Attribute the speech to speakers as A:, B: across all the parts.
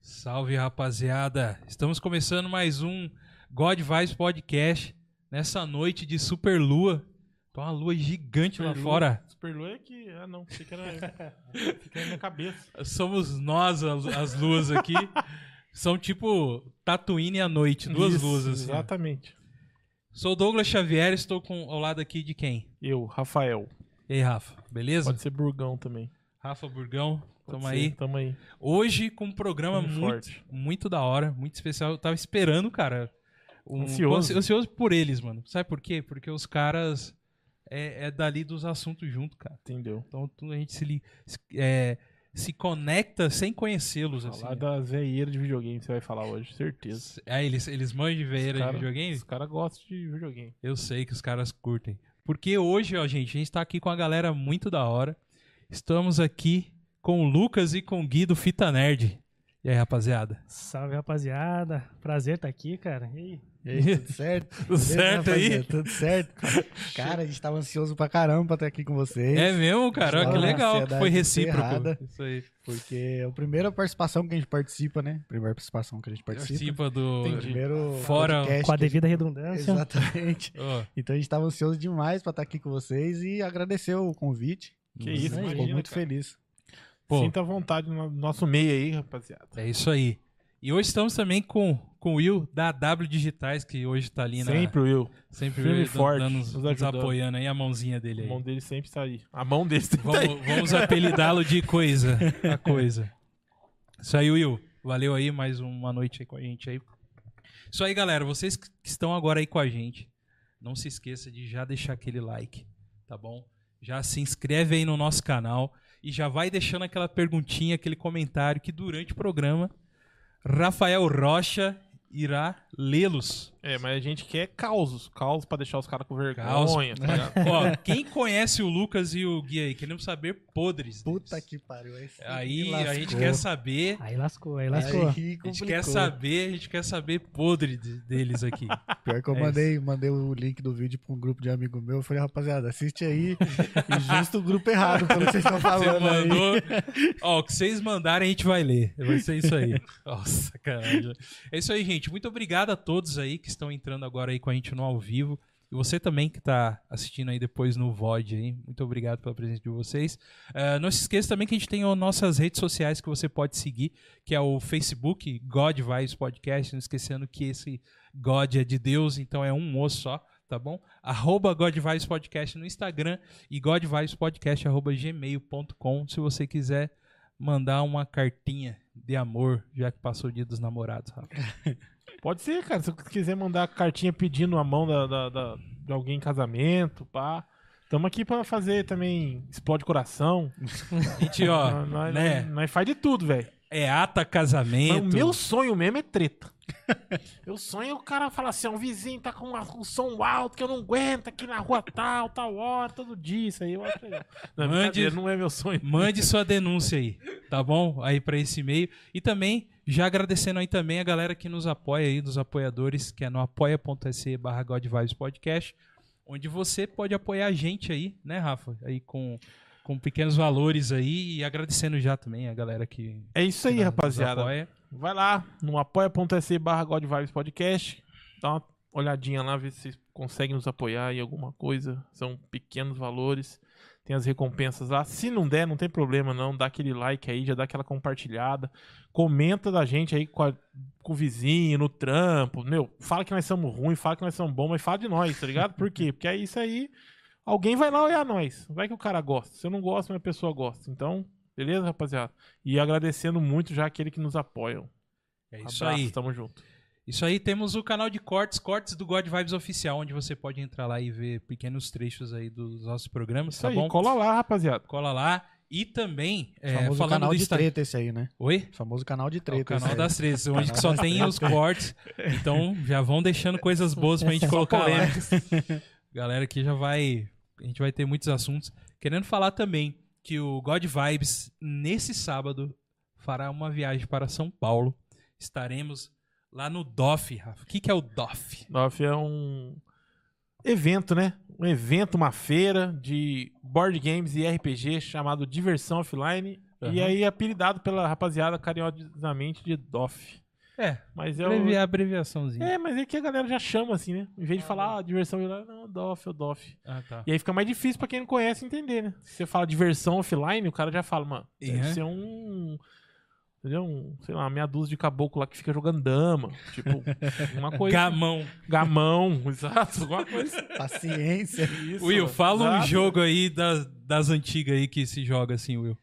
A: Salve, rapaziada! Estamos começando mais um God Vibes Podcast nessa noite de super lua. Tá uma lua gigante lá
B: Superlua.
A: fora.
B: Superlua é que. Ah, não. Achei que era. Fica na minha cabeça.
A: Somos nós as, as luas aqui. São tipo Tatooine à noite, duas
B: Isso,
A: luzes. assim.
B: Exatamente.
A: Sou Douglas Xavier, estou com, ao lado aqui de quem?
B: Eu, Rafael.
A: E aí, Rafa, beleza?
B: Pode ser Burgão também.
A: Rafa Burgão,
B: Pode
A: tamo
B: ser,
A: aí.
B: Tamo aí.
A: Hoje com um programa
B: Tamo
A: muito,
B: forte.
A: muito da hora, muito especial. Eu tava esperando, cara. Um,
B: Ansioso.
A: ansi- Ansioso por eles, mano. Sabe por quê? Porque os caras é, é dali dos assuntos junto, cara.
B: Entendeu?
A: Então tu- a gente se, li- se, é, se conecta sem conhecê-los, assim.
B: Falar das veieiras de videogame você vai falar hoje, certeza.
A: Ah, eles, eles manjam de veieira
B: Os cara-
A: de videogame?
B: Os caras gostam de videogame.
A: Eu sei que os caras curtem. Porque hoje, ó, gente, a gente tá aqui com a galera muito da hora. Estamos aqui com o Lucas e com o Gui do Fita Nerd. E aí, rapaziada?
C: Salve, rapaziada. Prazer estar aqui, cara. E aí?
D: E aí, tudo certo?
A: Tudo certo aí?
D: rapaziada? Tudo certo? Cara, a gente tava ansioso pra caramba pra estar aqui com vocês.
A: É mesmo, cara? Olha que
D: Fala,
A: legal que
D: ansiedade
A: foi recíproco.
D: ferrada.
A: Isso aí.
D: Porque é a primeira participação que a gente participa, né? Primeira participação que a gente participa.
A: Participa do.
D: Primeiro
A: Fora-
D: podcast
C: Com a
D: que a gente-
C: devida redundância.
D: Exatamente.
A: Ó,
D: Então a gente tava ansioso demais pra estar aqui com vocês e agradecer o convite. Né?
B: Que
A: Isso
B: isso,
D: Ficou
B: imagina,
D: muito
B: cara.
D: feliz.
A: Pô.
B: Sinta à vontade no nosso meio aí, rapaziada.
A: é isso aí. E hoje estamos também com, com o Will da W Digitais, que hoje tá ali na.
B: Sempre, Will.
A: sempre
B: firme e
A: dando-
B: forte,
A: dando-
B: nos
A: nos
B: ajudando.
A: apoiando aí, a mãozinha dele
B: A
A: aí.
B: mão dele sempre tá aí. A mão dele sempre tá aí.
A: Vamos, vamos apelidá-lo de coisa. A coisa. Isso aí, Will. Valeu aí, mais uma noite aí com a gente aí. Isso aí, galera. Vocês que que estão agora aí com a gente, não se esqueça de já deixar aquele like, tá bom? Já se inscreve aí no nosso canal e já vai deixando aquela perguntinha, aquele comentário que durante o programa Rafael Rocha irá lê-los.
B: É, mas a gente quer causos. Causos pra deixar os caras com vergonha.
A: Caos.
B: tá ligado?
A: Ó, quem conhece o Lucas e o Gui aí, queremos saber podres. deles.
D: Puta que pariu. esse
A: Aí
D: me
A: a
D: lascou.
A: gente quer saber
C: Aí lascou, aí
D: Aí
C: lascou.
A: A gente quer
D: complicou.
A: saber, a gente quer saber podre de- deles aqui.
D: Pior que eu
A: É
D: mandei, mandei o link do vídeo pra um grupo de amigo meu. Eu falei, rapaziada, assiste aí. e justo o grupo errado, pelo que vocês estão
A: Você
D: falando aí.
A: mandou. Ó, o que vocês mandarem a gente vai ler. Vai ser isso aí. Nossa, caralho. É isso aí, gente. Muito obrigado a todos aí que estão entrando agora aí com a gente no ao vivo. E você também que tá assistindo aí depois no VOD aí. Muito obrigado pela presença de vocês. Ah, não se esqueça também que a gente tem as nossas redes sociais que você pode seguir, que é o Facebook, God Vibes Podcast. Não esquecendo que esse God é de Deus, então é um osso só, tá bom? Arroba God Vibes Podcast no Instagram e godvibespodcast.gmail.com se você quiser mandar uma cartinha de amor, já que passou o dia dos namorados, Rafa.
B: Pode ser, cara. Se você quiser mandar cartinha pedindo a mão da, da- da- de alguém em casamento, pá. Tamo aqui pra fazer também explode coração.
A: Gente, ó,
B: Nós- nós,
A: né?
B: nós- nós faz de tudo, velho.
A: é ata,
B: Mas
A: casamento.
B: O meu sonho mesmo é treta. meu sonho é o cara falar assim, ó, um vizinho tá com uma- um som alto que eu não aguento aqui na rua tal, tal hora, todo dia, isso aí eu acho legal. Não,
A: Mande-
B: brincadeira, não é meu sonho.
A: Mande sua denúncia aí, tá bom? Aí pra esse e-mail. E também, já agradecendo aí também a galera que nos apoia aí, dos apoiadores, que é no apoia.se barra godvibespodcast, onde você pode apoiar a gente aí, né, Rafa? Aí com, com pequenos valores aí e agradecendo já também a galera que,
B: É isso
A: que
B: aí,
A: nos
B: rapaziada.
A: apoia.
B: Vai lá no apoia.se barra God Vibes Podcast. Dá uma olhadinha lá, ver se vocês conseguem nos apoiar em alguma coisa. São pequenos valores. Tem as recompensas lá. Se não der, não tem problema não. Dá aquele like aí, já dá aquela compartilhada. Comenta da gente aí com, a- com o vizinho, no trampo. Meu, fala que nós somos ruins, fala que nós somos bons, mas fala de nós, tá ligado? Por quê? Porque é isso aí. Alguém vai lá olhar nós. Vai que o cara gosta. Se eu não gosto, minha pessoa gosta. Então, beleza, rapaziada? E agradecendo muito já aquele que nos apoiam.
A: É isso
B: Abraço,
A: aí.
B: tamo junto.
A: Isso aí, temos o canal de cortes, cortes do God Vibes Oficial, onde você pode entrar lá e ver pequenos trechos aí dos nossos programas,
B: Isso
A: tá
B: aí,
A: bom?
B: cola lá, rapaziada.
A: Cola lá. E também, é,
D: Famoso
A: falando
D: canal
A: do
D: de
A: Instagram.
D: treta esse aí, né?
A: Oi?
D: Famoso canal de
A: É o
D: treta.
E: né?
A: canal
D: esse aí.
A: das tretas, onde
D: Canal
A: só
D: das
A: tem os cortes. Então já vão deixando coisas boas pra gente colocar lá. Galera que já vai. A gente vai ter muitos assuntos. Querendo falar também que o God Vibes, nesse sábado, fará uma viagem para São Paulo. Estaremos lá no DOF, Rafa. O que, que é o DOF?
B: Nof é um evento, né? Um evento, uma feira de board games e RPG chamado Diversão Offline E aí é apelidado pela rapaziada carinhosamente de DOF.
A: É,
B: Mas é o.
A: abrevi- abreviaçãozinha.
B: É, mas é que a galera já chama assim, né? Em vez de falar ah, diversão, lá, não, DOF, o DOF.
A: Ah, tá.
B: E aí fica mais difícil pra quem não conhece entender, né? Se você fala diversão offline, o cara já fala, mano, deve
A: É.
B: ser um. Entendeu? Um, sei lá, uma meia dúzia de caboclo lá que fica jogando dama. Tipo, uma coisa.
A: Gamão.
B: Gamão, exato, alguma coisa. assim.
D: Paciência.
B: Isso,
A: Will,
B: mano.
A: fala um
B: Exato.
A: jogo aí das, das antigas aí que se joga assim, Will.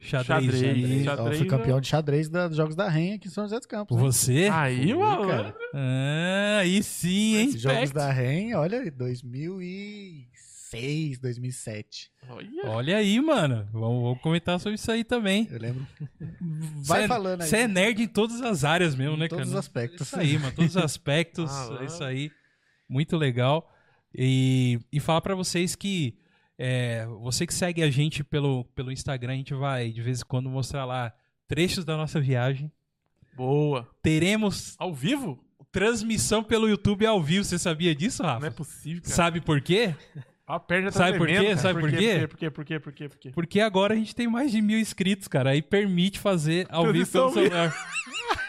A: Xadrez.
B: Xadrez.
A: xadrez. né?
B: Xadrez.
D: Ó, eu fui campeão de xadrez da- dos Jogos da Renha aqui em São José dos Campos. né?
A: Você?
B: Aí, mano.
D: cara.
A: Ah, aí sim, hein?
D: Esses Jogos
B: respect.
D: da Renha, olha, 2006, 2007.
B: Olha.
A: Olha aí, mano. Vamos, vamos comentar sobre isso aí também.
D: Eu lembro. Vai
A: Cê é-
D: falando aí.
A: Você é nerd em todas as áreas mesmo,
D: Em
A: né,
D: todos os
A: cara?
D: aspectos.
A: Isso aí, mano. Todos os aspectos.
B: Ah,
A: é isso aí. Muito legal. E, e falar pra vocês que é, você que segue a gente pelo, pelo Instagram, a gente vai de vez em quando mostrar lá trechos da nossa viagem.
B: Boa.
A: Teremos
B: Ao vivo?
A: transmissão pelo YouTube ao vivo. Você sabia disso, Rafa?
B: Não é possível, cara.
A: Sabe por quê?
B: A perna tá
A: Sabe por
B: tremendo,
A: quê?
B: cara.
A: Sabe por quê?
B: Por quê? Por quê? Por quê? Por quê? Por quê?
A: Porque agora a gente tem mais de mil inscritos, cara. Aí permite fazer ao vivo
B: Transmissão
A: pelo celular.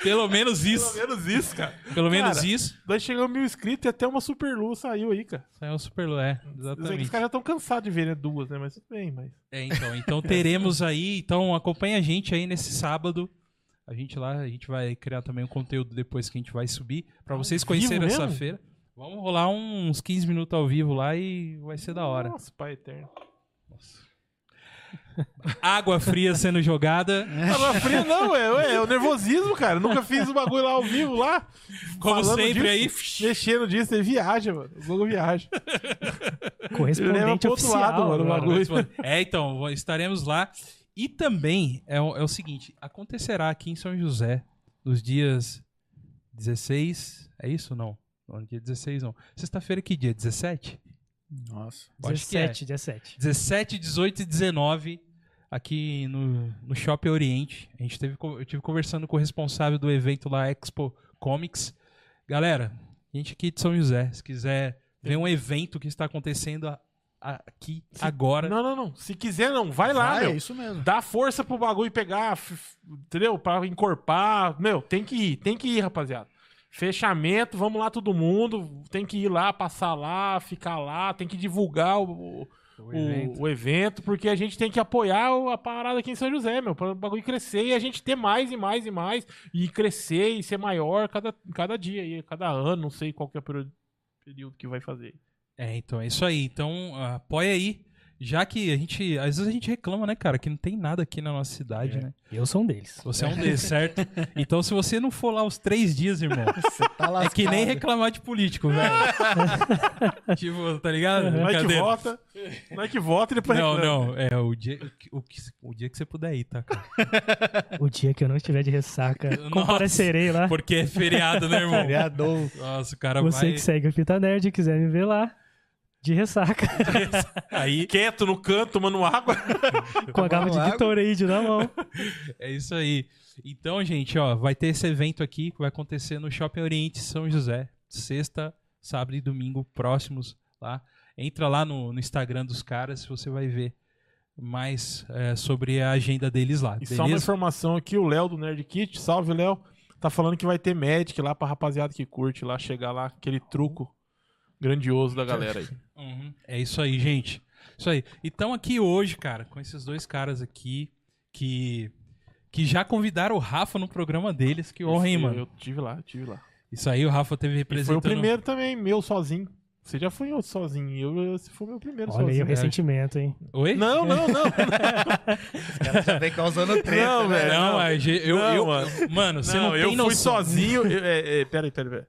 A: Pelo menos
B: Pelo
A: isso.
B: menos isso, cara.
A: Pelo menos
B: Cara,
A: isso.
B: Nós chegamos mil inscritos e até uma super lua saiu aí, cara.
A: É o Super Lué.
B: Eu sei que Os
A: Exatamente.
B: caras já estão cansados de ver, né? Duas, né? Mas tudo bem, mas.
A: É, então, então teremos aí, então acompanha a gente aí nesse sábado. A gente lá, a gente vai criar também um conteúdo depois que a gente vai subir Pra vocês
B: vivo
A: conhecerem essa
B: mesmo?
A: feira. Vamos rolar uns 15 minutos ao vivo lá e vai ser da hora.
B: Nossa, pai eterno.
A: Água fria sendo jogada.
B: Tava frio, não, é, ué, é o nervosismo, cara. Nunca fiz o bagulho lá ao vivo lá.
A: Como
B: Falando
A: sempre
B: disso, Mexendo disso, você viaja, mano. O Google viaja. Ele leva
C: Correspondente
B: pro outro
C: oficial.
B: lado, mano, o
C: agora.
B: bagulho.
A: É, então, vo- estaremos lá. E também é, o- é o seguinte: acontecerá aqui em São José, nos dias 16. É isso? Não. Não, dia 16 não. Sexta-feira, que dia? 17?
D: Nossa.
A: Eu acho que é.
C: 17, 17.
A: 17, 18 e 19, aqui no, no Shopping Oriente. A gente teve, co- eu tive conversando com o responsável do evento lá, Expo Comics. Galera, a gente aqui de São José, se quiser ver um evento que está acontecendo a- a- aqui, agora.
B: Não, não, não. Se quiser, não. Vai lá,
D: Vai,
B: meu.
D: é isso mesmo.
B: Dá força pro bagulho pegar, f- f- entendeu? Pra encorpar. Meu, tem que ir, tem que ir, rapaziada. Fechamento, vamos lá todo mundo. Tem que ir lá, passar lá, ficar lá. Tem que divulgar o, o- o evento. porque a gente tem que apoiar o- a parada aqui em São José, meu. Pra o bagulho crescer e a gente ter mais e mais e mais. E crescer e ser maior cada, cada dia, aí, cada ano. Não sei qual que é o período, período que vai fazer.
A: É, então é isso aí. Então apoia aí. Já que a gente. Às vezes a gente reclama, né, cara, que não tem nada aqui na nossa cidade, né?
C: Eu sou um deles.
A: Você é um desses, certo? Então se você não for lá os três dias, irmão,
D: Tá lá
A: é que nem reclamar de político, velho. tipo, tá ligado?
B: Não é que
A: Brincadeira.
B: vota, não é que vota e depois
A: Não,
B: reclama.
A: não. É o dia, o, que- o que- o dia que você puder ir, tá, cara?
C: O dia que eu não estiver de ressaca,
A: Nossa.
C: comparecerei lá.
A: Porque é feriado, né, irmão?
D: Vereador.
A: Nossa, o cara
C: Você
A: vai.
C: que segue o Fita Nerd e quiser me ver lá, de ressaca,
A: Aí,
B: Quieto no canto, tomando água.
C: com a garrafa de
D: água.
C: Gatorade na mão.
A: É isso aí. Então, gente, ó, vai ter esse evento aqui que vai acontecer no Shopping Oriente São José, sexta, sábado e domingo próximos lá. Entra lá no, no Instagram dos caras, você vai ver mais é, sobre a agenda deles lá,
B: E só uma
A: beleza?
B: informação aqui, o Léo do Nerd Kit, salve Léo, tá falando que vai ter Magic lá pra rapaziada que curte lá, chegar lá, aquele truco grandioso da galera aí.
A: Uhum. É isso aí, gente. Isso aí. Então aqui hoje, cara, com esses dois caras aqui que que já convidaram o Rafa no programa deles, que honra, hein,
B: Eu-
A: mano.
B: Eu tive lá, eu tive lá.
A: Isso aí, o Rafa teve
B: E foi o
A: representando.
B: primeiro também, meu sozinho. Você já foi em outro sozinho, eu, esse foi o meu primeiro
C: Olha aí
B: sozinho.
C: o ressentimento, hein?
A: Oi?
B: Não, não, não.
D: Os caras já vem causando treta,
B: Não,
D: né?
B: velho.
A: Não,
B: não.
A: é, ge- eu,
B: Não,
A: eu-
B: mano.
A: mano, você não,
B: não,
A: tem
B: eu fui
A: noção.
B: sozinho. eu- é, é, peraí, peraí, peraí.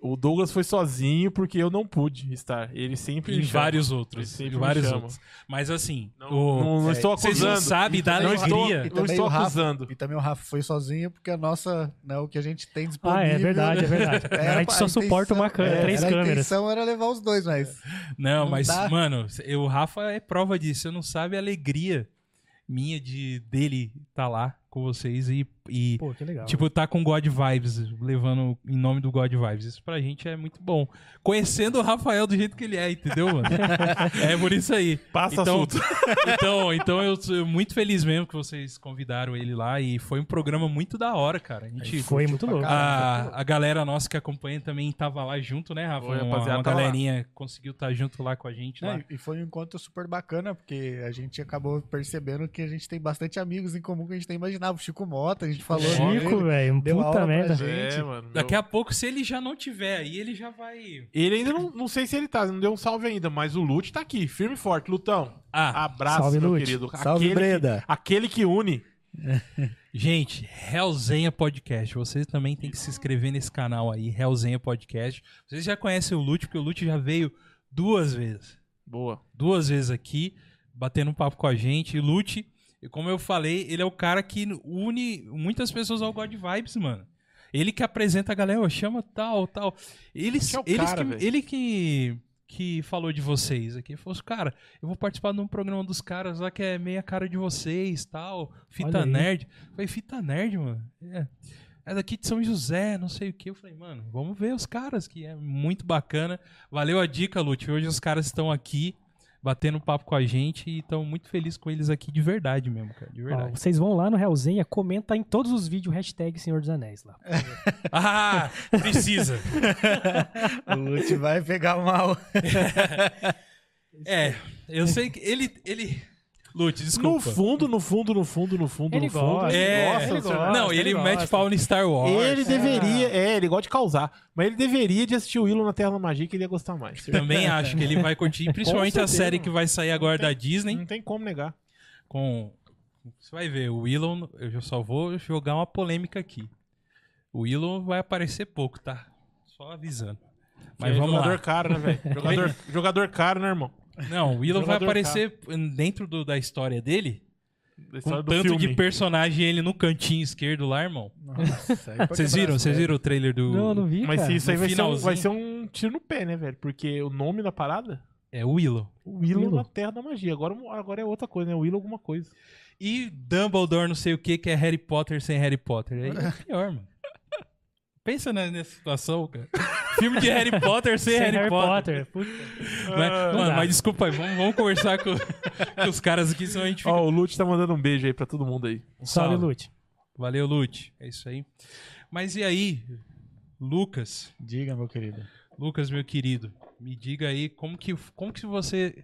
B: O Douglas foi sozinho porque eu não pude estar. Ele sempre
A: Em
B: me chama.
A: vários
B: Ele
A: outros. Em
B: sempre me
A: vários
B: chama.
A: outros. Mas assim,
B: Não,
A: o-
B: não- não estou
A: vocês não
B: acusando.
A: sabem da
D: Não estou-
A: alegria.
D: E
B: não
D: também
B: estou
D: o Rafa.
B: acusando.
D: E também o Rafa foi sozinho, porque a nossa, né, o que a gente tem disponível.
C: Ah, é verdade,
E: né?
C: é verdade.
D: Era
C: a gente só
D: intenção-
C: suporta uma câmera,
D: é,
C: três
D: era A
C: câmeras.
D: intenção era levar os dois, mas.
A: Não,
D: Não
A: mas,
D: dá.
A: mano, eu- o Rafa é prova disso. Você não sabe a alegria minha de dele estar lá tá com vocês e e
C: Pô, que legal.
A: Tipo, tá com God Vibes, levando em nome do God Vibes. Isso pra gente é muito bom. Conhecendo o Rafael do jeito que ele é, entendeu, mano? é por isso aí.
B: Passa
A: então,
B: assunto.
A: então, então eu sou muito feliz mesmo que vocês convidaram ele lá e foi um programa muito da hora, cara. A gente.
C: foi muito
E: pra
C: louco.
E: caralho.
A: A, a galera nossa que acompanha também tava lá junto, né, Rafa?
B: Foi,
A: Uma-
B: rapaziada,
A: uma
B: tá lá.
A: galerinha conseguiu estar junto lá com a
C: É.
A: gente.
E: Não,
A: lá.
E: e- e foi um encontro super bacana, porque a gente acabou percebendo que a gente tem bastante amigos em comum que a gente nem imaginava. O Chico Mota, a gente falou.
C: Chico,
E: dele.
C: velho.
E: né? deu aula
C: Puta
E: pra
C: merda.
E: gente.
B: É, mano. meu-
A: Daqui a pouco, se ele já não tiver aí, ele já vai.
B: Ele ainda não, não sei se ele tá, não deu um salve ainda, mas o Lute tá aqui, firme e forte. Lutão,
A: Ah,
B: abraço,
C: Salve,
B: meu
C: Lute.
B: querido.
E: Salve,
B: aquele,
E: Breda.
B: aquele que une.
A: Gente, Hellzenha Podcast. Vocês também têm que se inscrever nesse canal aí, Hellzenha Podcast. Vocês já conhecem o Lute, porque o Lute já veio duas vezes.
B: Boa.
A: Duas vezes aqui, batendo um papo com a gente. E Lute, como eu falei, ele é o cara que une muitas pessoas ao God Vibes, mano. Ele que apresenta a galera, ó, chama tal, tal. Eles,
B: Que é o
A: eles
B: cara,
A: que-
B: velho.
A: ele que, que falou de vocês aqui. Ele falou assim, cara, eu vou participar de um programa dos caras lá que é meia cara de vocês, tal. Fita
C: Olha aí.
A: Nerd. Eu falei, Fita Nerd, mano. É. É daqui de São José, não sei o que. Eu falei, mano, vamos ver os caras, que é muito bacana. Valeu a dica, Lute. Hoje os caras estão aqui batendo papo com a gente e estão muito felizes com eles aqui de verdade mesmo, cara. De
C: Ó,
A: verdade.
C: vocês vão lá no Realzinha, comenta em todos os vídeos hashtag Senhor dos Anéis lá.
A: Ah, precisa.
E: O Lute vai pegar mal.
A: É, eu sei que ele. ele... Lute,
B: No
A: desculpa.
B: fundo, no fundo, no fundo, no fundo,
C: Ele
B: no fundo.
C: gosta,
A: É,
B: gosta
C: ele
B: do Senhor
C: gosta.
B: Neto.
A: não, ele,
C: ele
A: mete
C: gosta.
A: pau no Star Wars.
B: Ele deveria, é, ele gosta de causar, mas ele deveria de assistir o Willow na Terra da Magia que ele ia gostar mais.
A: Também acho que ele vai curtir, principalmente a
B: certeza,
A: série
B: mano.
A: que vai sair agora da Disney.
B: Não tem como negar.
A: com. Você vai ver, o Elon. Eu já só vou jogar uma polêmica aqui. O Elon vai aparecer pouco, tá? Só avisando. Mas
B: É
A: vamos
B: jogador
A: lá.
B: caro, né, velho? Jogador, jogador caro, né, irmão?
A: Não, o Elon vai
B: jogador
A: aparecer dentro do- da história dele.
B: Da
A: Com
B: história do
A: tanto
B: filme.
A: de personagem ele no cantinho esquerdo lá, irmão.
E: Nossa, aí pode
A: Vocês
E: quebrar
A: viram?
E: as
A: Vocês viram o trailer do.
C: Não, não vi,
B: Mas
C: cara.
B: se isso aí
A: no
B: vai ser, um,
A: finalzinho.
B: vai ser um tiro no pé, né, velho? Porque o nome da parada,
A: É o Willow.
B: o Willow
C: Willow.
B: na Terra da Magia. Agora, agora é outra coisa, né? O Willow alguma coisa.
A: E Dumbledore, não sei o que, que é Harry Potter sem Harry Potter. Aí é pior, mano. Pensa na- nessa situação, cara. Filme de Harry Potter sem,
C: Sem
A: Harry, Potter.
C: Puta.
A: Mas,
B: Ah,
A: mano,
C: dá.
A: mas desculpa aí, vamos, vamos conversar com, com os caras aqui, senão a gente fica.
B: Ó, o Lute tá mandando um beijo aí pra todo mundo aí.
A: Um
C: Salve,
A: salve.
C: Lute.
A: Valeu, Lute. É isso aí. Mas e aí, Lucas?
E: pernas. Diga, meu querido.
A: Lucas, meu querido, me diga aí como que, como que você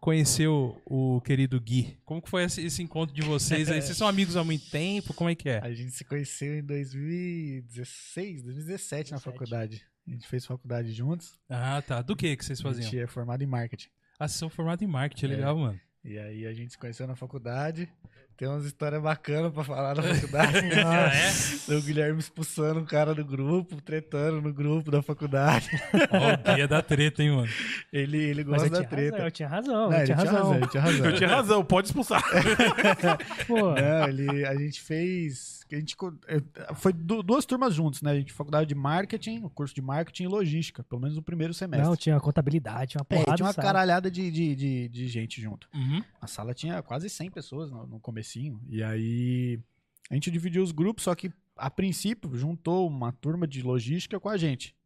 A: conheceu o querido Gui? Como que foi esse, esse encontro de vocês aí? Vocês são amigos há muito tempo? Como é que é?
E: A gente se conheceu em 2016, 2017 na
C: 17.
E: faculdade. A gente fez faculdade juntos.
A: Ah, tá. Do que que vocês
E: A
A: faziam?
E: gente é formado em marketing.
A: Ah, vocês são formados em marketing,
E: É.
A: legal, mano.
E: E aí a gente se conheceu na faculdade. Tem umas histórias bacanas pra falar na faculdade.
A: Ah, é?
E: O Guilherme expulsando o cara do grupo, tretando no grupo da faculdade.
A: Ó, o Gui é da treta, hein, mano.
E: Ele, ele
C: Mas
E: gosta
C: eu
E: da
C: tinha,
E: treta.
C: razão, eu tinha razão,
E: Não,
C: eu
E: ele
C: tinha razão.
E: ele tinha razão.
B: Eu tinha razão, pode expulsar.
C: Pô,
E: Não, ele, a gente fez. A gente, co- eu- foi du- duas turmas juntos, né? A gente faculdade de marketing, o curso de marketing e logística, pelo menos no primeiro semestre.
C: não, tinha contabilidade, tinha uma
E: É,
C: porrada.
E: tinha uma
C: sabe?
E: caralhada de, de, de, de gente junto.
A: Uhum.
E: A sala tinha quase 100 pessoas no, no comecinho. E aí a gente dividiu os grupos, só que a princípio juntou uma turma de logística com a gente,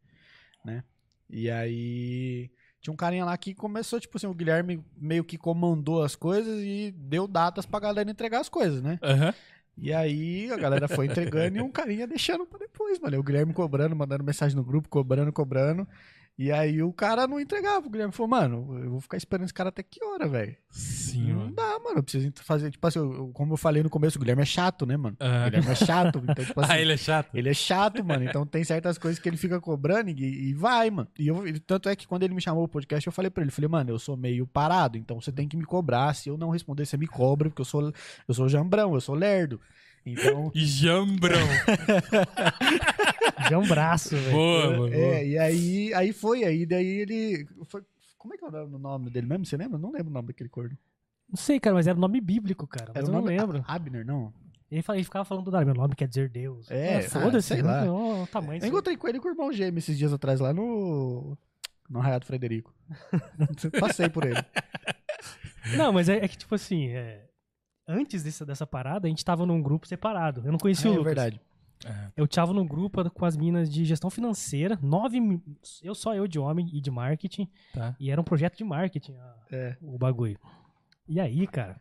E: né? E aí tinha um carinha lá que começou, tipo assim, o Guilherme meio que comandou as coisas e deu datas pra galera entregar as coisas, né?
A: Aham.
E: E aí a galera foi entregando e um carinha deixando pra depois, mano. E O Guilherme cobrando, mandando mensagem no grupo, cobrando, cobrando. E aí o cara não entregava. O Guilherme falou, mano, eu vou ficar esperando esse cara até que hora, velho?
A: Sim,
E: Não
A: mano.
E: dá, Ah, mano. Eu preciso ent- fazer. Tipo assim, eu- eu- como eu falei no começo, o Guilherme é chato, né, mano? O
A: Aham.
E: Guilherme é chato. Então, tipo assim,
A: Ah,
E: ele...
A: ele é chato?
E: é chato, mano. Então tem certas coisas que ele fica cobrando e, e vai, mano. E eu, ele- tanto é que quando ele me chamou o podcast, eu falei pra ele, falei, mano, eu sou meio parado, então você tem que me cobrar. Se eu não responder, você me cobra, porque eu sou, eu sou jambrão, eu sou lerdo. Então,
A: E jambrão.
C: Já é um braço, velho.
A: boa, boa, boa.
E: É, e aí, aí foi, aí daí ele. foi- como é que é o nome dele mesmo? Você lembra? Não lembro o nome daquele corno.
C: Não sei, cara, mas era o nome bíblico, cara. Mas
E: Era
C: eu
E: o
C: não
E: nome
C: lembro.
E: A- Abner, não.
C: Ele, fala- ele ficava falando do meu nome quer dizer Deus.
E: É,
C: Ah, foda-se,
E: ah, sei
C: não
E: lá. É
C: tem o tamanho.
E: Eu encontrei com ele e com o irmão gêmeo esses dias atrás lá no. No Arraiado Frederico. Passei por ele.
C: Não, mas é, é que, tipo assim, é, antes dessa, dessa parada, a gente tava num grupo separado. Eu não conhecia o
E: é
C: Lucas.
E: verdade.
C: Eu tava num grupo com as minas de gestão financeira, nove. mi- Eu só eu de homem e de marketing.
A: Tá.
C: E era um projeto de marketing a-
E: É.
C: o bagulho. E aí, cara,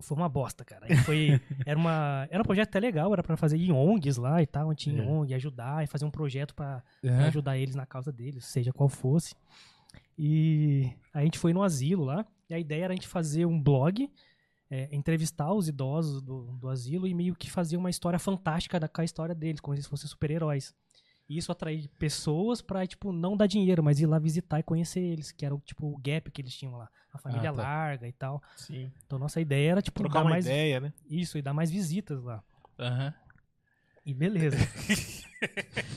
C: foi uma bosta, cara. Aí Foi, era, uma, era um projeto até legal, era pra fazer em ONGs lá e tal, onde tinha
E: É.
C: ONG, ajudar e fazer um projeto pra pra
A: É.
C: ajudar eles na causa deles, seja qual fosse. E a gente foi no asilo lá, e a ideia era a gente fazer um blog, é, entrevistar os idosos do, do asilo e meio que fazer uma história fantástica da, com a história deles, como se eles fossem super-heróis. E isso atrair pessoas pra, tipo, não dar dinheiro, mas ir lá visitar e conhecer eles, que era, o, tipo, o gap que eles tinham lá. A família
A: Ah, tá.
C: larga e tal.
B: Sim.
C: Então, nossa ideia era, tipo,
B: Trocar
C: dar
B: uma
C: mais...
B: ideia, né?
C: Isso, e dar mais visitas lá.
A: Aham.
C: E beleza.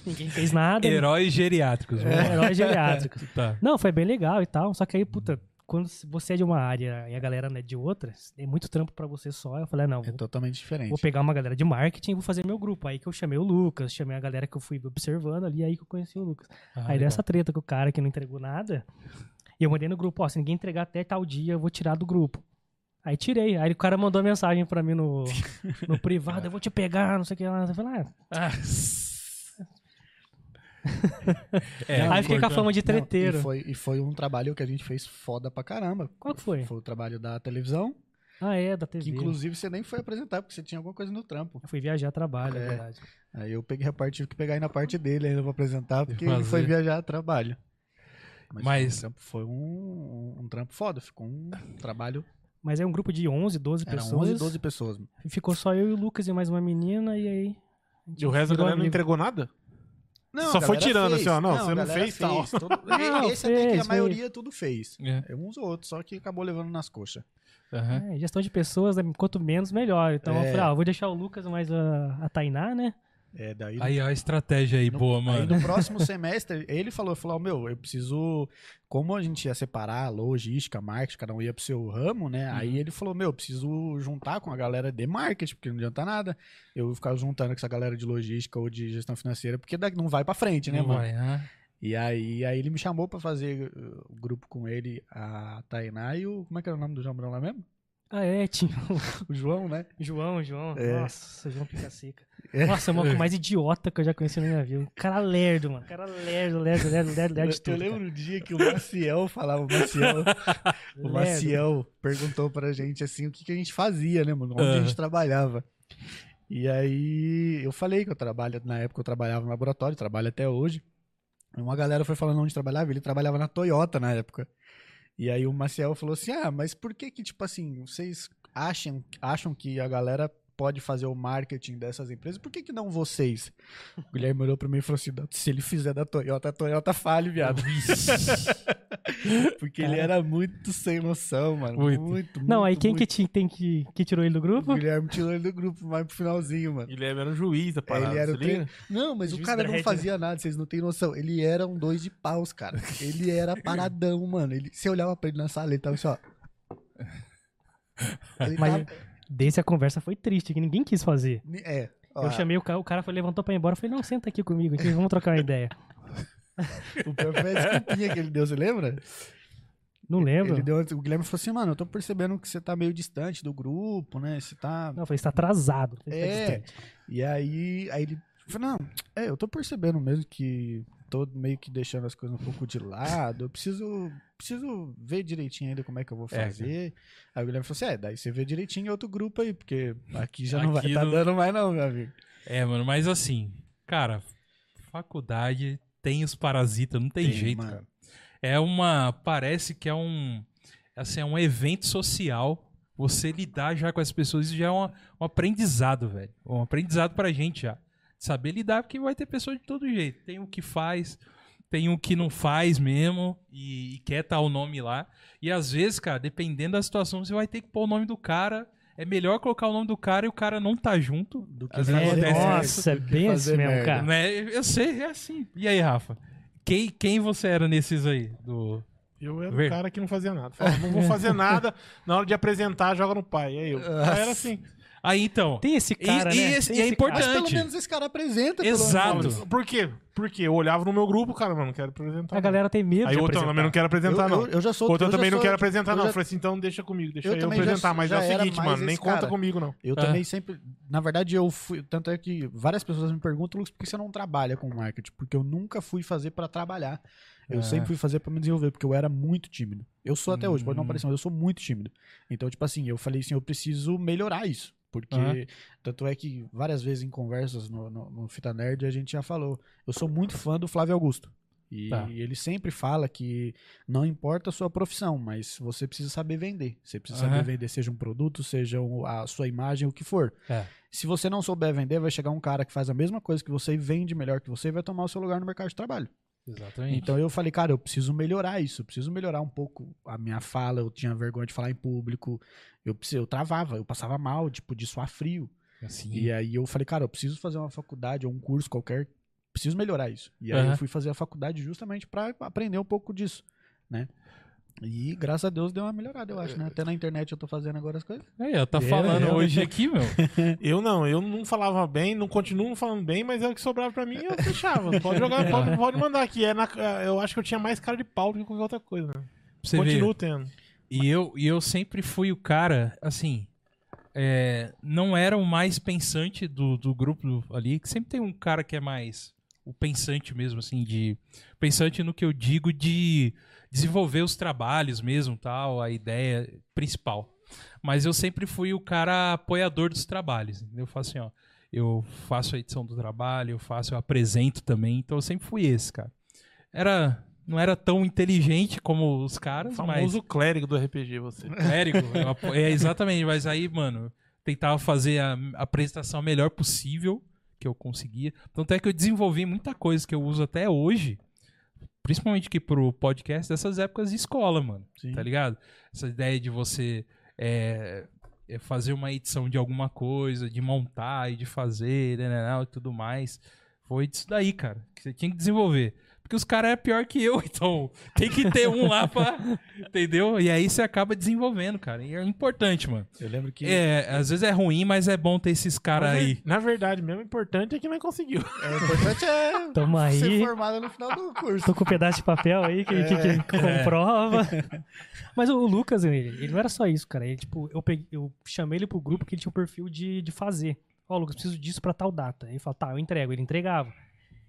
C: Ninguém fez nada.
A: Heróis geriátricos. vamos lá.
C: Herói geriátrico.
A: Tá.
C: Não, foi bem legal e tal. Só que aí, puta, quando você é de uma área e a galera não é de outra, é muito trampo pra você só. Eu falei, ah, não,
E: É
C: vou,
E: totalmente diferente.
C: vou pegar uma galera de marketing e vou fazer meu grupo. Aí que eu chamei o Lucas, chamei a galera que eu fui observando ali, aí que eu conheci o Lucas.
A: Ah,
C: aí
A: legal.
C: dessa treta com o cara que não entregou nada, e eu mandei no grupo, ó, se ninguém entregar até tal dia, eu vou tirar do grupo. Aí tirei. Aí o cara mandou mensagem pra mim no, no privado, eu vou te pegar, não sei o que lá. Eu falei, ah,
A: Ah. É,
E: Não,
C: aí fiquei com a
A: importante.
C: fama de
E: Não,
C: treteiro.
E: e, foi, e foi um trabalho que a gente fez foda pra caramba.
C: Qual que foi?
E: Foi o trabalho da televisão,
C: Ah, é, da
E: que
C: TV.
E: inclusive você nem foi apresentar, porque você tinha alguma coisa no trampo.
C: Eu fui viajar a trabalho,
E: É.
C: é verdade.
E: Aí eu peguei a parte, tive que pegar aí na parte dele, ainda vou apresentar, porque ele
A: fazer.
E: foi viajar a trabalho.
A: Mas-
E: foi um trampo, foi um, um trampo foda, ficou um trabalho.
C: Mas é um grupo de 11, 12
E: Eram
C: pessoas.
E: 11, 12 pessoas.
C: E ficou só eu e o Lucas e mais uma menina, e aí. a gente
B: E o resto da
C: virou
B: galera não
C: amigo.
B: entregou nada?
E: Não,
B: Só
E: a
B: foi
E: galera
B: tirando,
E: fez.
B: assim, ó, não, você
E: a
B: não
E: galera
B: fez, tá, ó.
E: todo-
C: Não,
E: Esse até que a
C: fez,
E: maioria tudo fez.
A: É.
E: É Uns ou outros, só que acabou levando nas coxas.
A: Aham.
C: É, gestão de pessoas, né? quanto menos, melhor. Então eu
E: É.
C: falei, ah, eu vou deixar o Lucas mais a, a Tainá, né?
E: É, daí
A: Aí, ó, a estratégia aí,
E: No-
A: boa,
E: Aí
A: mano.
E: no próximo semestre, ele falou, falou, "Ó, meu, eu preciso, como a gente ia separar logística, marketing, cada um ia pro seu ramo, né?
A: Uhum.
E: Aí ele falou, meu, eu preciso juntar com a galera de marketing, porque não adianta nada eu ficar juntando com essa galera de logística ou de gestão financeira, porque daqui não vai pra frente, né,
A: Não
E: mano?
A: vai, né?
E: E aí, aí ele me chamou pra fazer uh, o grupo com ele, a Tainá e o, como é que era o nome do Jambrão lá mesmo?
C: Ah, é, tinha
E: O João, né?
C: o João, João.
E: É.
C: Nossa, João Pica Seca.
E: É.
C: Nossa, é o maluco mais idiota que eu já conheci na minha vida. Um cara lerdo, mano. Um cara lerdo, lerdo, lerdo, lerdo, lerdo é de
E: eu,
C: tudo.
E: eu lembro
C: cara.
E: o dia que o Maciel falava, o Maciel... O
C: Lerdo.
E: Maciel perguntou pra gente assim o que, que a gente fazia, né, mano? Onde a
A: Ah.
E: gente trabalhava. E aí eu falei que eu trabalho, na época eu trabalhava no laboratório, trabalho até hoje. E Uma galera foi falando onde trabalhava, ele trabalhava na Toyota na época. E aí o Maciel falou assim: "Ah, mas por que que tipo assim, vocês acham, acham que a galera pode fazer o marketing dessas empresas? Por que que não vocês?" O Guilherme olhou pra mim e falou assim: "Se ele fizer da Toyota, a Toyota fale, viado." Porque ele
C: Cara.
E: era muito sem noção, mano.
A: Muito.
E: Muito, muito.
C: Não, aí quem que,
E: muito.
C: ti- tem que, que tirou ele do grupo?
E: O Guilherme tirou ele do grupo, mas pro finalzinho, mano. né?
B: Guilherme era um juiz da parada.
E: ele era
B: se
E: o
B: liga?
E: treino. Não, mas o
C: Juiz
E: cara
C: da
E: não
C: rede,
E: fazia nada, vocês não têm noção. Ele era um dois de paus, cara. Ele era paradão, mano. Ele, você olhava pra ele na sala, ele tava assim, ó. Ele
C: Mas-
E: tava-
C: Desse a conversa foi triste, que ninguém quis fazer.
E: É. ó,
C: Eu chamei o cara, o cara foi, levantou pra ir embora. Eu falei, não, senta aqui comigo aqui, vamos trocar uma ideia.
E: O pior foi a desculpinha que ele deu, você lembra?
C: Não lembro.
E: Ele deu, o Guilherme falou assim, mano, eu tô percebendo que você tá meio distante do grupo, né? Você tá.
C: Não, eu falei, você tá atrasado. Você tá
E: É.
C: distante.
E: E aí, aí ele falou, não, é, eu tô percebendo mesmo que tô meio que deixando as coisas um pouco de lado, eu preciso, preciso ver direitinho ainda como é que eu vou
A: É,
E: fazer. aí o Guilherme falou assim, é, daí você vê direitinho em outro grupo aí, porque aqui já não vai
A: Aqui
E: tá
A: não-
E: dando mais não, meu amigo.
A: É, mano, mas assim, cara, faculdade tem os parasitas, não tem,
E: Tem,
A: jeito,
E: mano.
A: cara. É uma. Parece que é um. Assim, é um evento social. Você lidar já com as pessoas, isso já é uma- um aprendizado, velho. Um aprendizado pra gente já. Saber lidar, porque vai ter pessoas de todo jeito. Tem o que faz, tem o que não faz mesmo, e, e quer tá o nome lá. E às vezes, cara, dependendo da situação, você vai ter que pôr o nome do cara. É melhor colocar o nome do cara e o cara não tá junto
E: Do que
A: Às
E: fazer
A: vezes
C: É,
A: acontece
E: merda.
C: nossa, é
E: fazer
C: bem assim mesmo,
E: merda.
C: cara.
A: né? Eu sei, é assim. E aí, Rafa? Quem, quem você era nesses aí? Do...
B: Eu era
A: Ver-
B: o cara que não fazia nada. Falava, não vou fazer nada. Na hora de apresentar, joga no pai. É eu. Aí era assim.
A: Aí então.
C: Tem esse cara,
A: e
C: né?
A: esse-
C: Tem
A: e é
C: esse cara.
E: Mas pelo
A: Importante.
E: menos esse cara apresenta. pelo
A: Exato.
E: menos.
B: Por quê? Porque eu olhava no meu grupo, cara, mano, não quero apresentar.
C: A galera tem medo
B: Aí
C: de
B: o outro eu
C: apresentar.
B: também não quero apresentar,
E: eu,
B: não.
E: eu- eu já sou.
B: O outro eu
E: já
B: também não
E: sou-
B: quero apresentar,
E: eu
B: não.
E: já-
B: Eu falei assim, então deixa comigo, deixa
E: eu
B: eu,
E: também já
B: apresentar.
E: sou-
B: mas
E: já
B: é o
E: era
B: seguinte,
E: mais
B: mano, nem
E: esse
B: conta
E: cara.
B: comigo, não.
E: Eu
A: É.
E: também sempre. Na verdade, eu fui. Tanto é que várias pessoas me perguntam, Lucas, por que você não trabalha com marketing? Porque eu nunca fui fazer pra trabalhar. Eu
A: É.
E: sempre fui fazer pra me desenvolver, porque eu era muito tímido. Eu sou até hoje, pode não
A: Hum.
E: parecer, mas eu sou muito tímido. Então, tipo assim, eu falei assim, eu preciso melhorar isso. Porque,
A: Aham.
E: tanto é que várias vezes em conversas no, no- no Fita Nerd a gente já falou. Eu sou muito fã do Flávio Augusto. E
A: Tá.
E: ele sempre fala que não importa a sua profissão, mas você precisa saber vender. Você precisa
A: Aham.
E: saber vender, seja um produto, seja um- a sua imagem, o que for.
A: É.
E: Se você não souber vender, vai chegar um cara que faz a mesma coisa que você e vende melhor que você e vai tomar o seu lugar no mercado de trabalho.
A: Exatamente.
E: Então eu falei, cara, eu preciso melhorar isso, eu preciso melhorar um pouco a minha fala, eu tinha vergonha de falar em público, eu, precis- eu travava, eu passava mal, tipo, de suar frio.
A: assim,
E: E aí eu falei, cara, eu preciso fazer uma faculdade ou um curso qualquer, preciso melhorar isso. E aí
A: Aham.
E: eu fui fazer a faculdade justamente pra aprender um pouco disso, né? E graças a Deus deu uma melhorada, eu acho, né? Até na internet eu tô fazendo agora as coisas.
A: Aí, ó, tá
E: Eu-
A: falando
E: eu-
A: hoje aqui, meu.
B: Eu não, eu não falava bem, não continuo não falando bem, mas é o que sobrava pra mim, eu fechava. Pode jogar, pode, pode mandar aqui. É na- eu acho que eu tinha mais cara de pau do que qualquer outra coisa. Né?
A: Você vê.
B: Continuo tendo.
A: E eu, e eu sempre fui o cara, assim. é, não era o mais pensante do, do grupo ali, que sempre tem um cara que é mais o pensante mesmo, assim, de. Pensante no que eu digo de desenvolver os trabalhos mesmo, tal, a ideia principal. Mas eu sempre fui o cara apoiador dos trabalhos. entendeu? Eu faço assim, ó. Eu faço a edição do trabalho, eu faço, eu apresento também, então eu sempre fui esse, cara. Era. Não era tão inteligente como os
B: O
A: caras, mas
B: famoso um clérigo do RPG, você.
A: clérigo. né? eu apo- é, exatamente. Mas aí, mano, tentava fazer a a apresentação a melhor possível que eu conseguia. Tanto é que eu desenvolvi muita coisa que eu uso até hoje, principalmente que pro podcast, dessas épocas de escola, mano.
E: Sim.
A: Tá ligado? Essa ideia de você é, é fazer uma edição de alguma coisa, de montar e de fazer né, né, né, e tudo mais. Foi disso daí, cara, que você tinha que desenvolver. Porque os caras é pior que eu, então tem que ter um lá pra. Entendeu? E aí você acaba desenvolvendo, cara. E é importante, mano.
E: Eu lembro que
A: É, às vezes é ruim, mas é bom ter esses caras
B: Na ver-
A: aí.
B: Na verdade, mesmo o importante é que não conseguiu.
E: o importante é
C: Tamo aí.
E: ser formado no final do curso.
C: Tô com um pedaço de papel aí que, que- que
A: É.
C: comprova. Mas o o Lucas, ele, ele não era só isso, cara. Ele, tipo, eu, peguei- eu chamei ele pro grupo que ele tinha o perfil de, de fazer. Ó, Lucas, preciso disso pra tal data. Ele falou, tá, eu entrego. Ele entregava.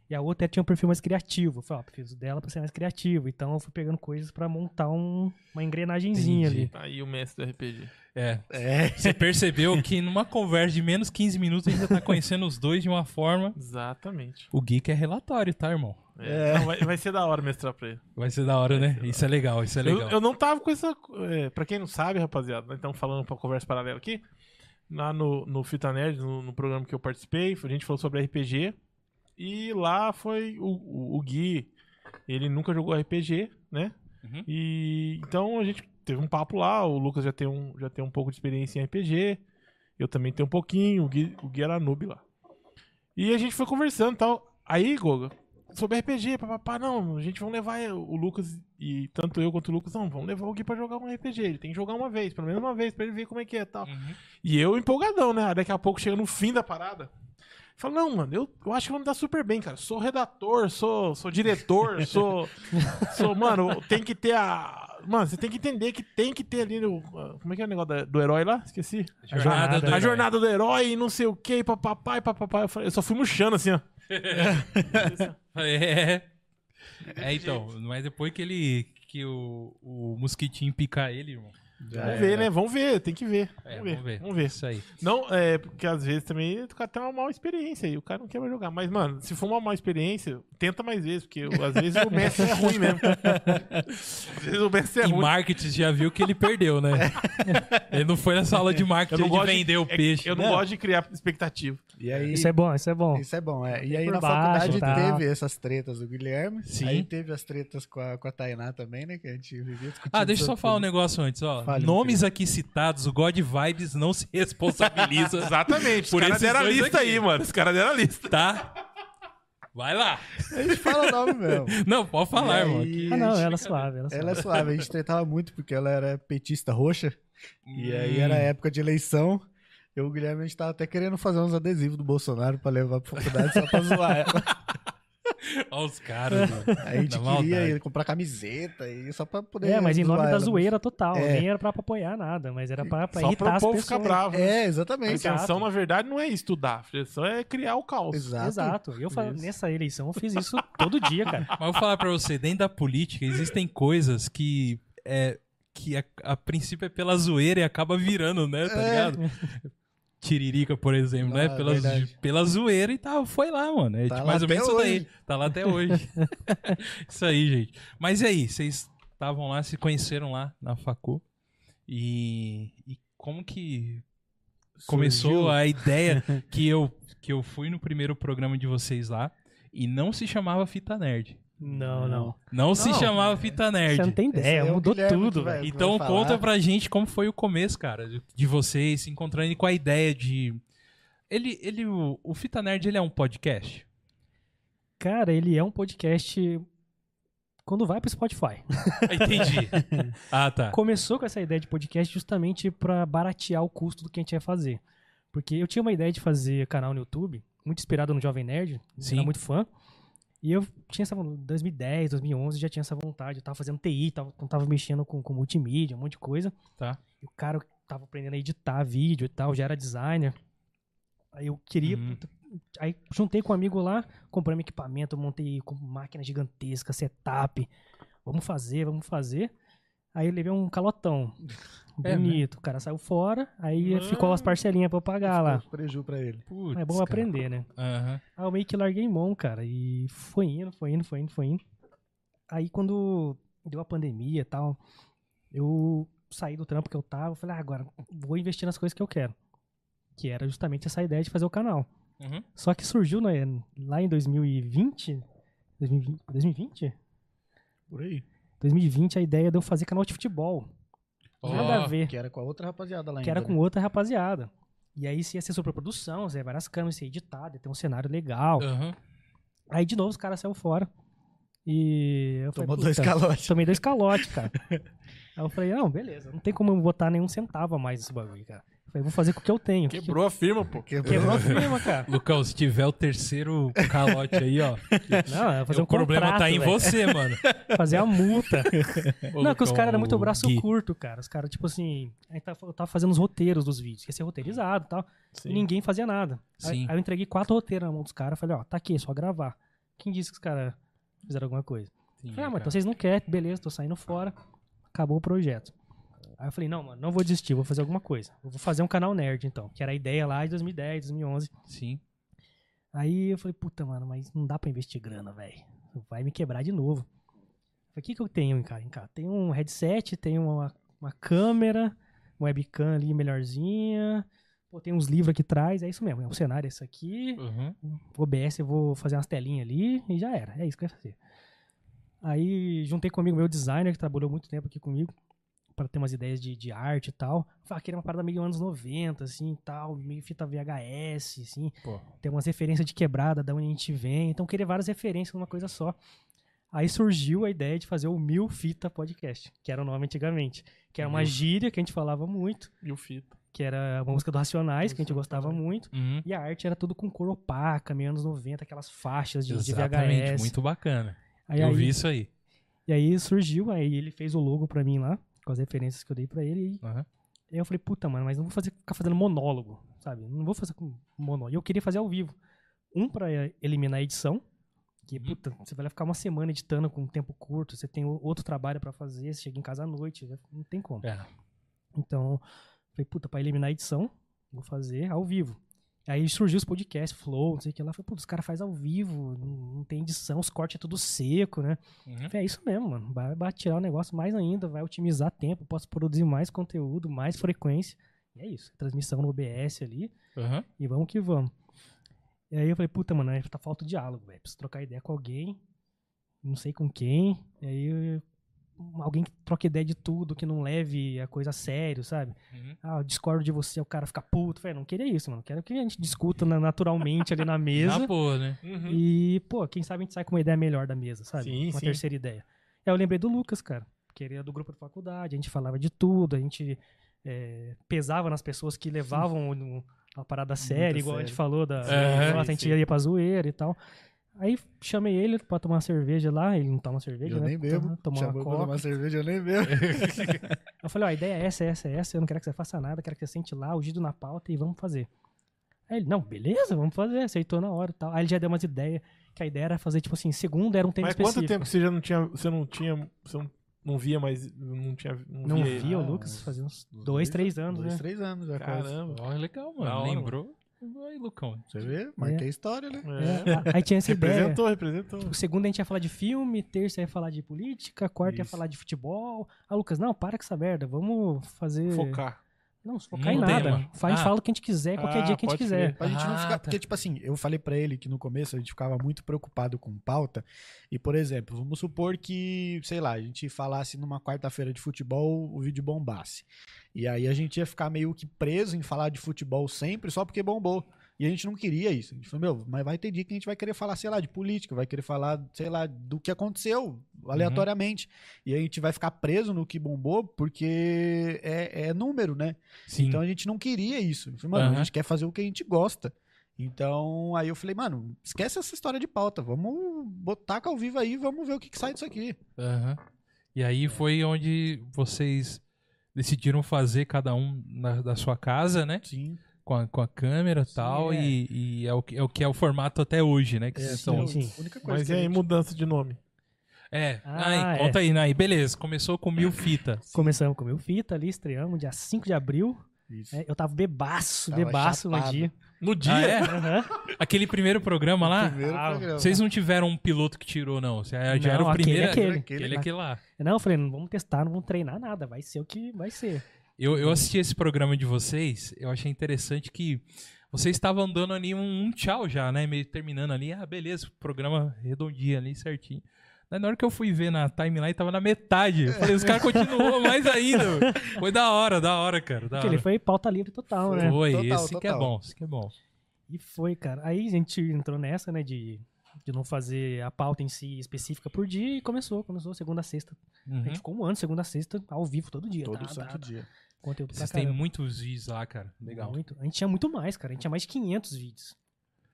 C: E a outra tinha um perfil mais criativo. Eu falei, ó, preciso dela pra ser mais criativo. Então eu fui pegando coisas pra montar um- uma engrenagenzinha
A: Entendi.
C: ali.
B: Tá aí o mestre do RPG.
A: É.
E: É.
A: Você percebeu que numa conversa de menos 15 minutos a gente já tá conhecendo os dois de uma forma.
B: Exatamente.
A: O Geek é relatório, tá, irmão?
B: É, não, vai, vai ser da hora mestrar pra ele.
A: Vai ser da hora, né? Isso é legal, isso é
B: Eu,
A: legal.
B: eu não tava com essa. É, pra quem não sabe, rapaziada, nós estamos falando pra conversa paralela aqui. Lá no, no Fita Nerd, no, no programa que eu participei, a gente falou sobre RPG. E lá foi o, o, o Gui. Ele nunca jogou RPG, né?
A: Uhum.
B: E então a gente teve um papo lá. O Lucas já tem um, já tem um pouco de experiência em RPG. Eu também tenho um pouquinho. O Gui, o Gui era noob lá. E a gente foi conversando e tal. Aí, Goga, sobre RPG, papapá, não, a gente vai levar o Lucas e tanto eu quanto o Lucas, não, vamos levar o Gui pra jogar um RPG. Ele tem que jogar uma vez, pelo menos uma vez, pra ele ver como é que é e tal.
A: Uhum.
B: E eu empolgadão, né? Daqui a pouco chega no fim da parada. Fala, não, mano, eu, eu acho que vou me dar super bem, cara. Sou redator, sou, sou diretor, sou, sou. Mano, tem que ter a. Mano, você tem que entender que tem que ter ali. no- como é que é o negócio da- do herói lá? Esqueci.
A: A
C: jornada,
A: É do
B: A
A: herói.
B: jornada do herói, não sei o que, papapá, e papapá. Eu, falei, eu só fui murchando assim, ó.
A: É. É, então, mas depois que ele. que o, o mosquitinho picar ele, irmão.
B: Vamos ver, né? Vamos ver, tem que ver.
A: É,
B: vamos, ver,
A: vamos ver.
B: Vamos ver.
A: Isso aí.
B: Não, é, porque às vezes também o cara tem uma má experiência e o cara não quer mais jogar. Mas, mano, se for uma má experiência, tenta mais vezes, porque eu- às vezes o mestre é ruim mesmo. às vezes o mestre é
A: em
B: ruim.
A: marketing já viu que ele perdeu, né? ele não foi nessa aula de marketing de vender o
B: de, é-
A: peixe.
B: eu não
A: né?
B: gosto de criar expectativa.
E: E aí,
C: Isso é bom, isso é bom.
E: Isso é bom, é. E aí
C: por
E: na
C: baixo,
E: faculdade
C: tá.
E: teve essas tretas do Guilherme.
A: Sim.
E: Aí teve as tretas com a, com a Tainá também, né? Que a gente vivia discutindo.
B: Tipo,
A: Ah, deixa eu só
E: sobre
A: falar um
E: tudo.
A: negócio antes, ó.
E: Fale, meu
A: Nomes aqui citados, o God Vibes não se responsabiliza,
B: Exatamente.
A: Por
B: Por isso
A: esses
B: deram a
A: dois
B: lista
A: aqui.
B: aí, mano. Os caras deram a lista.
A: tá? Vai lá.
E: A gente fala o nome mesmo.
A: Não, pode falar,
E: E
A: irmão.
E: aí-
A: aqui-
C: Ah, não, ela é suave, ela é
E: Ela é
C: suave.
E: suave, a gente tretava muito porque ela era petista roxa. E aí
A: Hum.
E: era época de eleição. Eu e o Guilherme, a gente tava até querendo fazer uns adesivos do Bolsonaro pra levar pra faculdade só pra zoar ela.
A: Olha os caras, mano.
D: A gente
A: Na
D: queria
A: maldade.
D: ir comprar camiseta e só pra poder.
C: É, mas em nome
D: zoar
C: da
E: né?
D: ela.
C: zoeira total.
D: É.
C: Nem era pra apoiar nada, mas era pra, pra
B: Só
C: irritar
B: para o
C: as
B: povo
C: pessoas.
B: ficar bravo. né?
D: É,
B: A
D: exatamente.
B: intenção,
C: exato.
B: na verdade, não é estudar. A intenção é criar o caos.
D: Exato.
C: Exato. Eu falo,
B: Isso.
C: nessa eleição eu fiz isso todo dia, cara.
A: Mas eu vou falar pra você, dentro da política existem coisas que é que a, a princípio é pela zoeira e acaba virando, né? Tá
D: É.
A: ligado? Tiririca, por exemplo, né?
D: Ah,
A: Pela,
D: verdade.
A: pela zoeira e tal, foi lá, mano. É
D: Tá
A: tipo,
D: lá
A: mais ou
D: até
A: menos isso daí.
D: hoje.
A: Tá lá até hoje. isso aí, gente. Mas e aí, vocês estavam lá, se conheceram lá na facu e, e como que começou
D: Surgiu.
A: a ideia que eu que eu fui no primeiro programa de vocês lá e não se chamava Fita Nerd.
C: Não, não.
A: Não, se
D: Não,
A: chamava Fita Nerd.
C: Você não tem
D: Esse
C: ideia,
D: aí é o
C: mudou
D: Guilherme que
C: tudo,
D: vai-
C: velho.
D: que
A: Então
D: vai
A: conta
D: falar.
A: pra gente como foi o começo, cara, de- de vocês se encontrando e com a ideia de. Ele, ele, o, o Fita Nerd, ele é um podcast?
C: Cara, ele é um podcast quando vai pro Spotify.
A: Ah, Entendi. ah, tá.
C: Começou com essa ideia de podcast justamente pra baratear o custo do que a gente ia fazer. Porque eu tinha uma ideia de fazer canal no YouTube, muito inspirado no Jovem Nerd,
A: Sim.
C: era muito fã. E eu tinha essa vontade, 2010, 2011, já tinha essa vontade. Eu tava fazendo TI, tava, então tava mexendo com, com multimídia, um monte de coisa.
A: Tá.
C: E o cara tava aprendendo a editar vídeo e tal, já era designer. Aí eu queria.
A: Uhum.
C: puta, Aí juntei com um amigo lá, compramos equipamento, montei com máquina gigantesca, setup. Vamos fazer, vamos fazer. Aí eu levei um calotão.
A: É, né?
C: Bonito. O cara saiu fora, aí
B: Mano.
C: ficou umas parcelinhas pra eu pagar lá.
E: um
D: Ficou preju pra ele.
A: Putz,
C: É bom
A: cara.
C: aprender, né?
A: Aham.
C: Aí eu meio que larguei mão, cara. E foi indo, foi indo, foi indo, foi indo. Aí quando deu a pandemia e tal, eu saí do trampo que eu tava, falei, ah, agora vou investir nas coisas que eu quero. Que era justamente essa ideia de fazer o canal.
A: Uhum.
C: Só que surgiu né, lá em 2020, 2020, 2020?
D: Por aí.
C: 2020 a ideia de eu fazer canal de futebol.
A: Ó,
C: Nada a ver.
D: Que era com a outra rapaziada lá
C: que era
D: ainda,
C: com
D: né?
C: outra rapaziada. E aí se ia ser superprodução, se ia várias câmeras, se ia editado, ia ter um cenário legal.
A: aham.
C: Aí de novo os caras saíram fora. E eu
D: Tomou
C: falei,
D: dois
C: "Puta,
D: calotes.
C: Tomei dois calotes, cara. aí eu falei, não, beleza, não tem como eu botar nenhum centavo a mais nesse bagulho, cara. Eu falei, vou fazer com o que eu tenho.
B: Quebrou a firma, pô.
C: Quebrou a firma, cara.
A: Lucão, se tiver o terceiro calote aí, ó.
C: Não, eu ia fazer
A: o
C: um
A: problema
C: contrato,
A: tá em
C: velho.
A: você, mano.
C: Fazer a multa.
A: Ô,
C: não, é que os
A: Lucão,
C: caras eram muito
A: o
C: braço
A: Gui.
C: curto, cara. Os caras, tipo assim, aí tava- eu tava fazendo os roteiros dos vídeos, ia ser roteirizado e tal. E ninguém fazia nada. Aí,
A: Sim.
C: aí eu entreguei quatro roteiros na mão dos caras, falei, ó, tá aqui, é só gravar. Quem disse que os caras fizeram alguma coisa?
A: Sim,
C: Falei, ah, mas
A: cara.
C: então vocês não querem, beleza, tô saindo fora. Acabou o projeto. Aí eu falei, não, mano, não vou desistir, vou fazer alguma coisa. Eu vou fazer um canal nerd, então, que era a ideia lá de 2010, 2011.
A: Sim.
C: Aí eu falei, puta, mano, mas não dá pra investir grana, velho. Vai me quebrar de novo. Eu Falei, o que, que eu tenho, cara, em casa? Tem um headset, tem uma, uma câmera, uma webcam ali melhorzinha. Pô, tem uns livros aqui atrás, é isso mesmo. É um cenário esse aqui.
A: Uhum.
C: OBS, eu vou fazer umas telinhas ali e já era. É isso que eu ia fazer. Aí juntei comigo meu designer, que trabalhou muito tempo aqui comigo, para ter umas ideias de, de arte e tal. Falei, ah, queria uma parada meio anos 90, assim, e tal, meio fita VHS, assim.
A: Pô.
C: Tem umas referências de quebrada, da onde a gente vem. Então queria várias referências numa coisa só. Aí surgiu a ideia de fazer o Mil Fita Podcast, que era o nome antigamente. Que era uma
B: Mil.
C: gíria que a gente falava muito,
B: E o fita.
C: que era uma música do Racionais, que a gente gostava muito.
A: Uhum.
C: E a arte era tudo com cor opaca, meio anos 90, aquelas faixas de, de
A: Exatamente,
C: VHS.
A: muito bacana.
C: Aí,
A: eu
C: aí-
A: vi isso aí.
C: E aí surgiu, aí ele fez o logo pra mim lá, com as referências que eu dei pra ele.
A: Aham.
C: E aí eu falei, puta, mano, mas não vou fazer, ficar fazendo monólogo, sabe? Não vou fazer com monólogo. E eu queria fazer ao vivo. Um pra eh, eliminar a edição, que,
A: Uhum.
C: puta, você vai ficar uma semana editando com um tempo curto, você tem o- outro trabalho pra fazer, você chega em casa à noite, já não tem como.
A: É.
C: Então, falei, puta, pra eliminar a edição, vou fazer ao vivo. Aí surgiu os podcasts, Flow, não sei o que lá. Falei, putz, os caras fazem ao vivo, não não tem edição, os cortes é tudo seco, né?
A: Uhum.
C: Falei, é isso mesmo, mano. Vai, vai tirar o negócio mais ainda, vai otimizar tempo, posso produzir mais conteúdo, mais frequência. E é isso. Transmissão no OBS ali.
A: Aham.
C: E vamos que vamos. E aí eu falei, puta, mano, aí tá falta o diálogo, velho. Preciso trocar ideia com alguém. Não sei com quem. E aí eu- alguém que troque ideia de tudo, que não leve a coisa a sério, sabe?
A: Uhum.
C: Ah, eu discordo de você, o cara fica puto. Falei, não queria isso, mano. Quero que a gente discuta na- naturalmente ali na
A: Na
C: mesa.
A: boa, né?
B: Uhum.
C: E, pô, quem sabe a gente sai com uma ideia melhor da mesa, sabe?
B: Sim,
C: uma
B: sim.
C: terceira ideia. Aí eu lembrei do Lucas, cara, que ele era do grupo da faculdade, a gente falava de tudo, a gente eh, pesava nas pessoas que levavam o- a parada séria, igual a gente
D: sério.
C: falou da.
A: Sim,
C: nossa, a
B: sim,
C: gente
B: sim.
C: ia pra zoeira e tal. Aí chamei ele pra tomar uma cerveja lá, ele não toma cerveja,
E: Eu
C: né?
E: nem bebo.
C: Tomou- Tomou
E: Chamou
C: uma
E: pra
C: coca.
E: tomar cerveja, eu nem bebo.
C: Eu falei, ó, a ideia é essa, é essa, é essa, eu não quero que você faça nada, quero que você sente lá, o gido na pauta e vamos fazer. Aí ele, não, beleza, vamos fazer, aceitou na hora e tal. Aí ele já deu umas ideias, que a ideia era fazer, tipo assim, segunda era um tema
B: Mas
C: específico.
B: quanto tempo que você já não tinha. Você não tinha. Você não, não via mais. Não tinha. Não,
C: Não
B: via. ele?
C: via o
E: Ah,
C: Lucas
E: uns-
C: fazia uns
E: uns
C: dois,
E: dois-
C: três anos,
E: Dois,
C: né?
E: três anos já quase.
B: Caramba.
A: Ó, legal, mano.
B: Da hora,
A: Lembrou? Aí, Lucão.
E: Você vê? Marquei a história, né?
B: É.
C: É, a- aí tinha essa ideia.
B: Representou, representou.
C: Tipo, segunda a gente ia falar de filme, terça ia falar de política, quarta ia
E: Isso.
C: falar de futebol. Ah, Lucas, não, para com essa merda, vamos fazer.
B: Focar.
A: É.
C: Não, se focar
A: No
C: em nada.
A: tema.
C: Faz,
A: Ah.
C: fala o que a gente quiser, qualquer
B: Ah,
C: dia que a gente
B: pode
C: quiser.
E: Pra gente não
A: Ah,
E: ficar.
A: tá.
E: Porque, tipo assim, eu falei pra ele que no começo a gente ficava muito preocupado com pauta. E, por exemplo, vamos supor que, sei lá, a gente falasse numa quarta-feira de futebol, o vídeo bombasse. E aí a gente ia ficar meio que preso em falar de futebol sempre só porque bombou. E a gente não queria isso. A gente falou, meu, mas vai ter dia que a gente vai querer falar, sei lá, de política, vai querer falar, sei lá, do que aconteceu aleatoriamente.
A: Uhum.
E: E a gente vai ficar preso no que bombou porque é- é número, né?
A: Sim.
E: Então a gente não queria isso. Eu falei, mano,
A: Aham.
E: a gente quer fazer o que a gente gosta. Então, aí eu falei, mano, esquece essa história de pauta. Vamos botar ao vivo aí, vamos ver o que, que sai disso aqui.
A: Aham. E
C: é.
A: aí foi onde vocês decidiram fazer cada um na, da sua casa, né?
E: Sim.
A: Com a, com a câmera e tal.
C: é.
A: E, e é, o que, é o que é o formato até hoje, né? Que vocês
C: sim.
A: estão.
E: A única coisa
B: Mas
E: que
B: e
E: a
B: aí,
E: gente-
B: mudança de nome?
A: É,
C: Ah,
A: aí,
C: é.
A: conta aí, Nai. Beleza, começou com mil fita.
C: Começamos com o meu fita ali, estreamos dia 5 de abril.
E: Isso.
C: né? Eu tava bebaço,
E: Tava
C: bebaço no
E: chapado.
C: Um dia.
B: No
A: Ah, é?
C: Aham.
A: Aquele primeiro programa lá?
E: Primeiro
C: ah,
E: programa.
A: Vocês não tiveram um piloto que tirou, não. Você já era
C: Não,
A: o
C: aquele,
A: primeiro.
C: aquele.
A: aquele, aquele lá.
C: Não, eu falei, não vamos testar, não vamos treinar nada, vai ser o que vai ser.
A: Eu, eu assisti esse programa de vocês, eu achei interessante que vocês estavam dando ali um, um tchau já, né? Meio terminando ali, ah, beleza, o programa redondinho ali, certinho. Daí na hora que eu fui ver na timeline, tava na metade. Eu falei, os caras continuam mais ainda. meu. Foi da hora, da hora, cara. Da
C: Porque ele
A: hora.
C: foi pauta livre total,
E: Foi.
C: né?
A: Foi,
E: Total,
A: esse que é
E: total.
A: bom, esse que é bom.
C: E foi, cara. Aí a gente entrou nessa, né, de, de não fazer a pauta em si específica por dia e começou, começou segunda a sexta.
A: Uhum.
C: A gente ficou um ano, segunda a sexta, ao vivo, todo dia.
E: Todo
C: tá,
E: santo
C: tá,
E: dia.
C: Conteúdo pra
A: Vocês têm
C: caramba.
A: muitos vídeos lá, cara. Legal.
C: Muito. A gente tinha muito mais, cara. A gente tinha mais de 500 vídeos.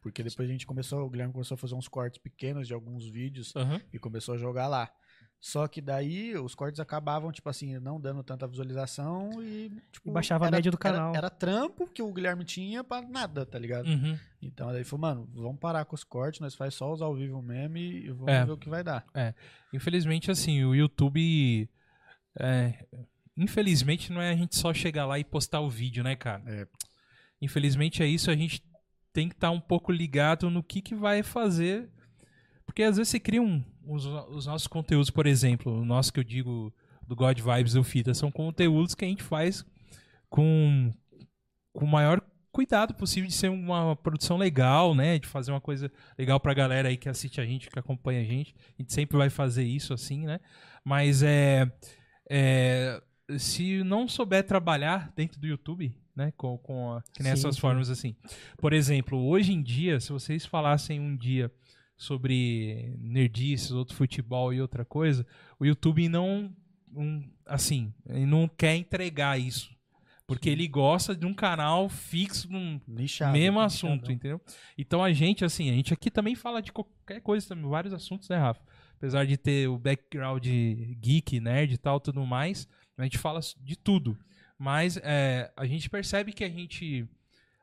E: Porque depois a gente começou, o Guilherme começou a fazer uns cortes pequenos de alguns vídeos
A: Aham.
E: e começou a jogar lá. Só que daí os cortes acabavam, tipo assim, não dando tanta visualização e. Tipo,
C: E baixava a média do
E: era-
C: canal.
E: Era, trampo que o Guilherme tinha pra nada, tá ligado?
A: Uhum.
E: Então daí falou, mano, vamos parar com os cortes, nós faz só os ao vivo mesmo e vamos
A: É.
E: ver o que vai dar.
A: Infelizmente, assim, o YouTube. é, infelizmente, não é a gente só chegar lá e postar o vídeo, né, cara?
E: É.
A: Infelizmente é isso, a gente tem que estar um pouco ligado no que, que vai fazer. Porque às vezes você cria um, os, os nossos conteúdos, por exemplo, o nosso que eu digo do God Vibes do Fita, são conteúdos que a gente faz com, com o maior cuidado possível de ser uma produção legal, né? De fazer uma coisa legal pra galera aí que assiste a gente, que acompanha a gente. A gente sempre vai fazer isso assim, né? Mas é, é, se não souber trabalhar dentro do YouTube, né? Com, com a- que nessas
C: Sim, sim.
A: formas assim. Por exemplo, hoje em dia, se vocês falassem um dia sobre nerdices, outro futebol e outra coisa, o YouTube não, um, assim, ele não quer entregar isso. Porque ele gosta de um canal fixo, de um
E: Nichado.
A: mesmo
E: nichado.
A: assunto, entendeu? Então a gente, assim, a gente aqui também fala de qualquer coisa, também, vários assuntos, né, Rafa? Apesar de ter o background geek, nerd e tal, tudo mais, a gente fala de tudo. Mas é, a gente percebe que a gente,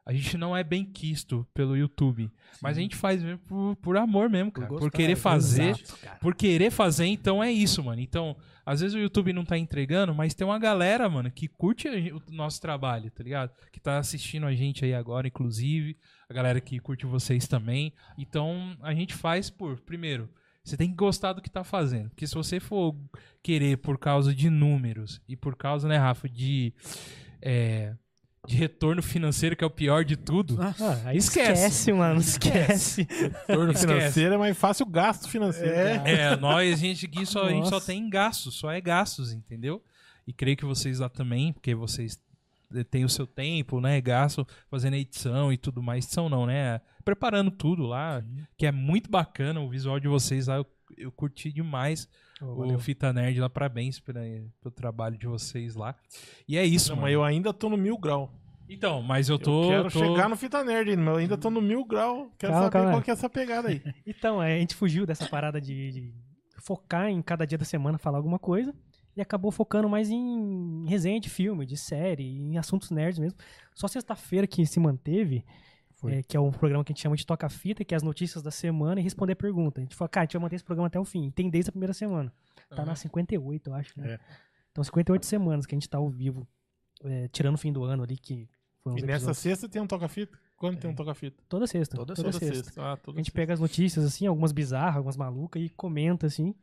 A: a gente não é bem quisto pelo YouTube. Mas a gente faz mesmo por, por amor mesmo, cara. Por,
E: gostar, é
A: querer fazer.
E: exato.
A: Por querer fazer, então é isso, mano. Então, às vezes o YouTube não tá entregando, mas tem uma galera, mano, que curte a gen- o nosso trabalho, tá ligado? Que tá assistindo a gente aí agora, inclusive. A galera que curte vocês também. Então, a gente faz por, primeiro, você tem que gostar do que tá fazendo. Porque se você for querer por causa de números e por causa, né, Rafa, de. é, de retorno financeiro, que é o pior de tudo.
C: Ah, aí
A: Esquece.
C: esquece. mano, esquece.
B: Torno
A: Esquece.
B: financeiro é mais fácil o gasto financeiro. cara.
A: É, nós, a gente aqui só, a gente só
C: Nossa.
A: tem gastos, só é gastos, entendeu? E creio que vocês lá também, porque vocês eh, têm o seu tempo, né? Gasto fazendo edição e tudo mais. Edição não, né? Preparando tudo lá, que é muito bacana o visual de vocês lá. Eu, eu curti demais o Fita Nerd lá. eh, Parabéns pela- pelo trabalho de vocês lá. E é isso,
B: Não,
A: mano.
B: mas eu ainda tô no mil grau.
A: Então, mas eu tô.
B: eu quero
A: tô-
B: chegar no Fita Nerd, ainda, mas eu ainda tô no mil grau. Quero
C: Calma,
B: saber
C: calma.
B: qual que é essa pegada aí.
C: Então, é, a gente fugiu dessa parada de, de focar em cada dia da semana falar alguma coisa e acabou focando mais em resenha de filme, de série, em assuntos nerds mesmo. Só sexta-feira que se manteve,
D: Foi.
C: é, que é um programa que a gente chama de Toca Fita, que é as notícias da semana e responder pergunta. A gente falou, cara, a gente vai manter esse programa até o fim. e Tem desde a primeira semana. Tá
A: Aham.
C: na 58, eu acho, né?
D: É.
C: Então, 58 semanas que a gente tá ao vivo, é, tirando o fim do ano ali, que foi uns
B: E nessa
C: episódios.
B: sexta tem um toca-fita? Quando tem um toca-fita?
C: É. Toda sexta.
D: Toda
B: Ah,
C: A
B: toda
C: gente
B: sexta.
C: pega as notícias, assim, algumas bizarras, algumas malucas, e comenta, assim.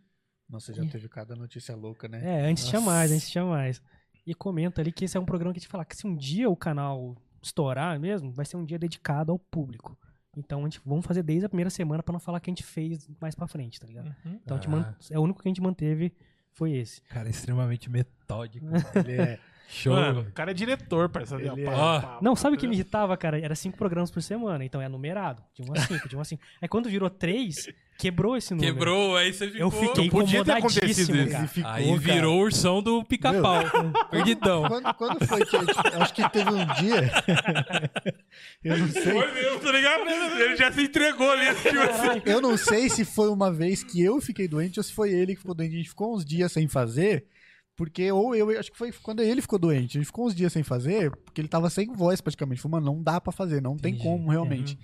D: Nossa,
A: É.
D: já teve cada notícia louca, né?
C: É, antes tinha
D: Nossa.
C: mais, antes tinha mais. E comenta ali que esse é um programa que a gente fala que se um dia o canal estourar mesmo, vai ser um dia dedicado ao público. Então a gente vamos fazer desde a primeira semana pra não falar que a gente fez mais pra frente, tá ligado?
B: Uhum.
C: Então a gente
A: Ah.
C: man- é o único que a gente manteve foi esse.
A: Cara, é extremamente metódico.
D: Ele é-
A: Show.
B: Mano, o cara é diretor, parceiro.
D: Ele é-
A: Ó.
C: Não, sabe o que me irritava, cara? Era cinco programas por semana, então é numerado, de 1 a 5, de 1 a 5. Aí quando virou três, quebrou esse número.
A: Quebrou, aí você ficou.
C: Eu fiquei
B: podia ter acontecido
C: incomodadíssimo,
B: isso.
C: cara.
D: ele ficou,
A: Aí
D: cara.
A: virou o ursão do pica-pau. Perdidão.
E: Quando, quando foi que. eu Acho que teve um dia. eu não sei.
B: Foi mesmo, tá ligado? Ele já se entregou ali. assim,
C: Caralho.
E: Eu não sei se foi uma vez que eu fiquei doente ou se foi ele que ficou doente. A gente ficou uns dias sem fazer, porque ou eu acho que foi quando ele ficou doente. A gente ficou uns dias sem fazer, porque ele tava sem voz praticamente. Falou, mano, não dá pra fazer, não tem
A: Entendi.
E: como realmente.
C: Uhum.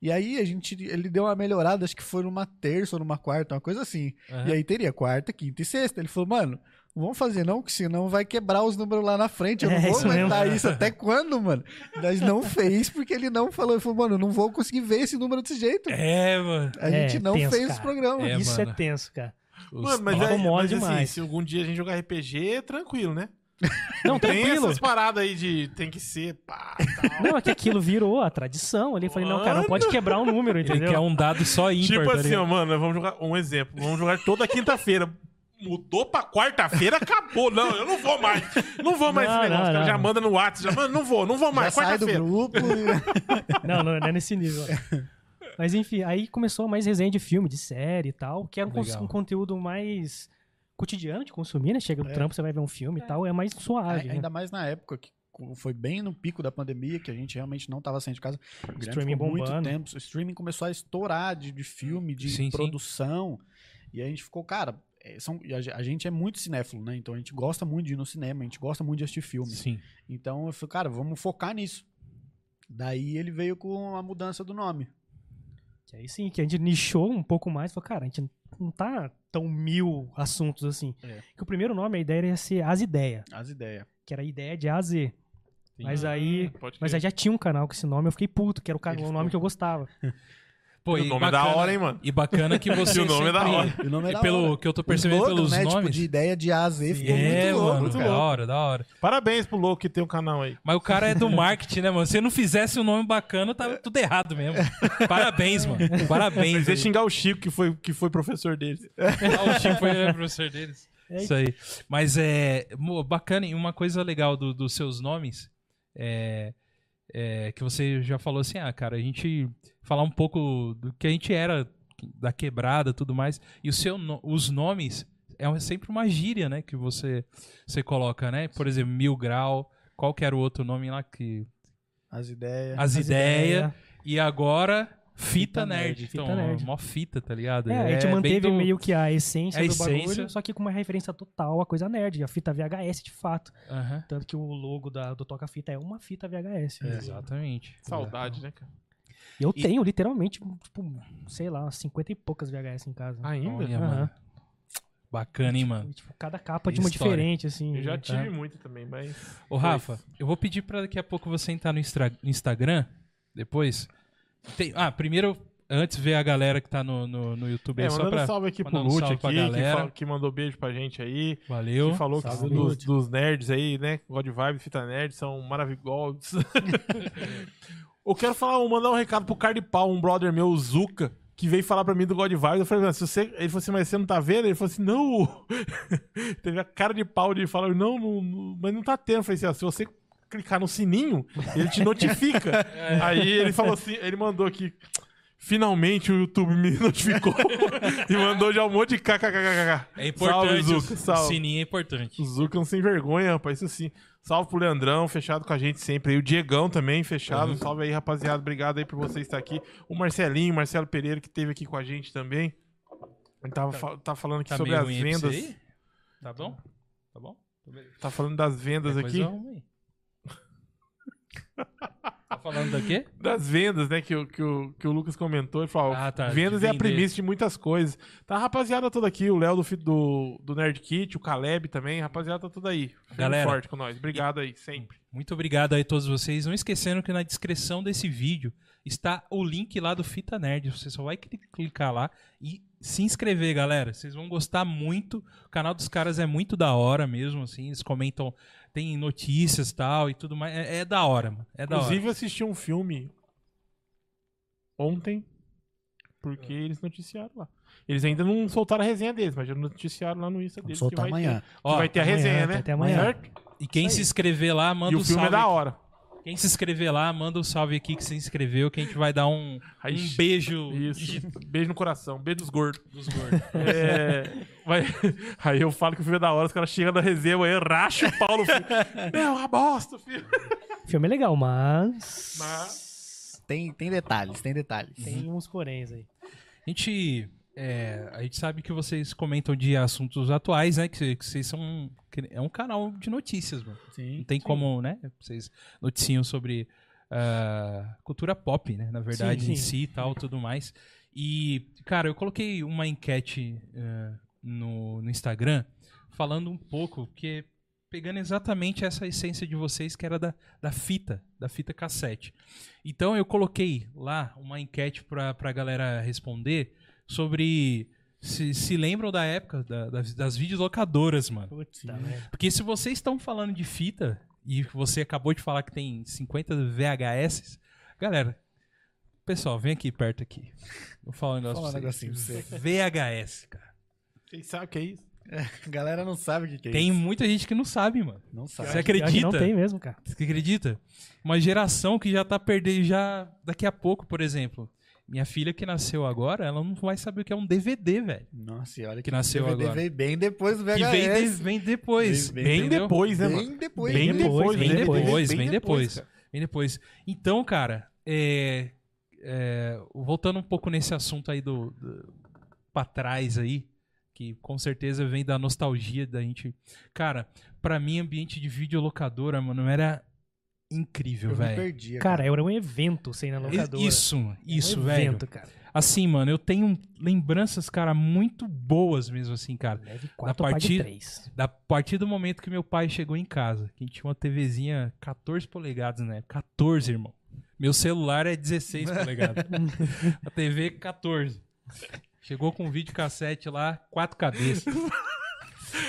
E: E aí a gente, ele deu uma melhorada, acho que foi numa terça ou numa quarta, uma coisa assim.
C: Uhum.
A: Aham.
E: E aí teria quarta, quinta e sexta. Ele falou, mano, não vamos fazer não, que senão vai quebrar os números lá na frente. Eu não
C: É,
E: vou
C: isso mesmo.
E: aguentar isso até quando, mano? Mas não fez, porque ele não falou. Ele falou, mano, eu não vou conseguir ver esse número desse jeito.
A: É, mano.
E: A
C: É,
E: gente não
C: tenso,
E: fez
C: cara.
E: os programas.
A: É,
C: Isso
A: mano.
C: é tenso, cara.
A: Os-
B: Mano, mas,
E: é-
C: Nossa,
B: aí,
C: mole
B: mas assim,
C: demais.
B: se algum dia a gente jogar RPG, tranquilo, né?
C: Não,
B: Tem
C: tranquilo.
B: essas paradas aí de tem que ser pá, tal.
C: Não, é que aquilo virou a tradição ali. Eu falei, não, cara, não pode quebrar o número,
A: Ele
C: entendeu?
A: quer um dado só ímpar.
B: Tipo
A: tá
B: assim,
A: ligado?
B: ó, mano, vamos jogar um exemplo. Vamos jogar toda quinta-feira. Mudou pra quarta-feira, acabou. Não, eu não vou mais. Não vou mais
C: Não,
B: esse
C: não,
B: negócio. cara
C: não.
B: Já manda no WhatsApp. Já, mano, não vou, não vou
E: Já
B: mais.
E: sai do
B: Quarta-feira.
E: grupo. e-
C: Não, não, não é nesse nível. ó. Mas enfim, aí começou mais resenha de filme, de série e tal, que era um, cons-
A: Legal.
C: um conteúdo mais cotidiano de consumir, né? Chega do trampo, você vai ver um filme e tal, é mais suave, né?
E: Ainda mais na época que foi bem no pico da pandemia, que a gente realmente não tava saindo de casa. O Guilherme
C: Streaming
E: ficou Muito
C: bombando.
E: tempo. O streaming começou a estourar de, de filme, de
A: Sim, sim.
E: produção. E a gente ficou, cara, é, são, e a, ge- a gente é muito cinéfilo, né? Então a gente gosta muito de ir no cinema, a gente gosta muito de assistir filme.
A: Sim.
E: Então eu falei, cara, vamos focar nisso. Daí ele veio com a mudança do nome.
C: Que aí sim, que a gente nichou um pouco mais, falou, cara, a gente não tá tão mil assuntos assim.
E: É.
C: Que o primeiro nome, a ideia era ser As Ideias,
E: As ideias.
C: que era a ideia de A a Z. Mas aí,
B: Ah, pode
C: mas aí
B: crer.
C: já tinha um canal com esse nome, eu fiquei puto, que era o, ca-
E: Ele
C: o nome que eu gostava.
A: Pô,
B: o
A: e
B: nome é da
A: bacana-
B: hora, hein, mano.
A: E bacana que você.
B: E o nome é da
A: sempre-
B: hora.
E: E o nome
A: E
E: era
A: pelo que eu tô percebendo
E: Slogan,
A: pelos
E: né? Tipo,
A: nomes.
E: de ideia de A a Z ficou
A: é,
E: muito louco.
A: mano,
E: muito
A: da
E: louco.
A: hora, da hora.
B: Parabéns pro louco que tem um canal aí.
A: Mas o cara é do marketing, né, mano? Se não fizesse um nome bacana, tava tudo errado mesmo. Parabéns, mano. Parabéns.
B: Mas ia xingar o Chico, que foi, que foi professor dele.
A: Ah, o Chico foi o professor deles.
C: É.
A: Isso aí. Mas é mo- bacana e uma coisa legal do- dos seus nomes é, é que você já falou assim, ah, cara, a gente falar um pouco do que a gente era da quebrada, tudo mais. E o seu, no- os nomes é um- sempre uma gíria, né, que você você coloca, né? Por exemplo, Mil Grau. Qual que era o outro nome lá que
E: As ideias.
A: as, ideias
C: Ideia.
A: e agora Fita,
E: Fita
A: Nerd.
E: Nerd,
A: Então,
C: É, Fita Nerd.
A: mó fita, tá ligado?
C: É, a gente
A: bem
C: manteve
A: do-
C: meio que a essência
A: a
C: do
A: essência.
C: bagulho, só que com uma referência total à coisa nerd, a fita VHS de fato.
A: Aham.
C: Tanto que o logo da- do Toca Fita é uma fita VHS. né?
A: Exatamente.
B: Saudade, né, cara?
C: E eu
A: É. E-
C: tenho, literalmente, tipo, sei lá, umas 50 e poucas VHS em casa.
B: Ainda?
A: Olha,
C: Aham.
A: mano. Bacana, hein, mano?
C: E, tipo, cada capa de uma
A: História.
C: diferente, assim.
B: Eu já
C: né?
B: tive muito também, mas.
A: Ô, Rafa, eu vou pedir pra daqui a pouco você entrar no Instra- no Instagram, depois. Tem- ah, primeiro, antes ver a galera que tá no, no, no YouTube
B: É,
A: aí, só
B: mandando
A: pra...
B: um salve aqui pro
A: mandar um
B: Lute
A: salve
B: aqui,
A: pra
B: que,
A: galera.
B: fa- que mandou beijo pra gente aí.
A: Valeu.
B: Que falou que
E: Salve,
B: dos,
E: Lute.
B: dos nerds aí, né? God Vibe, Fita Nerd, são maravilhosos. eu quero falar, mandar um recado pro Cardi Pau, um brother meu, o Zuka, que veio falar pra mim do God Vibe. Eu falei, "Mano, se você... Ele falou assim, mas você não tá vendo? Ele falou assim, não. Teve a cara de pau de falar, não, não, não, mas não tá tendo. Eu falei assim, "Ah, se você clicar no sininho, ele te notifica. Aí ele falou assim, ele mandou aqui. Finalmente o YouTube me notificou e mandou já um monte de kkkk.
A: É importante.
B: Salve,
A: o-
B: Zuca,
A: O
B: salve.
A: sininho é importante.
B: O Zucão sem vergonha, rapaz, isso sim. Salve pro Leandrão, fechado com a gente sempre aí. O Diegão também, fechado.
A: Uhum.
B: Salve aí, rapaziada. Obrigado aí por você estar aqui. O Marcelinho, Marcelo Pereira, que esteve aqui com a gente também. Ele tava, fa- tá falando aqui
A: Tá
B: sobre
A: meio
B: as
A: ruim aí pra
B: vendas.
A: você aí? Tá bom? Tá bom?
B: Tá falando das vendas
A: Depois
B: aqui.
A: eu arrumo aí. tá falando da quê?
B: Das vendas, né? Que, o- que, o, que o Lucas comentou. Ele falou:
A: Ah, tá,
B: vendas
A: de
B: é a
A: vender.
B: premissa de muitas coisas. Tá a rapaziada toda aqui, o Léo do, fi- do, do Nerd Kit, o Caleb também. Rapaziada tá toda aí. Firme e
A: Galera.
B: forte com nós. Obrigado aí, sempre.
A: Muito obrigado aí a todos vocês. Não esquecendo que na descrição desse vídeo está o link lá do Fita Nerd. Você só vai cli- clicar lá e se inscrever, galera. Vocês vão gostar muito. O canal dos caras é muito da hora mesmo, assim. Eles comentam, tem notícias tal e tudo mais. É, é da hora, mano. É da hora.
B: Inclusive, eu assisti um filme ontem, porque eles noticiaram lá. Eles ainda não soltaram a resenha deles, mas já noticiaram lá no Insta
E: Vamos
B: deles.
E: soltar
B: que vai
E: amanhã.
B: Ter, que
A: Ó,
B: vai ter a
C: amanhã,
B: resenha, né?
C: até amanhã.
B: Certo?
A: e quem se inscrever lá, manda
B: E
A: um
B: o filme
A: salve.
B: é da hora.
A: Quem se inscrever lá, manda um salve aqui que se inscreveu, que a gente vai dar um,
B: Aí-
A: um beijo
B: Isso. Beijo no coração. Beijo dos gordos.
A: dos gordos.
B: É, vai- aí eu falo que o filme é da hora, os caras chegam na resenha, eu racho o Paulo. Não, é uma bosta, filho.
C: filme é legal, mas.
B: Mas-
E: Tem, tem detalhes, tem detalhes.
A: Uhum.
C: Tem uns poréns aí.
A: A gente, é, a gente sabe que vocês comentam de assuntos atuais, né? Que, que vocês são. que é um canal de notícias, mano. Não
D: Sim.
A: tem como, né? Vocês noticiam sobre ah, cultura pop, né? Na verdade,
C: Sim,
A: em
C: sim.
A: si e tal, tudo mais. E, cara, eu coloquei uma enquete ah, no, no Instagram falando um pouco, porque pegando exatamente essa essência de vocês que era da, da fita, da fita cassete. Então eu coloquei lá uma enquete pra, pra galera responder sobre se, se lembram da época da- das, das videolocadoras, mano.
C: Puta merda.
A: Porque se vocês estão falando de fita e você acabou de falar que tem 50 VHS, galera, pessoal, vem aqui perto aqui. Vou falar um negócio
E: Vou falar
A: pra
E: um
A: vocês.
E: negocinho
A: VHS, cara.
B: Vocês sabem o que é isso?
E: A galera não sabe o que, que é
A: Tem
E: isso. Tá.
A: muita gente que não sabe, mano.
E: Não sabe.
A: Você
C: Pior que
A: acredita?
C: Não tem mesmo, cara.
A: Você acredita? Uma geração que já tá perdendo já daqui a pouco, por exemplo. Minha filha que nasceu agora, ela não vai saber o que é um DVD, velho.
E: Nossa, e olha
A: Que nasceu
E: DVD
A: agora.
E: veio bem depois do VHS.
A: Que vem, de- vem depois.
E: Vem-
B: Bem
A: entendeu?
B: depois, né, mano?
E: Bem depois.
C: Bem
E: né?
C: depois,
A: Bem
C: Bem depois,
A: depois,
B: bem
A: bem
B: depois,
A: depois. Bem depois. Então, cara, é, é, voltando um pouco nesse assunto aí do, do pra trás aí, que com certeza vem da nostalgia da gente. Cara, pra mim, ambiente de videolocadora, mano, era incrível,
E: Eu me
A: velho.
E: perdi.
C: Cara, era um evento sem na locadora.
A: Isso, mano,
C: Era um
A: isso, velho.
C: evento, cara.
A: Assim, mano, eu tenho lembranças, cara, muito boas mesmo, assim, cara.
C: Leve 4 par de
A: partida-
C: 3.
A: Da a partir do momento que meu pai chegou em casa, que a gente tinha uma TVzinha 14 polegadas, né? 14, irmão. Meu celular é 16 polegadas. a TV 14. Chegou com um vídeo cassete lá, quatro cabeças.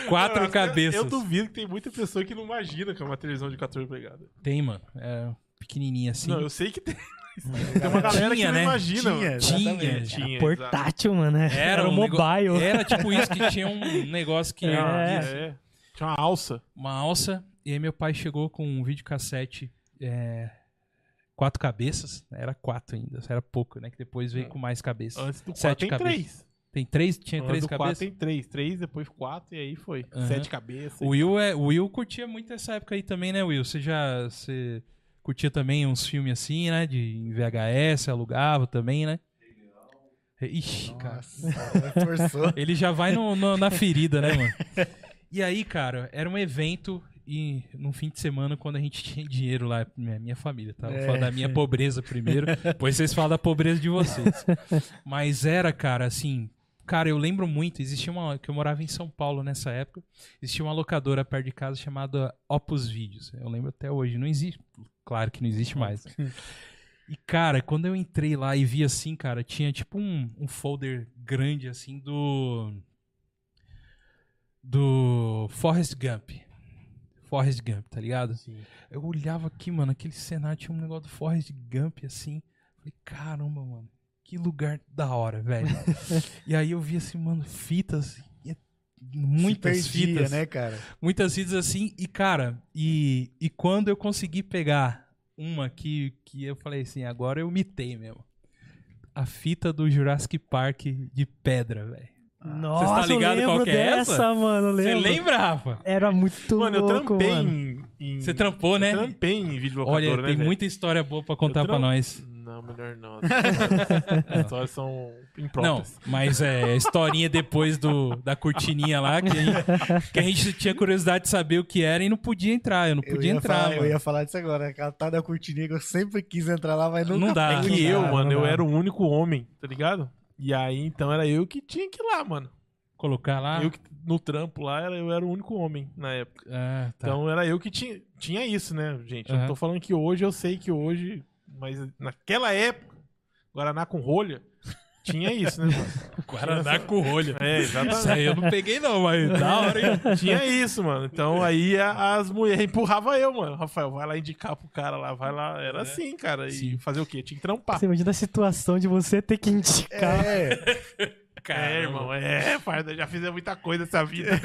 A: quatro
B: Eu- eu-
A: cabeças.
B: Eu duvido que tem muita pessoa que não imagina que é uma televisão de 14 polegadas.
A: Tem, mano. É pequenininha assim.
B: Não, eu sei que tem. Tem uma galera que
A: Tinha,
B: não
A: né?
B: imagina.
E: Tinha,
B: mano.
A: Tinha.
B: Exatamente.
A: Era
B: Tinha, exato.
C: Portátil, mano. Era, era um
A: um nego-
C: mobile.
A: Era tipo isso que tinha um negócio que
C: É.
B: Tinha, é. Tinha uma alça.
A: uma alça. E aí meu pai chegou com um videocassete é, quatro cabeças. Era quatro ainda, era pouco, né? Que depois
B: É.
A: veio com mais cabeças.
B: Antes do 4
A: Sete
B: tem
A: cabeças.
B: 3.
A: Tem três? Tinha
B: Antes
A: três
B: do 4
A: cabeças?
B: tem 3. 3, depois 4 e aí foi.
A: Aham.
B: 7 cabeças.
A: O Will, é, o Will curtia muito essa época aí também, né, Will? Você já você curtia também uns filmes assim, né? De em VHS, alugava também, né? Ixi, cara.
E: Nossa, forçou.
A: Ele já vai no- no- na ferida, né, mano? E aí, cara, era um evento e num fim de semana quando a gente tinha dinheiro lá, minha, minha família, tá? Vou falar
B: É.
A: da minha pobreza primeiro, depois vocês falam da pobreza de vocês. Mas era, cara, assim, cara, eu lembro muito, existia uma que eu morava em São Paulo nessa época, existia uma locadora perto de casa chamada Opus Vídeos. Eu lembro até hoje, não existe, claro que não existe mais. E, cara, quando eu entrei lá e vi assim, cara, tinha tipo um, um folder grande assim do. Do Forrest Gump. Forrest Gump, tá ligado? Eu olhava aqui, mano, aquele cenário tinha um negócio do Forrest Gump assim. Falei, caramba, mano, que lugar da hora, velho. e aí eu vi assim, mano, fitas. e é- Muitas
E: Se perdia,
A: fitas
E: né, cara?
A: muitas fitas assim. E, cara, e, e quando eu consegui pegar uma que, que eu falei assim, agora eu mitei mesmo. a fita do Jurassic Park de pedra, velho.
C: Nossa,
A: tá ligado
C: eu lembro
A: qual que é
C: dessa,
A: essa?
C: mano. eu
A: Você
C: lembro.
A: lembra, Rafa?
C: Era muito
B: Mano, eu
C: louco,
B: trampei
C: mano.
B: em, em-
A: Você trampou,
B: eu
A: né?
B: trampei em vídeo
A: Olha,
B: né,
A: tem
B: velho?
A: muita história boa pra contar
B: Eu
A: pra
B: trampo.
A: nós.
B: Não, melhor não. As histórias são
A: Não,
B: impróprias.
A: mas é historinha depois do, da cortininha lá, que a, gente, que a gente tinha curiosidade de saber o que era e não podia entrar. Eu não podia
E: eu ia
A: entrar,
E: falar,
A: mano.
E: Eu ia falar disso agora. né? Aquela tal da cortininha que eu sempre quis entrar lá, mas nunca
A: Ah, Não dá.
B: É que
C: não
B: eu,
C: dá, não
B: mano, eu
C: dá.
B: era o único homem, tá ligado? E aí, então, era eu que tinha que ir lá, mano.
A: Colocar lá.
B: Eu que, no trampo lá, era, eu era o único homem na época.
A: Ah, tá.
B: Então, era eu que tinha, tinha isso, né, gente? Eu
A: Aham.
B: não tô falando que hoje, eu sei que hoje... Mas naquela época, Guaraná com rolha, tinha isso, né? mano?
A: Guaraná com rolha.
B: é, exatamente.
A: Isso aí eu não peguei, não, mas
C: É,
A: da hora, hein?
B: Tinha isso, mano. Então aí a- as mulheres empurravam eu, mano. Rafael, vai lá indicar pro cara lá, vai lá. Era assim, cara. E
A: É. Sim.
B: fazer o quê? Tinha que trampar.
C: Você imagina a situação de você ter que indicar.
E: É,
B: É, irmão, é, parda, já fizemos muita coisa essa vida.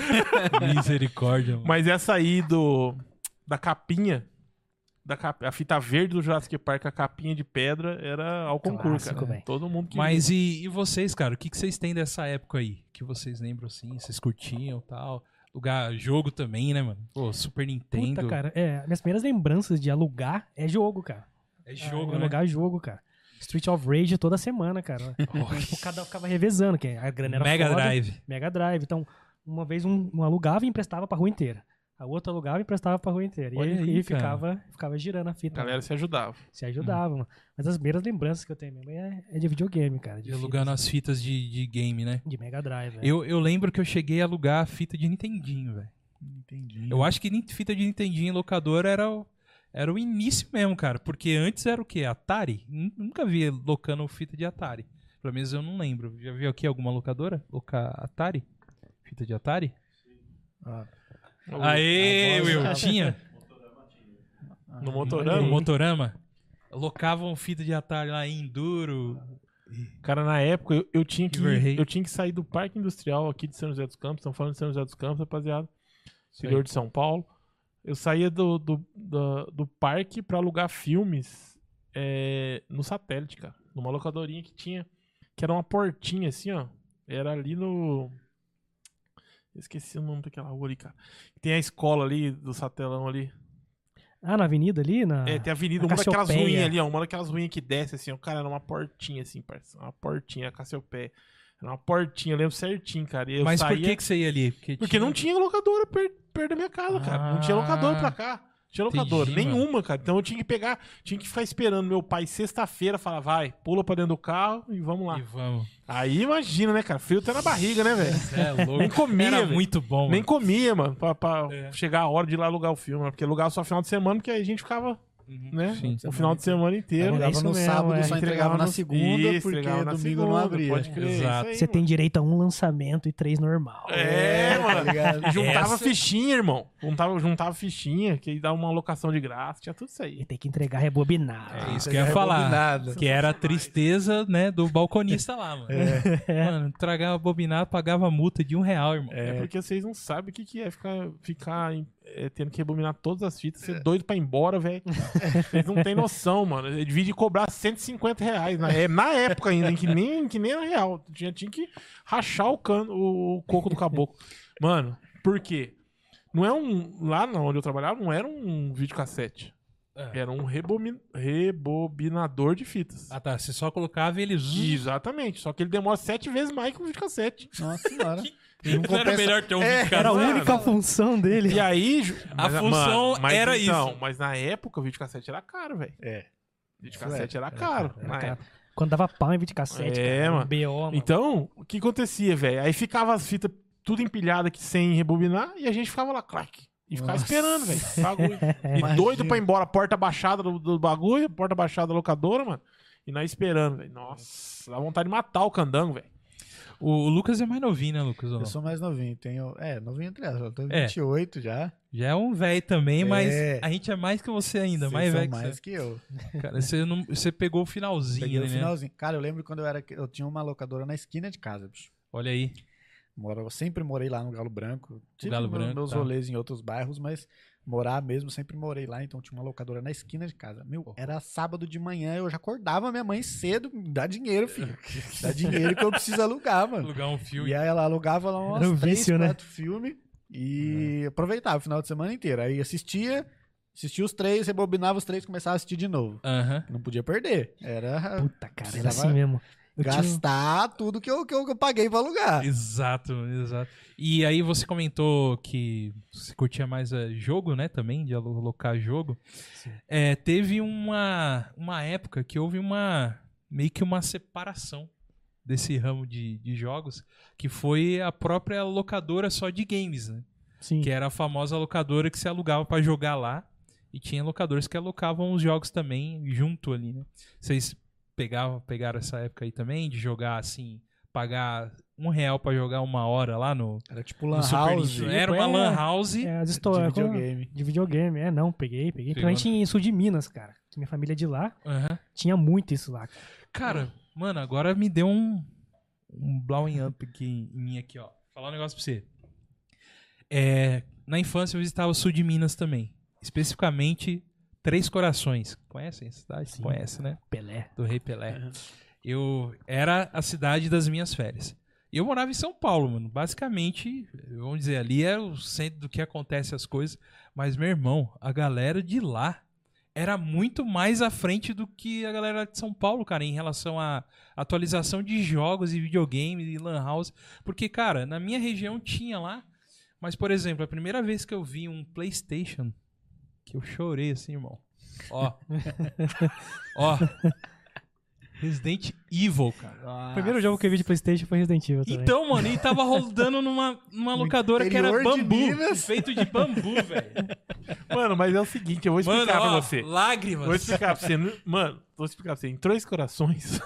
A: Misericórdia, mano.
B: Mas essa aí do. Da capinha. Da cap- a fita verde do Jurassic Park, a capinha de pedra, era ao concurso,
C: Clássico,
B: cara.
C: velho.
B: Todo mundo que.
A: Mas e, e vocês, cara? O que, que vocês têm dessa época aí? Que vocês lembram assim? Vocês curtiam e tal? Lugar, jogo também, né, mano? Pô, Super Nintendo.
C: Puta, cara. É, minhas primeiras lembranças de alugar é jogo, cara.
A: É jogo,
C: Ah,
A: né?
C: Alugar é jogo, cara. Street of Rage toda semana, cara.
A: Nossa.
C: o cada ficava revezando, que a grana né, era
A: Mega
C: foda.
A: Drive.
C: Mega Drive. Então, uma vez um, um alugava e emprestava pra rua inteira. A outra alugava e emprestava pra rua inteira. E
A: Olha
C: aí,
A: aí,
C: e ficava, ficava girando a
B: A
C: fita.
B: galera se ajudava.
C: Se ajudava, mano. Mas as primeiras lembranças que eu tenho mesmo é, é de videogame, cara. De,
A: E alugando
C: fitas,
A: as fitas de, de game, né?
C: de Mega
B: É.
C: Drive. né?
A: Eu, eu lembro que eu cheguei a alugar a fita de Nintendinho, velho.
E: entendi.
A: Eu acho que nin- fita de Nintendinho em locadora era o, era o início mesmo, cara. Porque antes era o quê? Atari? Nun- Nunca vi locando fita de Atari. Pelo menos eu não lembro. Já viu aqui alguma locadora? Loca Atari? Fita de Atari? Aê,
E: voz-
A: Will! Tinha?
B: No motorão.
A: No Motorama? Locavam fita de Atari lá em Enduro.
B: Cara, na época eu, eu tinha que
A: River Raid.
B: eu tinha que sair do Parque Industrial aqui de São José dos Campos. Estamos falando de São José dos Campos, rapaziada. Interior de São Paulo. Eu saía do, do, da- do parque pra alugar filmes é, no satélite, cara. Numa locadorinha que tinha. Que era uma portinha assim, ó. Era ali no. eu Esqueci o nome daquela rua ali, cara. Tem a escola ali do satelão ali.
C: Ah, na avenida ali? Na...
B: É, tem a avenida,
C: a
B: uma daquelas
C: Cassiopeia.
B: ruinhas ali, ó. Uma daquelas ruinhas que desce assim, ó. Cara, era uma portinha assim, parça. Uma portinha, a Cassiopeia. Era uma portinha, eu lembro certinho, cara. E eu
A: Mas por
B: saía-
A: que, que você ia ali? Porque,
B: Porque não tinha locadora per- perto da minha casa, cara. Não tinha
A: Ah.
B: locadora pra cá. Não tinha
A: Entendi,
B: locadora,
A: mano.
B: nenhuma, cara. Então eu tinha que pegar, tinha que ficar esperando meu pai sexta-feira falar, vai, pula pra dentro do carro e vamos um lá.
A: E vamos.
B: Aí imagina, né, cara? Frio até na barriga, né, velho?
A: Cê é louco.
B: Nem comia,
A: Era
B: velho.
A: muito bom.
B: Nem
A: mano.
B: comia, mano, pra, pra
A: É.
B: chegar a hora de ir lá alugar o filme, né? porque alugava só final de semana, porque aí a gente ficava,
A: Uhum.
B: né,
A: Sim.
B: o final de semana inteiro.
E: Alugava
C: isso
E: no
C: mesmo,
E: sábado,
C: é.
E: só entregava, na
B: no-
E: segunda,
B: Isso,
E: porque
B: entregava na
E: domingo não
B: segunda,
E: abria.
B: Pode crer, é
A: Exato.
B: isso
C: Você
B: aí,
C: tem direito a um lançamento e três normal.
B: mano. É,
E: tá
B: mano.
E: ligado?
B: E Juntava
A: Essa-
B: fichinha, irmão. Juntava, juntava fichinha, que aí dava uma locação de graça, tinha tudo isso aí.
C: E tem que entregar rebobinado.
A: É isso
E: Isso
A: que eu
E: aí
A: ia
E: é
A: falar.
E: combinado.
A: Que era a tristeza, né, do balconista lá, mano.
E: É.
A: Mano, tragava bobinado, pagava multa de um real, irmão.
B: É porque vocês não sabem o que, que é ficar, ficar é, tendo que rebobinar todas as fitas,
A: É.
B: ser doido pra ir embora, velho. Vocês não têm noção, mano. Eu devia de cobrar 150 reais. Na, é, na época ainda, em que nem, que nem era real. Tinha, tinha que rachar o, cano, o, o coco do caboclo. Mano, por quê? Não é um. Lá na onde eu trabalhava, não era um videocassete.
A: É.
B: Era um rebomi- rebobinador de fitas.
A: Ah tá, você só colocava ele. zzz.
B: Exatamente. Só que ele demora sete vezes mais que um videocassete.
E: Nossa senhora.
A: é- Não era
E: compensa-
A: melhor ter um
E: É,
A: vídeo
C: Era a
A: casado?
C: única função dele.
B: E aí, Ju-
A: A função era isso.
B: Mas na época o videocassete era caro, velho.
E: É.
B: Videocassete era caro. na
C: Cara,
B: época.
C: Quando dava pau em vídeo cassete,
B: É,
C: cara, um
B: mano.
C: BO, mano.
B: Então, o que acontecia, velho? Aí ficava as fitas tudo empilhada aqui sem rebobinar e a gente ficava lá, clac. E ficava esperando, velho. esse bagulho. E
E: Imagina.
B: doido pra ir embora, porta baixada do, do bagulho, porta baixada da locadora, mano. E nós esperando, velho. Nossa, dá vontade de matar o candango, velho.
A: O Lucas é mais novinho, né, Lucas? ou não?
E: Eu sou mais novinho, tenho. É, novinho entre aspas. Eu tenho
A: É.
E: 28 já.
A: Já é um velho também, mas
E: É.
A: a gente é mais que você ainda,
E: Vocês
A: mais
E: são
A: velho que
E: mais
A: você.
E: que eu.
A: Cara, você, não, você pegou o finalzinho,
E: Peguei o
A: ali, né?
E: finalzinho. Cara, eu lembro quando eu era. Eu tinha uma locadora na esquina de casa, bicho.
A: Olha aí.
E: Moro, sempre morei lá no Galo Branco. Tive
A: Galo
E: meu-
A: Branco,
E: meus
A: tá.
E: rolês em outros bairros, mas morar mesmo, sempre morei lá. Então tinha uma locadora na esquina de casa. Meu, era sábado de manhã, eu já acordava minha mãe cedo. "Me Dá dinheiro, filho. Dá dinheiro que eu preciso alugar, mano.
A: Alugar um fio.
E: E aí ela alugava lá umas
C: Era um
E: três,
C: vício, né? É.
E: quatro filmes e aproveitava o final de semana inteiro. Aí assistia, assistia os três, rebobinava os três, começava a assistir de novo.
A: Aham.
E: Não podia perder. Era
C: Puta, cara, era
E: Precisava
C: assim mesmo. Eu tinha-
E: gastar tudo que eu, que, eu, que eu paguei pra alugar.
A: Exato, exato. E aí você comentou que você curtia mais eh, jogo, né? Também, de alo- alocar jogo. É, teve uma, uma época que houve uma meio que uma separação desse ramo de, de jogos, que foi a própria locadora só de games, né?
C: Sim.
A: Que era a famosa locadora que se alugava pra jogar lá. E tinha locadores que alocavam os jogos também junto ali, né? Vocês pegavam, pegaram essa época aí também de jogar assim, pagar um real pra jogar uma hora lá no,
E: Era tipo
A: no
C: um
E: Lan
A: Super
E: House
A: Nintendo. Era uma
C: É,
A: Lan House.
C: É, as
E: de
C: histórias. como-
E: videogame.
C: De videogame, é, não, peguei, peguei.
A: Pegou,
C: Principalmente em sul de Minas, cara. Que minha família é de lá,
A: Aham.
C: tinha muito isso lá. cara.
A: Cara, mano, agora me deu um, um blowing up aqui em mim aqui, ó. Vou Falar um negócio pra você. É, na infância eu visitava o sul de Minas também. Especificamente Três Corações. Conhecem a cidade?
C: Sim.
A: Conhece, né?
C: Pelé.
A: do Rei Pelé. Eu era a cidade das minhas férias. E eu morava em São Paulo, mano. Basicamente, vamos dizer, ali era o centro do que acontece as coisas. Mas, meu irmão, a galera de lá era muito mais à frente do que a galera de São Paulo, cara, em relação à atualização de jogos e videogames e lan house. Porque, cara, na minha região tinha lá. Mas, por exemplo, a primeira vez que eu vi um PlayStation, que eu chorei assim, irmão. Ó. Ó. Resident Evil, cara.
C: O primeiro jogo que eu vi de Playstation foi Resident Evil também.
A: Então, mano, e tava rodando numa, numa locadora que era
E: interior de
A: bambu.
E: Minas.
A: Feito de bambu, velho.
B: Mano, mas é o seguinte, eu vou
A: Mano,
B: explicar pra
A: ó,
B: você.
A: lágrimas.
B: Vou explicar pra você. Mano, vou explicar pra você. Em Três Corações,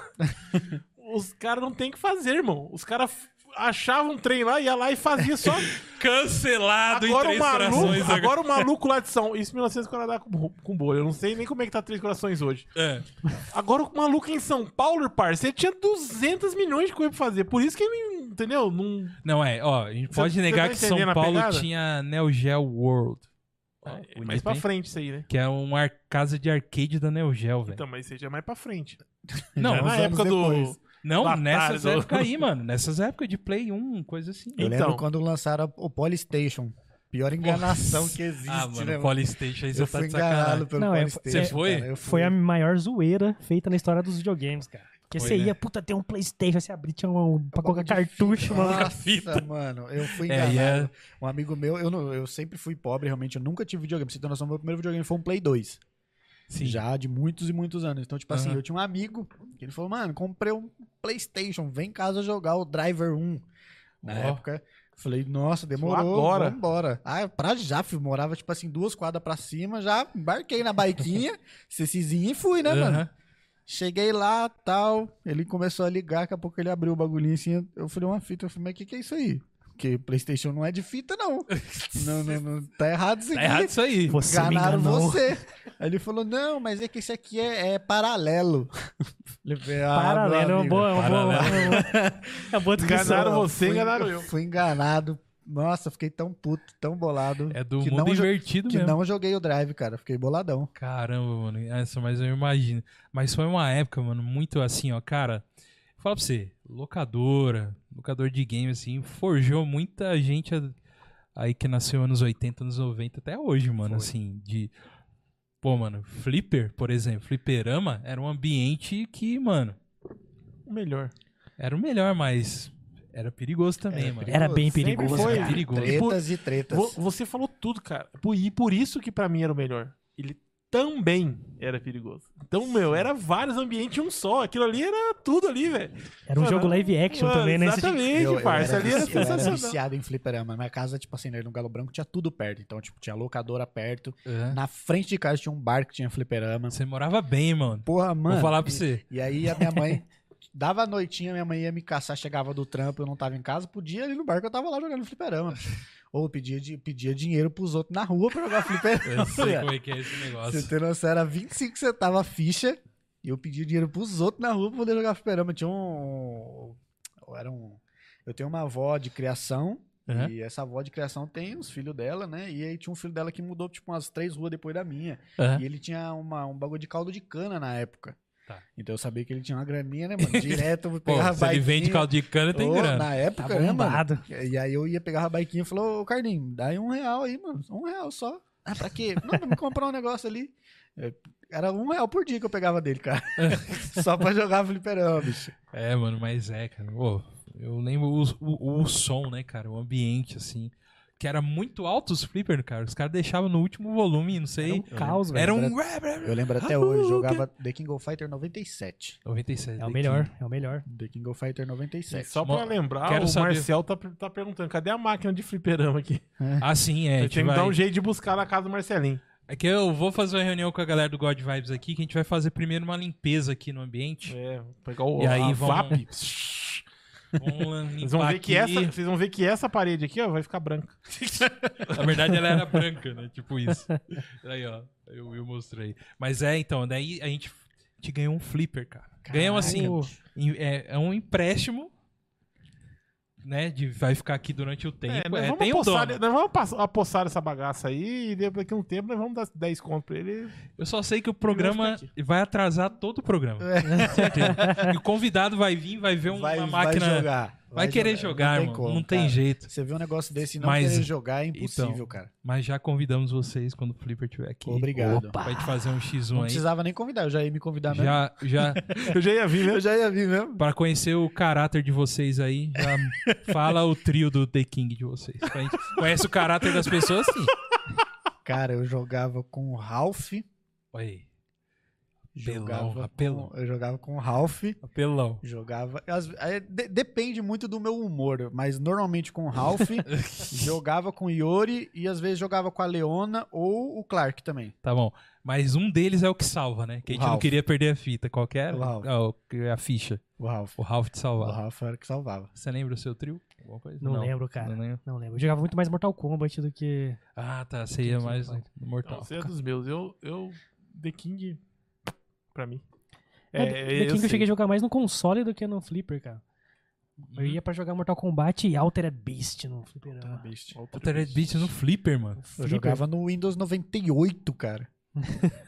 B: os caras não tem o que fazer, irmão. Os caras f- achavam um trem lá, ia lá e fazia só.
A: Cancelado
B: Agora
A: em
B: o
A: três corações.
B: maluco, tá agora o maluco lá de São... Isso em 1940 com, com bolha. Eu não sei nem como é que tá Três Corações hoje.
A: É.
B: Agora o maluco em São Paulo, parceiro, tinha 200 milhões de coisas pra fazer. Por isso que ele, não- entendeu? Não...
A: Não, é, ó, a gente
B: Você-
A: pode
B: você
A: negar
B: tá
A: que São
B: entendendo a
A: Paulo
B: pegada?
A: tinha Neo Geo World. Ó, bonito,
B: mais pra
A: hein?
B: frente isso aí, né?
A: Que é uma ar- casa de arcade da Neo Geo, velho.
B: Então, mas seja mais pra frente.
A: Não,
B: Já
A: mas-
B: na época
E: depois.
B: do.
A: não,
B: Batalha
A: nessas
B: do-
A: épocas aí, mano. Nessas épocas de Play 1, coisa assim.
E: Eu
B: Então.
E: lembro quando lançaram o Polystation. Pior enganação que existe,
A: Ah,
E: né,
A: mano,
E: mano?
A: Polystation aí você
E: Eu
A: tá
E: fui
A: de sacanagem.
E: enganado pelo
C: Não, é-
E: Polystation.
A: Você foi?
E: cara, eu um
C: Foi a maior zoeira feita na história dos videogames, cara. Porque
A: Foi,
C: você
A: né?
C: ia, puta, tem um Playstation, você abria, tinha um, pra colocar
E: Bagulho de
C: cartucho, mano.
E: Nossa, mano, eu fui
A: É,
E: enganado.
A: e é-
E: Um amigo meu, eu, não- eu sempre fui pobre, realmente, eu nunca tive videogame. Pra Você tem noção, meu primeiro videogame foi um Play 2.
A: Sim.
E: Já de muitos e muitos anos. Então, tipo assim,
A: Aham.
E: eu tinha um amigo que ele falou, mano, comprei um Playstation, vem em casa jogar o Driver 1. Na
A: Ó.
E: época, eu falei, nossa, demorou,
B: agora.
E: vamos embora. Ah, pra já, filho, morava, tipo assim, duas quadras pra cima, já embarquei na baiquinha, CCzinho e fui, né, mano?
A: Aham.
E: Cheguei lá, tal. Ele começou a ligar, daqui a pouco ele abriu o bagulhinho assim. Eu falei, uma fita. Eu falei, mas o que, que é isso aí? Porque PlayStation não é de fita, não. não, não, não. Tá errado
A: Tá
E: isso aqui.
A: errado isso aí.
C: Você
E: Enganaram
C: me enganou.
E: você. Aí ele falou, não, mas é que esse aqui é, é paralelo. Eu falei, "Ah,
C: Paralelo,
E: meu
C: é uma
E: amigo,
C: boa, é uma boa. É uma boa- é uma boa descrição.
B: Enganaram você,
E: fui-
B: enganaram eu.
E: Fui enganado. Nossa, fiquei tão puto, tão bolado.
A: É do
E: que
A: mundo
E: não, jo-
A: invertido
E: Que
A: mesmo.
E: não joguei o drive, cara. Fiquei boladão.
A: Caramba, mano. Essa, mas eu imagino. Mas foi uma época, mano, muito assim, ó, cara. Fala pra você, locadora, locador de game, assim, forjou muita gente a- aí que nasceu anos 80, anos 90, até hoje, mano, assim, de. Pô, mano, flipper, por exemplo, fliperama era um ambiente que, mano,
B: O melhor.
A: era o melhor, mas era perigoso também,
E: Era
A: mano.
E: perigoso.
C: Era bem
B: Sempre
C: perigoso,
B: foi.
A: Era
C: cara.
A: perigoso.
E: Tretas e tretas.
B: Vo- Você falou tudo, cara. Por- E por isso que pra mim era o melhor. Ele também era perigoso. Então, meu, era vários ambientes em um só. Aquilo ali era tudo ali, velho.
C: Era um
B: Mano,
C: jogo live action
B: mano,
C: também, né? Você tinha-
B: Exatamente,
E: tipo Eu- eu
B: parça.
E: era
B: Ali era
E: vici- eu era
B: sensacional.
E: viciado em fliperama. Minha casa, tipo assim, no Galo Branco tinha tudo perto. Então, tipo, tinha locadora perto.
A: É.
E: Na frente de casa tinha um bar que tinha fliperama.
A: Você morava bem, mano.
E: Porra, mano.
A: Vou falar pra
E: e-
A: você.
E: E, aí a minha mãe dava a noitinha, minha mãe ia me caçar, chegava do trampo, eu não tava em casa, podia ir no bar que eu tava lá jogando fliperama. Ou pedia, di- pedia dinheiro pros outros na rua pra jogar fliperama.
A: Eu sei
E: velho.
A: como é que é esse negócio.
E: Você tem noção, era 25 centavos a ficha e eu pedia dinheiro pros outros na rua pra poder jogar fliperama. Tinha um. Era um. Eu tenho uma avó de criação,
A: Aham.
E: e essa avó de criação tem os filhos dela, né? E aí tinha um filho dela que mudou, tipo, umas três ruas depois da minha.
A: Aham.
E: E ele tinha uma, um bagulho de caldo de cana na época.
A: Tá.
E: Então eu sabia que ele tinha uma graninha, né, mano? Direto, eu
A: Pô,
E: pegava
A: se ele vende
E: baiquinha.
A: caldo de cana, tem
E: Ô,
A: grana.
E: Na
C: Tá
E: época, né, mano?
C: bombado.
E: E aí eu ia pegar a baiquinha e falou, ô Carlinho, dá aí um real aí, mano. Um real só. Ah, pra quê? Não, pra me comprar um negócio ali. É, Era um real por dia que eu pegava dele, cara. só pra jogar fliperama, bicho.
A: É, mano, mas é, cara. Ô, eu lembro os- o, o som, né, cara? O ambiente, assim. Que era muito alto os flippers, cara. Os caras deixavam no último volume, não
C: Era um
A: sei.
C: caos, velho.
A: Era um.
E: Eu lembro até hoje, jogava The King of Fighter 97.
A: 97.
C: É o
A: daqui.
C: melhor, é o melhor.
E: The King of Fighter
B: E
E: 97.
B: Só pra
A: Mo-
B: lembrar,
A: quero
B: o
A: saber-
B: Marcel tá, tá perguntando, cadê a máquina de fliperama aqui?
A: Ah, sim, é. a
B: eu
A: gente
B: tenho que
A: vai-
B: dar um jeito de buscar na casa do Marcelinho.
A: É que eu vou fazer uma reunião com a galera do God Vibes aqui, que a gente vai fazer primeiro uma limpeza aqui no ambiente.
B: É, pegar o
A: E aí
B: a
A: vão-
B: VAP.
A: Vamos lá
B: Vocês vão,
A: limpar
B: ver que
A: aqui.
B: essa, vocês vão ver que essa parede aqui, ó, vai ficar branca.
A: Na verdade, ela era branca, né? Tipo isso. Aí, ó. Eu, eu mostrei. Mas é, então, daí a gente, a gente ganhou um flipper, cara. Ganhamos assim.
C: Caralho.
A: em- É, é um empréstimo, né? De vai ficar aqui durante o tempo.
B: É, nós,
A: É,
B: vamos
A: tem um
B: apossar,
A: dono.
B: nós vamos pass- apossar essa bagaça aí e daqui a um tempo nós vamos dar 10 conto pra ele.
A: Eu só sei que o programa
B: ficar
A: vai atrasar todo o programa. Certeza. E o convidado vai vir, vai ver uma
E: É. Vai,
A: máquina.
E: vai
A: Vai,
E: jogar.
A: querer jogar, mano.
E: não tem como,
A: não tem
E: cara.
A: jeito.
E: Você vê um negócio desse e não
A: Mas-
E: querer jogar é impossível,
A: então,
E: cara.
A: Mas já convidamos vocês quando o Flipper estiver aqui.
E: Obrigado.
A: Vai te fazer um
E: Não né?
A: X1 aí.
E: precisava nem convidar, eu já ia me convidar mesmo.
A: Já, já,
B: Eu já ia vir, né?
E: Eu já ia vir mesmo.
A: Pra conhecer o caráter de vocês aí, já fala o trio do The King de vocês. A gente conhece o caráter das pessoas, sim.
E: Cara, eu jogava com o Ralph.
A: Olha aí, Apelão,
E: Jogava
A: apelão.
E: com, eu jogava com o Ralph,
A: apelão.
E: jogava. às- é, de- depende muito do meu humor, mas normalmente com o Ralph, jogava com o Yori e às vezes jogava com a Leona ou o Clark também.
A: Tá bom. Mas um deles é o que salva, né? Que a
E: O
A: gente não
E: Ralph.
A: queria perder a fita. é? Qualquer.
E: O Ralph.
A: a ficha.
E: O Ralph.
A: O Ralph te
E: O
A: salvava.
E: Ralph era o que salvava.
A: Você lembra o seu trio? Alguma coisa?
C: Não, lembro, cara.
A: Não lembro.
C: Não lembro. Eu jogava muito mais Mortal Kombat do que.
A: Ah, tá. Você ia mais no no
B: Não,
A: Mortal.
B: você é dos meus. Eu, eu. The King. Pra mim.
C: É, The
A: um
C: The King eu,
B: assim.
C: cheguei a jogar mais no console do que no Flipper, cara. Eu ia pra jogar Mortal Kombat e Altered Beast no
A: Ah,
C: Flipperama.
A: Altered Beast no Flipper, mano.
E: Eu
C: Flipper.
E: jogava no Windows 98, cara.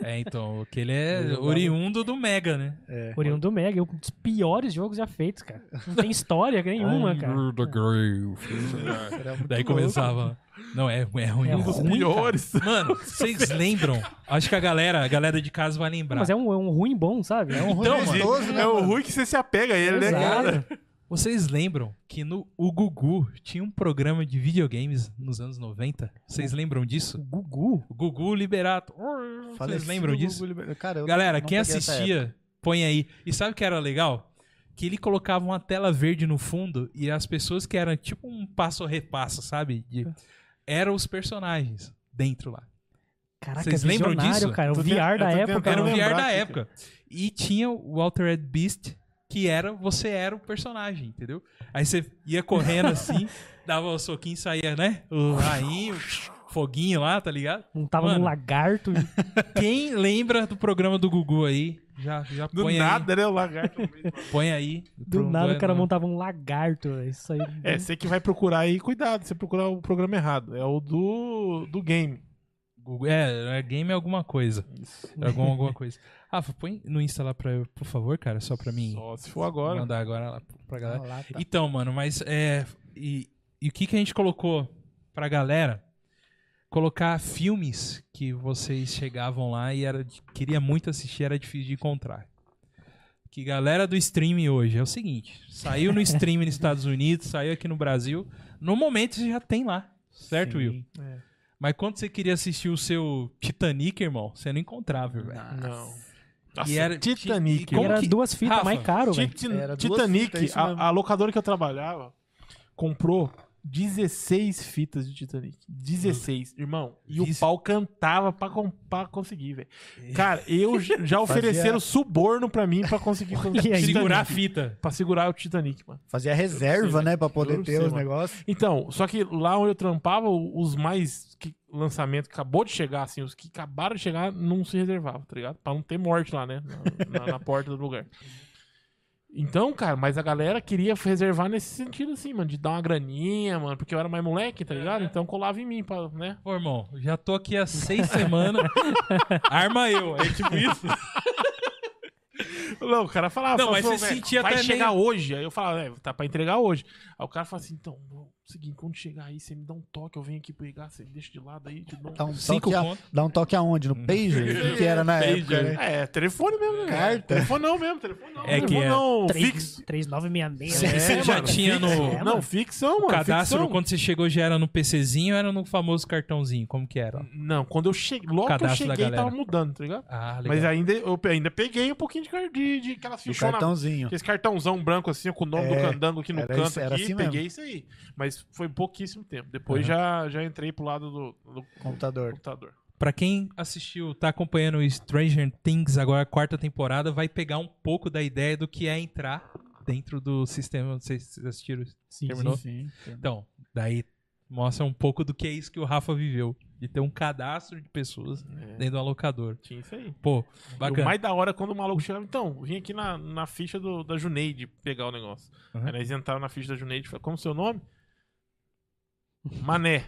A: É, então. Aquele é
E: Eu jogava-
A: oriundo do Mega, né?
C: Oriundo do Mega, é um dos piores jogos já feitos, cara. Não tem história nenhuma, cara.
A: Under the grave.
E: Era muito
A: Daí
E: louco.
A: começava. Não, é, é ruim.
C: É
A: mano.
B: Um dos
C: ruim, cara.
B: piores.
A: Mano, vocês lembram? Acho que a galera, a galera de casa vai lembrar.
C: Mas é um, é um ruim bom, sabe?
E: É um
A: Então,
E: então,
A: mano,
E: gostoso, né?
B: É o
E: mano?
B: ruim que você se apega a ele, né,
C: Exato.
B: cara?
A: Vocês lembram que no o Gugu tinha um programa de videogames nos anos 90? Vocês lembram disso?
C: O Gugu.
A: O Gugu Liberato. Vocês
E: Falecido
A: lembram
E: Google
A: disso?
E: Liber- Cara, eu
A: Galera,
E: não
A: quem
E: peguei essa
A: assistia, põe aí. E sabe o que era legal? Que ele colocava uma tela verde no fundo e as pessoas que eram tipo um passo repasso, sabe? De,
C: É.
A: eram os personagens dentro lá.
C: Caraca,
A: Vocês lembram
C: visionário,
A: disso?
C: cara. O
B: Tô te-
C: VR da
B: eu tô
C: época.
A: Era
B: tentando
A: o
C: mano.
A: VR
B: lembrar
A: da
B: aqui,
A: época. E tinha o Altered Beast, que era, você era o personagem, entendeu? Aí você ia correndo assim, dava o soquinho, saía, né? O rainho, o foguinho lá, tá ligado?
C: Montava
A: Mano.
C: num lagarto.
A: Quem lembra do programa do Gugu aí? Já, já
B: Do
A: põe
B: nada, né? O lagarto. no meio do-
A: aí. Põe aí.
C: Do
A: Pro- é,
C: nada o cara
A: no-
C: montava um lagarto. velho. Isso aí.
B: É, você que vai procurar aí, cuidado, você procurar o programa errado. É o do, do game.
A: Gugu- É, é game alguma coisa. É algum, alguma coisa. Rafa, põe no Insta lá, pra, eu, por favor, cara, só pra mim
B: Só se for agora.
A: mandar agora lá pra
C: é
A: galera.
E: ideia. Ah, lá, tá.
A: Então, mano, mas é. E, e o que, que a gente colocou pra galera? Colocar filmes que vocês chegavam lá e era, de- queria muito assistir, era difícil de encontrar. Que galera do streaming hoje é o seguinte: saiu no streaming nos Estados Unidos, saiu aqui no Brasil. No momento você já tem lá, certo,
E: Sim.
A: Will?
B: É.
A: Mas quando você queria assistir o seu Titanic, irmão, você não encontrava, velho.
B: Não.
A: E era- e
B: Titanic.
C: E
A: como
C: era
A: que-
C: duas fitas
A: Rafa,
C: mais caro, velho.
B: Titan-
E: Era duas
B: Titanic,
E: fitas, é isso mesmo.
B: a, a locadora que eu trabalhava comprou 16 fitas de Titanic. 16,
E: Hum.
B: irmão. E o
A: Vixe.
B: pau cantava pra, com- pra conseguir, velho. Cara, eu j- já ofereceram suborno pra mim pra conseguir
C: E ainda-
A: Segurar a fita.
B: pra segurar o Titanic, mano.
E: Fazia reserva,
B: sei,
E: né? Pra
B: Eu
E: poder ter
B: sei,
E: os
B: mano.
E: negócios.
B: Então, só que lá onde eu trampava, os mais que lançamento que acabou de chegar, assim, os que acabaram de chegar, não se reservavam, tá ligado? Pra não ter morte lá, né? Na, na- na porta do lugar. Então, cara, mas a galera queria reservar nesse sentido, assim, mano, de dar uma graninha, mano, porque eu era mais moleque, tá ligado? Então colava em mim, pra, né?
A: Pô, irmão, já tô aqui há seis semanas. Arma eu. É tipo isso.
B: Não, o cara falava,
A: Não,
B: falava,
A: mas
B: "Pô,
A: você
B: velho,
A: sentia
B: vai
A: até
B: chegar hoje. Aí eu falava, é, tá pra entregar hoje. Aí o cara fala assim, então, é o seguinte, quando chegar aí, você me dá um toque, eu venho aqui pegar, você deixa de lado aí, te dou um
E: Dá um,
A: Cinco
E: toque a-
A: pontos.
E: dá um toque aonde? No pager? O que era na época, né?
B: É, telefone mesmo, né?
E: Carta.
B: Telefone não mesmo, telefone não.
A: É que
B: telefone
A: é.
B: não, um fixo.
C: 3, 3966.
B: É,
A: Você já
B: mano,
A: tinha
B: fixo.
A: no-
C: É,
B: não,
C: mano.
B: ficção, mano.
A: O cadastro,
B: ficção.
A: quando você chegou, já era no PCzinho ou era no famoso cartãozinho? Como que era?
B: Não, quando eu cheguei, logo que eu
A: Cadastro da
B: cheguei,
A: galera.
B: tava mudando, tá ligado?
A: Ah,
B: Mas ainda, eu pe- ainda peguei um pouquinho de, car- de, de aquelas
E: Do
B: fichonas.
E: cartãozinho.
B: Esse cartãozão branco assim, com o nome do
E: É,
B: candango aqui no
E: era
B: canto.
E: isso- era
B: aqui,
E: assim
B: peguei isso aí. Mas foi pouquíssimo tempo. Depois
A: Uhum.
B: já, já entrei pro lado do, do
E: Computador.
B: computador.
A: Pra quem assistiu, tá acompanhando o Stranger Things agora, a quarta temporada, vai pegar um pouco da ideia do que é entrar dentro do sistema. Vocês assistiram?
C: Sim,
A: Terminou?
C: sim.
E: Sim.
A: Então, daí mostra um pouco do que é isso que o Rafa viveu. De ter um cadastro de pessoas dentro do alocador.
B: Tinha isso aí.
A: Pô,
B: É. E o
A: bacana.
B: mais da hora é quando o maluco chegava, então, vim aqui na, na ficha do, da Juneide pegar o negócio.
A: Uhum.
B: Aí nós entraram na ficha da Juneide e falaram, como é seu nome? Mané.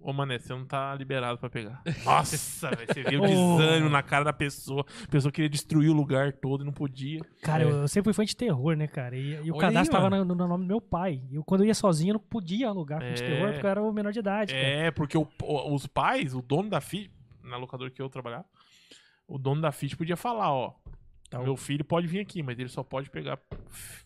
B: Ô, Mané, você não tá liberado pra pegar. Nossa, velho, você viu o
C: Oh.
B: desânimo na cara da pessoa. A pessoa queria destruir o lugar todo e não podia.
C: Cara,
A: É.
C: eu, eu sempre fui fã de terror, né, cara? E, e o
A: Olha
C: cadastro
A: aí,
C: tava no, no nome do meu pai. E eu, quando eu ia sozinho, eu não podia alugar filme de
B: É.
C: terror porque eu era o menor de idade, cara.
B: É, porque o- o- os pais, o dono da ficha, na locadora que eu trabalhava, o dono da ficha podia falar, ó,
A: Tá
B: meu filho pode vir aqui, mas ele só pode pegar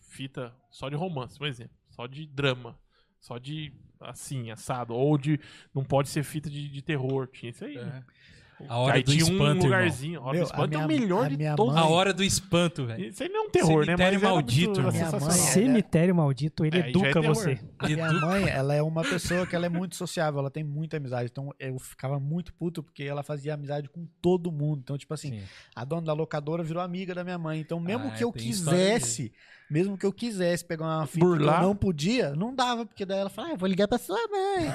B: fita só de romance, por exemplo, só de drama, só de assim, assado, ou de não pode ser fita de, de terror, tinha isso aí. né?
A: É. A hora
B: aí
A: do
B: tinha um
A: espanto, irmão.
B: lugarzinho, a hora
E: Meu,
B: do espanto
E: a
B: é o
E: minha-
B: melhor
E: a
B: de
E: minha
B: todos.
A: A hora do espanto, velho.
B: Isso aí não é um terror, né?
A: Cemitério
B: Mas era
A: maldito,
B: muito- era
A: irmão.
E: Minha mãe-
B: sensacional.
C: Cemitério maldito, ele
B: É, aí já é
C: educa
B: terror.
C: você.
E: A Minha
A: Edu-
E: mãe, ela é uma pessoa que ela é muito sociável, ela tem muita amizade. Então eu ficava muito puto porque ela fazia amizade com todo mundo. Então, tipo assim,
A: Sim.
E: a dona da locadora virou amiga da minha mãe. Então, mesmo
A: Ah,
E: que eu
A: tem história aí.
E: quisesse, mesmo que eu quisesse pegar uma fita
B: Burlar?
E: que eu não podia, não dava, porque daí ela falava, ah, eu vou ligar pra sua mãe.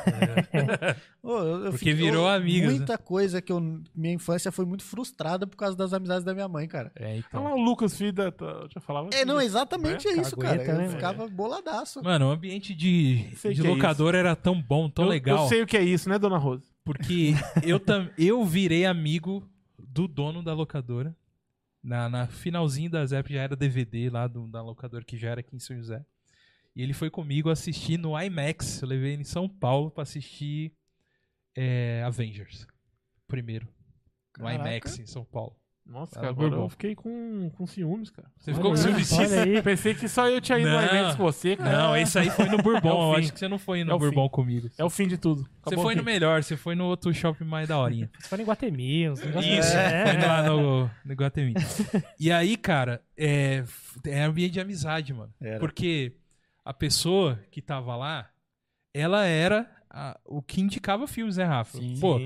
E: Ô, eu- eu
A: Porque
E: fiquei-
A: virou
E: ô,
A: amigas, né?
E: Muita coisa que eu. Minha infância foi muito frustrada por causa das amizades da minha mãe, cara.
A: É,
B: Olha
A: então.
B: lá o Lucas Filho da. da- Já falava assim, né?
E: É, não, exatamente é, isso,
C: Cagueta,
E: cara. Eu
C: né, velho?
E: ficava boladaço.
A: Mano, o ambiente de,
B: Sei
A: de
B: que é
A: locador era tão bom, tão
B: Eu-
A: legal.
B: Eu sei o que é isso, né, dona Rosa?
A: Porque eu, tam, eu virei amigo do dono da locadora. Na, na finalzinho das épocas já era DVD lá do, da locadora que já era aqui em São José. E ele foi comigo assistir no IMAX. Eu levei ele em São Paulo pra assistir é, Avengers. Primeiro. No
E: Caraca.
A: IMAX em São Paulo.
B: Nossa,
A: Era
B: cara,
A: bom,
B: agora
A: bom.
B: eu fiquei com, com ciúmes, cara.
A: Você ficou com
C: Olha
A: ciúme
C: aí,
A: disso?
C: Olha aí.
B: Pensei que só eu tinha ido
A: Não.
B: mais vezes com você, cara.
A: Não, isso aí foi no
B: Ah. É o
A: Bourbon. eu
B: fim.
A: acho que você não foi no
B: É o fim.
A: Bourbon comigo.
B: É o fim de tudo.
A: você foi no
B: meio.
A: melhor, você foi no outro shopping mais da horinha.
C: Você foi no Iguatemi, uns negócios
A: Isso,
B: É.
C: assim.
A: foi lá no, no Iguatemi. E aí, cara, é, é ambiente de amizade, mano.
E: Era.
A: Porque a pessoa que tava lá, ela era a- o que indicava filmes, né, Rafa? Pô,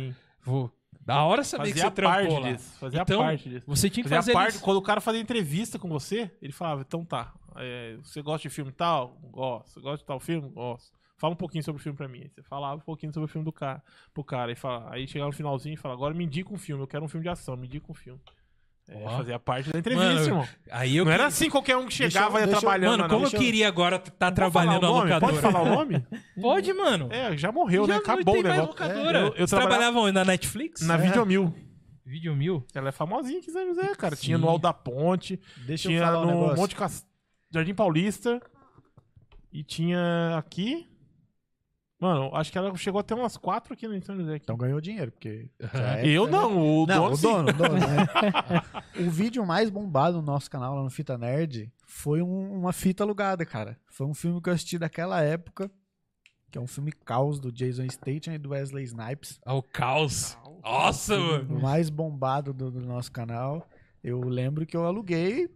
A: vou, da hora saber que
B: fazia
A: você trampou
B: parte
A: lá.
B: disso. Fazia
A: Então,
B: parte disso.
A: Você tinha que
B: Fazia
A: fazer
B: parte,
A: isso.
B: quando o cara fazia entrevista com você, ele falava, então tá, é, você gosta de filme tal? Gosto. Você gosta de tal filme? Gosto. Fala um pouquinho sobre o filme pra mim. Aí Você falava um pouquinho sobre o filme do cara, pro cara. Aí, fala, aí chegava no finalzinho e falava, agora me indica um filme, eu quero um filme de ação, me indica um filme. É,
A: Ó.
B: fazia parte da entrevista,
A: Mano,
B: irmão.
A: Aí eu
B: não
A: que-
B: era assim qualquer um que
E: Deixa
B: chegava
E: eu-
B: e ia
E: deixa eu-
B: trabalhando.
A: Mano,
B: não.
A: como eu
B: Deixa
A: queria agora estar tá
B: Vou
A: trabalhando
B: falar
A: na
B: o nome?
A: locadora?
B: Pode falar o nome?
A: Pode, mano.
B: É, já morreu,
A: Já
B: né?
A: não tem
B: Acabou o negócio.
A: mais locadora.
B: É, eu- eu
A: Você trabalhava onde? Na Netflix?
B: Na Videomil.
A: Vídeo Mil?
B: Ela é famosinha aqui em São José, cara. Tinha
A: Sim.
B: no Alto da Ponte,
E: Deixa eu
B: tinha
E: falar um
B: no
E: negócio.
B: Monte Cas... Jardim Paulista e tinha aqui. Mano, acho que ela chegou até umas quatro aqui em São José. aqui.
E: Então ganhou dinheiro, porque. já é-
B: eu não, o
E: Não,
B: dono,
E: o
B: sim.
E: dono, o dono, né? O vídeo mais bombado no nosso canal lá no Fita Nerd foi um- uma fita alugada, cara. Foi um filme que eu assisti daquela época, que é um filme caos do Jason Statham e do Wesley Snipes.
A: Ah, o caos. Nossa, mano.
E: O mais bombado do, do nosso canal. Eu lembro que eu aluguei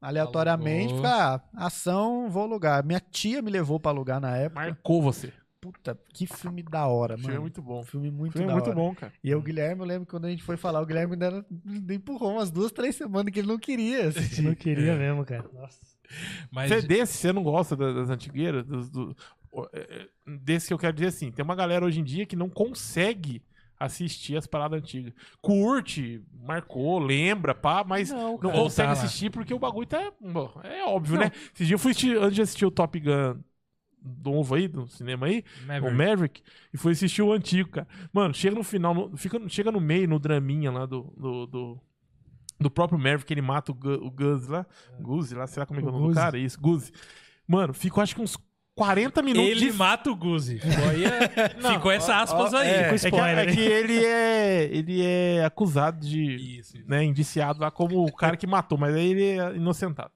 E: aleatoriamente,
A: Alugou.
E: falei, ah, ação, vou alugar. Minha tia me levou pra alugar na época.
B: Marcou você.
E: Puta, que filme da hora,
B: O filme é
E: mano.
B: muito bom.
E: Um filme muito
B: O filme é
E: da
B: muito
E: hora.
B: bom, cara.
E: E eu, o Guilherme, eu lembro que quando a gente foi falar, o Guilherme ainda era- ainda empurrou umas duas, três semanas que ele não queria assim.
C: Eu não
E: assistir.
B: É.
C: queria mesmo, cara. Nossa.
A: Mas
B: Você desse, você não gosta da- das, antigueiras? Dos, do- o- é, é, desse que eu quero dizer assim, tem uma galera hoje em dia que não consegue assistir as paradas antigas. Curte, marcou, lembra, pá, mas
C: Não,
B: não
C: cara.
A: Voltar
B: consegue
A: lá.
B: assistir porque o bagulho tá. bom, é óbvio, né? Esse dia eu fui assistir, antes de assistir o Top Gun novo aí, do cinema aí, o
A: Maverick.
B: Maverick, e fui assistir o antigo, cara. Mano, chega no final, no- fica, no- chega no meio, no draminha lá do. do, do do próprio Maverick, ele mata o, Gu- o Gus lá. Guzi lá, sei lá como é que é o
C: O
B: nome do
C: Guzzi.
B: cara? Isso, Guzi. Mano, ficou acho que uns 40 minutos
A: Ele
B: de
A: mata o Guzi. Ficou aí é- a-
B: Não,
A: Ficou essa aspas aí.
B: É, é que,
C: spoiler.
B: é que ele é ele é acusado de,
A: Isso, isso.
B: né, indiciado lá como o cara que matou, mas aí ele é inocentado.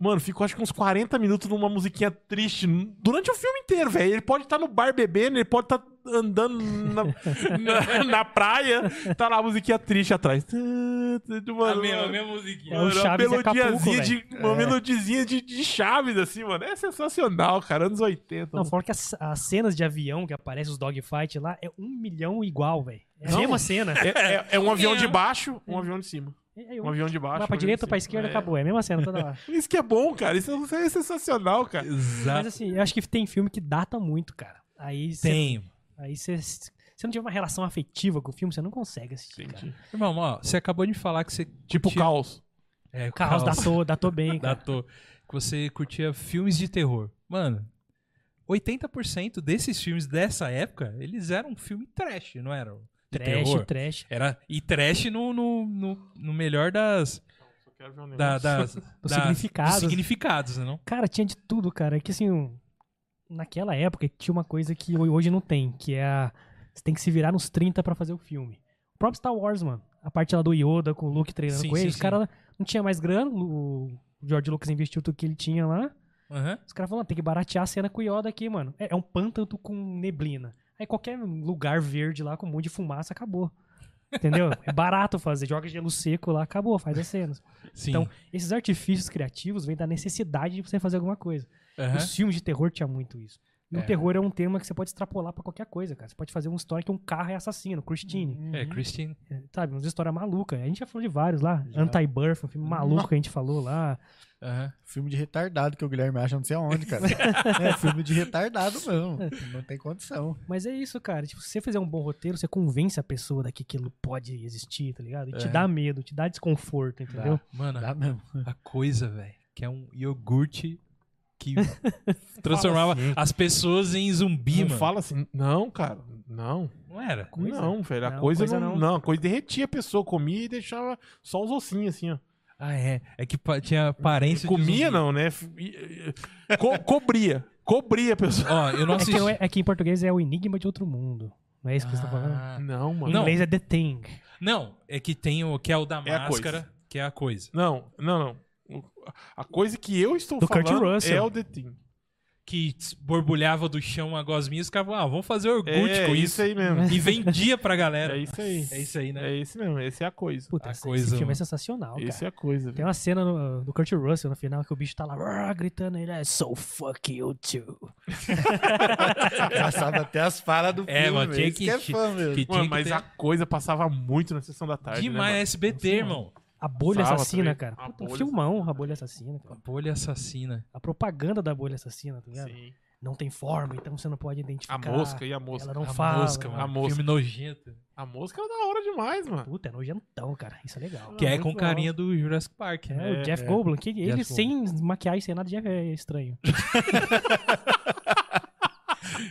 B: Mano, ficou acho que uns 40 minutos numa musiquinha triste n- durante o filme inteiro, velho. Ele pode estar no bar bebendo, ele pode estar andando na, na, na praia, tá lá a musiquinha triste atrás. Mano,
A: A mesma, a mesma musiquinha.
C: É o Chaves de Acapulco,
B: melodiazinha de, uma melodiazinha de, de Chaves, assim, mano. É sensacional, cara. Anos 80.
C: Não, fora que as, as cenas de avião que aparecem, os dogfight lá, é um milhão igual, velho. É a
B: Não.
C: mesma cena.
B: É, é- é um avião
A: É.
B: de baixo, um avião de cima.
C: É, é
B: Um
C: um,
B: avião de baixo.
C: vai pra
B: um avião de
C: direita,
B: cima.
C: pra esquerda,
B: É.
C: acabou. É a mesma cena toda lá.
B: Isso que é bom, cara. Isso é- isso é sensacional, cara.
C: Mas
A: Exato.
C: assim, eu acho que tem filme que data muito, cara. Aí cê-
A: Tem.
C: Aí você não tiver uma relação afetiva com o filme, você não consegue assistir, cara.
B: Entendi.
A: Irmão, ó, você acabou de falar que você.
B: Tipo
A: curtia-
B: caos.
A: É, o
C: Carros datou, datou bem, cara.
A: Datou. Que você curtia filmes de terror. Mano, 80% desses filmes dessa época, eles eram filme trash, não eram? De
C: Trash,
A: terror.
C: trash.
A: Era, e trash no, no, no, no melhor das. da- das, das-
C: significados.
A: Dos significados, né? Não?
C: Cara, tinha de tudo, cara. É que assim, o- naquela época tinha uma coisa que ho- hoje não tem, que é a... Você tem que se virar nos 30 pra fazer o filme. O próprio Star Wars, mano. A parte lá do Yoda com o Luke treinando
A: Sim,
C: com ele.
A: sim,
C: Os
A: sim.
C: caras não tinha mais grana. O o George Lucas investiu tudo que ele tinha lá.
A: Aham.
C: Os caras falaram, tem que baratear a cena com o Yoda aqui, mano. É, é um pântano com neblina. Aí qualquer lugar verde lá com um monte de fumaça, acabou. Entendeu? é barato fazer. Joga gelo seco lá, acabou, faz as cenas.
A: Sim.
C: Então, esses artifícios criativos vêm da necessidade de você fazer alguma coisa.
A: Aham.
C: Os filmes de terror tinha muito isso. E
A: É.
C: o terror é um tema que você pode extrapolar pra qualquer coisa, cara. Você pode fazer uma história que um carro é assassino, Christine.
A: É, Christine.
C: É, Sabe, umas histórias malucas. A gente já falou de vários lá. Anti-Birth, um filme maluco que a gente falou lá.
A: Aham.
E: Filme de retardado que o Guilherme acha não sei aonde, cara. é filme de retardado mesmo. Não tem condição.
C: Mas é isso, cara. Tipo, se você fizer um bom roteiro, você convence a pessoa daqui que aquilo pode existir, tá ligado? E te
A: É.
C: dá medo, te dá desconforto, entendeu?
A: Mano,
E: Dá mesmo.
A: a coisa, velho, que é um iogurte que transformava
C: assim.
A: as pessoas em zumbi,
B: Não
A: mano.
B: fala assim. Não, cara. Não.
A: Não era?
C: Coisa?
B: Não, velho. A
C: Não,
B: coisa,
C: coisa
B: não,
C: não.
B: não. A coisa derretia a pessoa. Comia e deixava só os ossinhos, assim, ó.
A: Ah, é. É que pa- tinha aparência de
B: Comia,
A: zumbi.
B: não, né? F- e- e- Co cobria. Cobria a pessoa.
A: Ó, eu não
C: É que,
A: assisti.
C: não é, é que em português é o enigma de outro mundo. Não é isso que você tá falando?
A: Ah,
B: Não,
C: Em
B: mano.
A: Não.
C: inglês é The Thing.
A: Não, é que tem o que é o da
B: É a
A: máscara, que é a coisa.
B: Não, não, não. O- A coisa que eu estou
C: Do Kurt
B: falando
C: Russell.
B: é o The Thing.
A: Que s- borbulhava do chão a gosminha e ficava, ah, vamos fazer iogurte
B: É,
A: com
B: isso
A: isso.
B: aí mesmo.
A: E vendia pra galera.
B: É isso aí.
A: É isso aí, né?
B: É esse mesmo, esse é a coisa.
C: Puta,
A: A
C: esse,
A: coisa,
C: esse filme
A: mano.
C: é sensacional, cara.
B: Esse é a coisa.
C: Tem
B: velho.
C: uma cena no- do Kurt Russell no final que o bicho tá lá "Rrr", gritando, ele é So fuck you too.
E: Já sabe até as falas do
A: É,
E: filme.
A: mano, tinha
E: isso
A: que-
E: é fã mesmo.
A: Que tinha
B: Mano,
A: um que
B: mas
A: ter-
B: a coisa passava muito na sessão da tarde.
A: demais
B: Né,
A: SBT, irmão.
C: A bolha
B: Sábado
C: assassina,
B: também.
C: cara.
B: A
C: Puta, um
B: bolha
C: filmão, a bolha assassina. cara.
A: Bolha assassina.
C: A propaganda da bolha assassina, tá
B: mano?
C: ligado?
B: Sim.
C: Não tem forma, então você não pode identificar.
B: A mosca e a mosca.
C: Ela não
A: a
C: fala.
A: mosca,
C: né?
A: mano.
B: A mosca.
A: Filme nojento.
B: A mosca era da hora demais, mano.
C: Puta, é nojentão, cara. Isso é legal.
A: Que é
B: muito
A: com
B: da
A: carinha do Jurassic Park,
C: É,
A: né?
C: o Jeff Goldblum, que ele
A: Jeff
C: sem maquiagem, sem nada, já é estranho.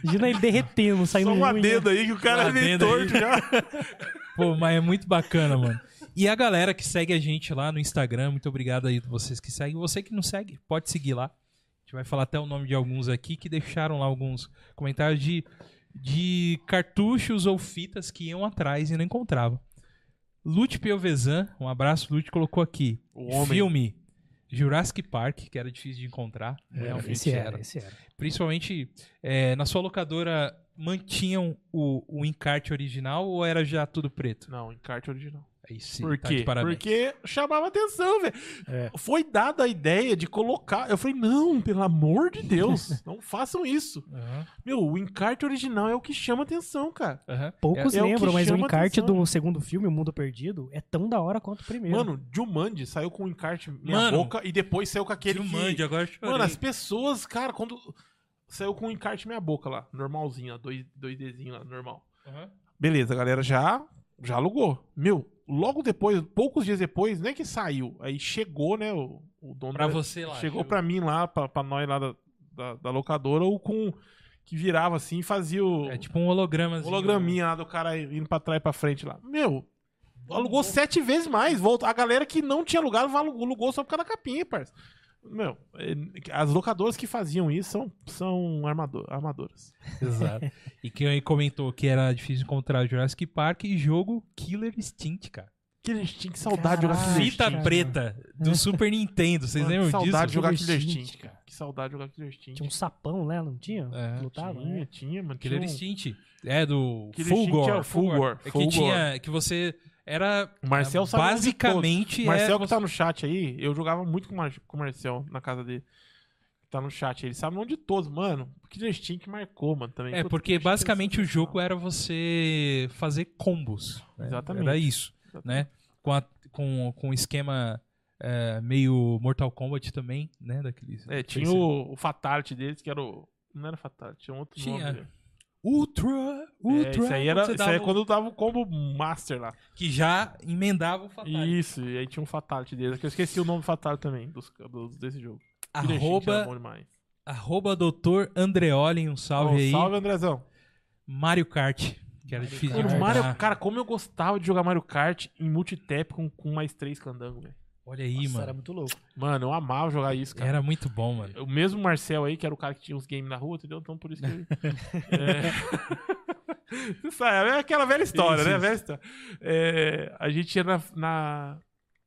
C: Imagina ele derretendo, saindo né?
B: Só
A: um
B: um uma
C: unha.
B: dedo aí que o cara
A: Uma
B: é meio
A: dedo um aí.
B: torto já.
A: Pô, mas é muito bacana, mano. E a galera que segue a gente lá no Instagram, muito obrigado aí vocês que seguem. Você que não segue, pode seguir lá. A gente vai falar até o nome de alguns aqui que deixaram lá alguns comentários de, de cartuchos ou fitas que iam atrás e não encontravam. Lute Piovesan, um abraço, Lute colocou aqui.
B: O Um homem.
A: Filme Jurassic Park, que era difícil de encontrar. Realmente
C: É, Esse era, esse era.
A: Principalmente é, na sua locadora, mantinham o, o encarte original ou era já tudo preto?
B: Não, encarte original.
A: Aí sim,
B: Por
A: tá
B: quê?
A: de parabéns. É.
B: Porque chamava atenção, velho. Foi dada a ideia de colocar. Eu falei, não, pelo amor de Deus, não façam isso.
A: Aham,
B: Meu, o encarte original é o que chama atenção, cara.
A: aham.
C: Poucos
B: É- é o que
C: lembram, mas o
B: chama
C: encarte
B: atenção.
C: do segundo filme, O Mundo Perdido, é tão da hora quanto o primeiro.
B: Mano, Jumanji saiu com o encarte minha
A: Mano,
B: boca e depois saiu com aquele. que-
A: Jumanji, um agora eu chorei.
B: Mano, as pessoas, cara, quando. Saiu com o encarte minha boca lá, normalzinho, lá, 2Dzinho lá, normal.
A: Aham.
B: Beleza, a galera já, já alugou. Meu, logo depois, poucos dias depois, nem que saiu. Aí chegou, né, o, o dono
A: Pra
B: da-
A: você lá.
B: Chegou pra mim lá, pra, pra nós lá da, da, da locadora, ou com. Que virava assim e fazia o.
A: É tipo um holograma.
B: holograminha lá do cara indo pra trás e pra frente lá. Meu, alugou sete vezes mais. Volta. A galera que não tinha alugado alugou, alugou só por causa da capinha, parça. Meu, eh, as locadoras que faziam isso são, são armado- armadoras.
A: Exato. E quem aí comentou que era difícil encontrar Jurassic Park e jogo Killer Instinct, cara.
B: Killer Instinct, que saudade de jogar
C: Caralho.
B: Killer
A: Fita
B: Instinct.
A: preta do Super Nintendo. Vocês
B: né? É. Mano,
A: lembram
B: que saudade de
A: disso?
B: jogar
C: Killer
B: Killer
C: Instinct,
B: Instinct, cara. Que saudade de jogar Killer Instinct.
C: Tinha um sapão lá, não tinha?
A: É,
C: Que lutava?
B: tinha,
C: né?
B: tinha, mano.
A: Killer
B: tinha um-
A: Instinct. É do
B: Killer Instinct é
A: Fulgor.
B: o Fulgor,
A: É que
B: Fulgor.
A: tinha. Que você. Era.
B: O um Marcel sabe onde
A: tá, basicamente. é
B: Marcel que
A: você-
B: tá no chat aí, eu jogava muito com o Mar- com o Marcel na casa dele. Tá no chat, ele sabe onde todos, mano. O Killer Instinct marcou, mano, também.
A: É,
B: Puta,
A: porque
B: Killer Instinct é
A: basicamente o
B: sensacional.
A: jogo era você fazer combos. né?
B: Exatamente.
A: Era isso, né? Com, a, com, com um esquema eh, meio Mortal Kombat também, né? Daqueles,
B: É, tinha o, o Fatality deles, que era o. Não era Fatality, tinha um outro
A: Tinha.
B: nome. velho.
A: Ultra,
B: É,
A: Ultra.
B: isso aí era
A: você
B: isso aí
A: dava um
B: é
A: o-
B: quando dava o combo Master lá.
A: Que já emendava o Fatality.
B: Isso, e aí tinha um Fatality deles, que eu esqueci o nome Fatality também, dos, dos- desse jogo. Killer Instinct era bom
A: Arroba,
B: demais.
A: arroba doutor Andreoli, um salve
B: Salve,
A: aí.
B: salve, Andrezão.
A: Mario Kart, que era difícil
B: Mano,
A: de
B: Mario-
A: jogar.
B: cara, como eu gostava de jogar Mario Kart em multitap com, com mais três candango, velho.
A: Olha aí,
E: Nossa, era
A: mano.
E: muito louco.
B: Mano, eu amava jogar isso, cara.
A: Era muito bom, mano.
B: O mesmo Marcel aí, que era o cara que tinha os games na rua, entendeu? Então por isso que. É. Você sabe, é aquela velha história,
A: Isso,
B: né?
A: isso.
B: Velha história. É, a gente ia na, na,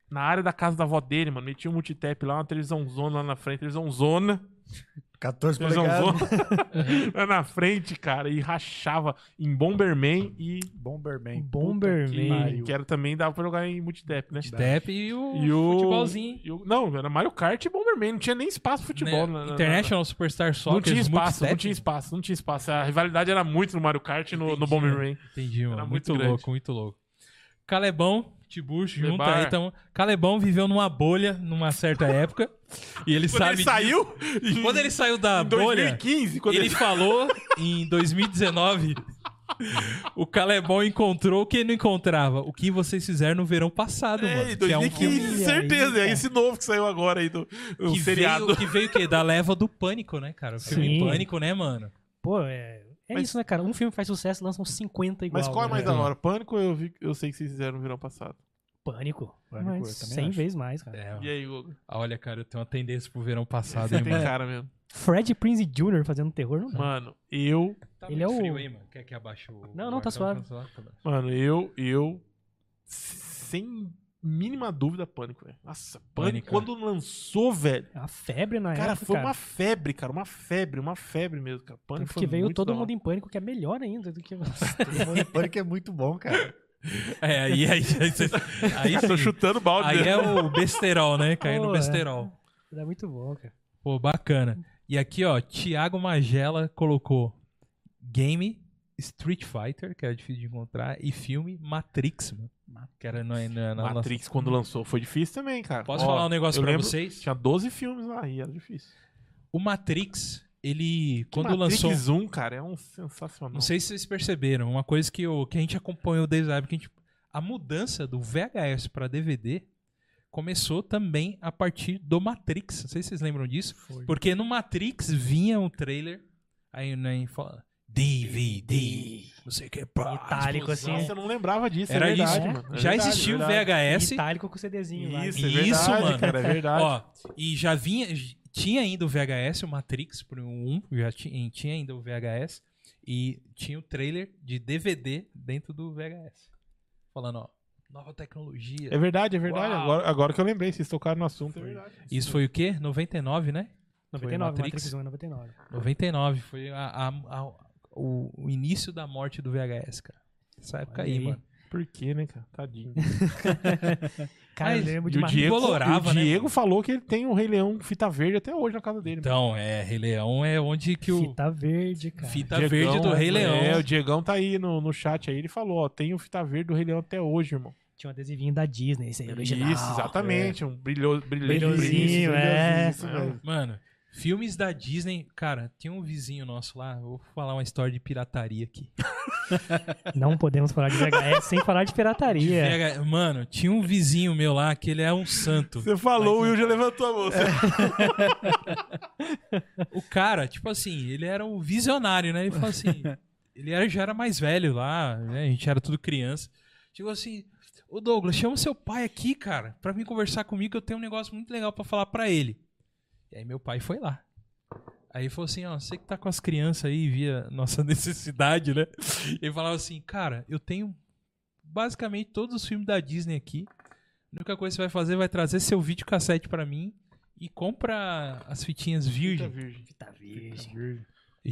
B: na área da casa da avó dele, mano. Metia um multitap lá, uma televisão zona lá na frente, televisão zona.
A: Tá
E: 14
B: Televisão
E: polegadas.
B: zona. lá na frente, cara, e rachava em Bomberman e.
C: Um
E: Bomberman.
B: Que,
C: Bomberman.
B: que era também, dava pra jogar em multitap, né?
A: Step e o
B: E o-
A: futebolzinho.
B: E o- não, era Mario Kart e Bomberman, não tinha nem espaço pro futebol.
A: né?
B: na- na- na-
A: International Superstar é Soccer.
B: não tinha espaço, não
A: multi-step.
B: tinha espaço, não tinha espaço. A rivalidade era muito no Mario Kart e no, no
A: Entendi,
B: Bomberman.
A: Entendi, mano.
B: Era muito
A: muito
B: grande.
A: louco, muito louco. Calebão, Tiburcio, junto
B: Lebar.
A: aí. Então, Calebão viveu numa bolha numa certa época. e ele
B: Quando
A: sabe.
B: ele
A: disso.
B: saiu, em,
A: Quando ele saiu da
B: em
A: bolha,
B: 2015, quando
A: ele
B: ele...
A: falou em 2019. O Calebão encontrou o que ele não encontrava. O que vocês fizeram no verão passado, mano.
B: É, em
A: que é um
B: 2015,
A: filme
C: filme.
B: certeza.
C: Olha aí,
B: É esse novo que saiu agora aí do, do
A: que
B: seriado.
A: veio, que veio o quê? Da leva do pânico, né, cara? O filme
C: Sim.
A: Pânico, né, mano?
C: Pô, é, é
B: Mas-
C: isso, né, cara? Um filme faz sucesso, lançam 50 igual.
B: Mas qual é mais
C: né?
B: da hora? Pânico eu, vi, eu sei que vocês fizeram no verão passado.
C: Pânico.
E: Pânico,
C: Mas
E: eu também
C: 100
E: acho.
C: vezes mais, cara.
A: É,
B: E aí, Hugo?
A: olha, cara, eu tenho uma tendência pro verão passado,
B: Você
A: hein,
B: tem
A: mano?
B: cara mesmo.
C: Fred Prinze Jr. fazendo terror, não dá.
B: Mano, eu...
A: Tá
C: Ele é
A: muito
C: o-
A: frio aí, mano. Quer que abaixe o...
C: Não,
A: o
C: não, tá
A: ar-condicionado?
C: suave.
A: Tá bom.
B: Mano, eu... eu sem mínima dúvida, Pânico, velho. Nossa, Pânico,
A: Pânico, né?
B: quando lançou, velho...
C: A febre na
B: Cara,
C: época,
B: foi
C: cara.
B: uma febre, cara. Uma febre, uma febre mesmo, cara. Pânico
C: Tanto
B: foi
C: que veio
B: muito
C: todo
B: da hora.
C: mundo em pânico, que é melhor ainda do que...
E: Pânico é muito bom, cara.
A: É, aí, aí, aí, cê- aí,
B: Tô
A: sim.
B: chutando balde.
A: aí é o besterol, né? Cair no
C: Pô, é.
A: besterol.
C: Era muito bom, cara.
A: Pô, bacana. E aqui, ó, Thiago Magela colocou game Street Fighter, que era difícil de encontrar, e filme Matrix, mano. Que era é, na, na, na nossa-
B: Matrix, quando lançou, foi difícil também, cara.
A: Posso
B: Ó,
A: falar um negócio
B: eu
A: pra
B: lembro-
A: vocês?
B: Tinha 12 filmes lá e era difícil.
A: O Matrix, ele, quando
B: Matrix
A: lançou...
B: 1, cara, é um sensacional.
A: Não sei se vocês perceberam, uma coisa que, eu, que a gente acompanhou desde a época, que a, gente, a mudança do VHS para DVD começou também a partir do Matrix. Não sei se vocês lembram disso. Porque no Matrix vinha um trailer, aí nem fala DVD, não sei o que, pá,
C: Itálico,
A: explosão.
C: assim.
B: Nossa, eu não lembrava disso.
A: Era
B: é verdade,
C: isso.
B: mano. É
A: Já
B: verdade,
A: existia
B: é
A: o
B: verdade.
A: VHS,
C: Itálico com o CDzinho lá. né?
B: Isso, é
A: Isso,
B: verdade,
A: mano.
B: cara, é verdade.
A: ó, e já vinha, tinha ainda o VHS, o Matrix pro 1, já tinha, tinha ainda o VHS, e tinha o trailer de DVD dentro do VHS. Falando, ó, nova tecnologia.
B: é verdade, é verdade.
A: Uau.
B: Agora, agora que eu lembrei, vocês tocaram no assunto. É verdade.
A: Isso foi o quê? 99, né?
C: 99,
A: Matrix.
C: Matrix 1 é 99.
A: 99 foi a- a- a- o, o início da morte do VHS, cara. Essa época aí,
C: aí.
A: mano.
B: Por quê, né, cara? Tadinho.
C: Cara, eu
A: Mas-
C: lembro
B: E
C: de
B: o
C: Matrix.
B: Diego,
A: colorava,
B: o
A: né,
B: Diego
A: mano?
B: falou que ele tem o Rei Leão fita verde até hoje na casa dele. mano.
A: Então, é, Rei Leão é onde que o.
C: Fita verde, cara.
A: Fita
B: Diegão,
A: verde do Rei Leão.
B: É, o Diegão tá aí no, no chat aí, ele falou, ó, tem o fita verde do Rei Leão até hoje, irmão.
C: Tinha um adesivinho da Disney, esse aí é original.
B: Isso, exatamente, um brilho, brilho,
C: Brilhozinho, é.
B: brilhozinho,
A: Mano, Filmes da Disney. Cara, tem um vizinho nosso lá. eu Vou falar uma história de pirataria aqui.
C: Não podemos falar de VHS sem falar de
A: De
C: pirataria.
A: VH Mano, tinha um vizinho meu lá que ele é um santo.
B: Você falou, o Will já levantou a mão.
A: O cara, tipo assim, ele era um visionário, né? Ele falou assim. Ele era, já era mais velho lá, né? A gente era tudo criança. Chegou assim. Ô Douglas, chama seu pai aqui, cara, pra vir conversar comigo. Eu tenho um negócio muito legal pra falar pra ele. E aí meu pai foi lá. Aí falou assim, ó, você que tá com as crianças aí, via nossa necessidade, né? Ele falava assim, cara, eu tenho basicamente todos os filmes da Disney aqui. A única coisa que você vai fazer vai trazer seu videocassete pra mim e compra as fitinhas virgem.
C: Tá
A: é.
C: virgem.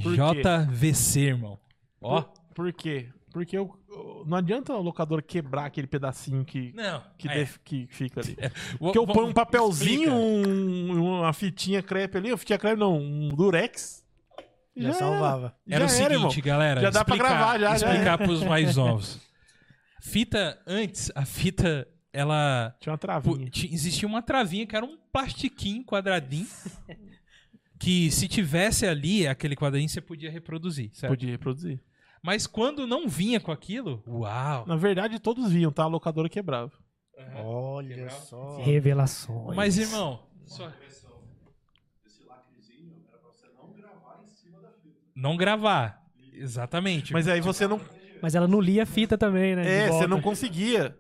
B: Por quê?
A: JVC, irmão. Ó.
B: Por quê? Porque eu, eu- não adianta o locador quebrar aquele pedacinho que,
A: Não.
B: que,
A: é,
B: def- que fica ali.
A: vou-
B: Porque eu
A: vou-
B: ponho um papelzinho,
A: explica.
B: um- uma fitinha crepe ali, uma fitinha crepe não, um durex.
E: Já,
B: era.
E: salvava.
B: Já
A: Era é o seguinte,
B: irmão.
A: galera.
B: Já dá pra
A: explicar,
B: gravar, já, né? já
A: Explicar pros mais novos. Fita, antes, a fita, ela...
B: Tinha uma
A: Pô,
B: travinha.
A: ti- Existia uma travinha que era um plastiquinho quadradinho. que se tivesse ali aquele quadradinho, você podia reproduzir, certo?
B: Podia reproduzir.
A: Mas quando não vinha com aquilo, uau!
B: Na verdade, todos viam, tá? A locadora quebrava.
E: Olha só.
C: Revelações.
A: Mas, irmão, só- não gravar. Exatamente.
B: Mas aí você não.
C: Mas ela não lia a fita também, né? de
B: Tipo, É, você
C: volta.
B: não conseguia.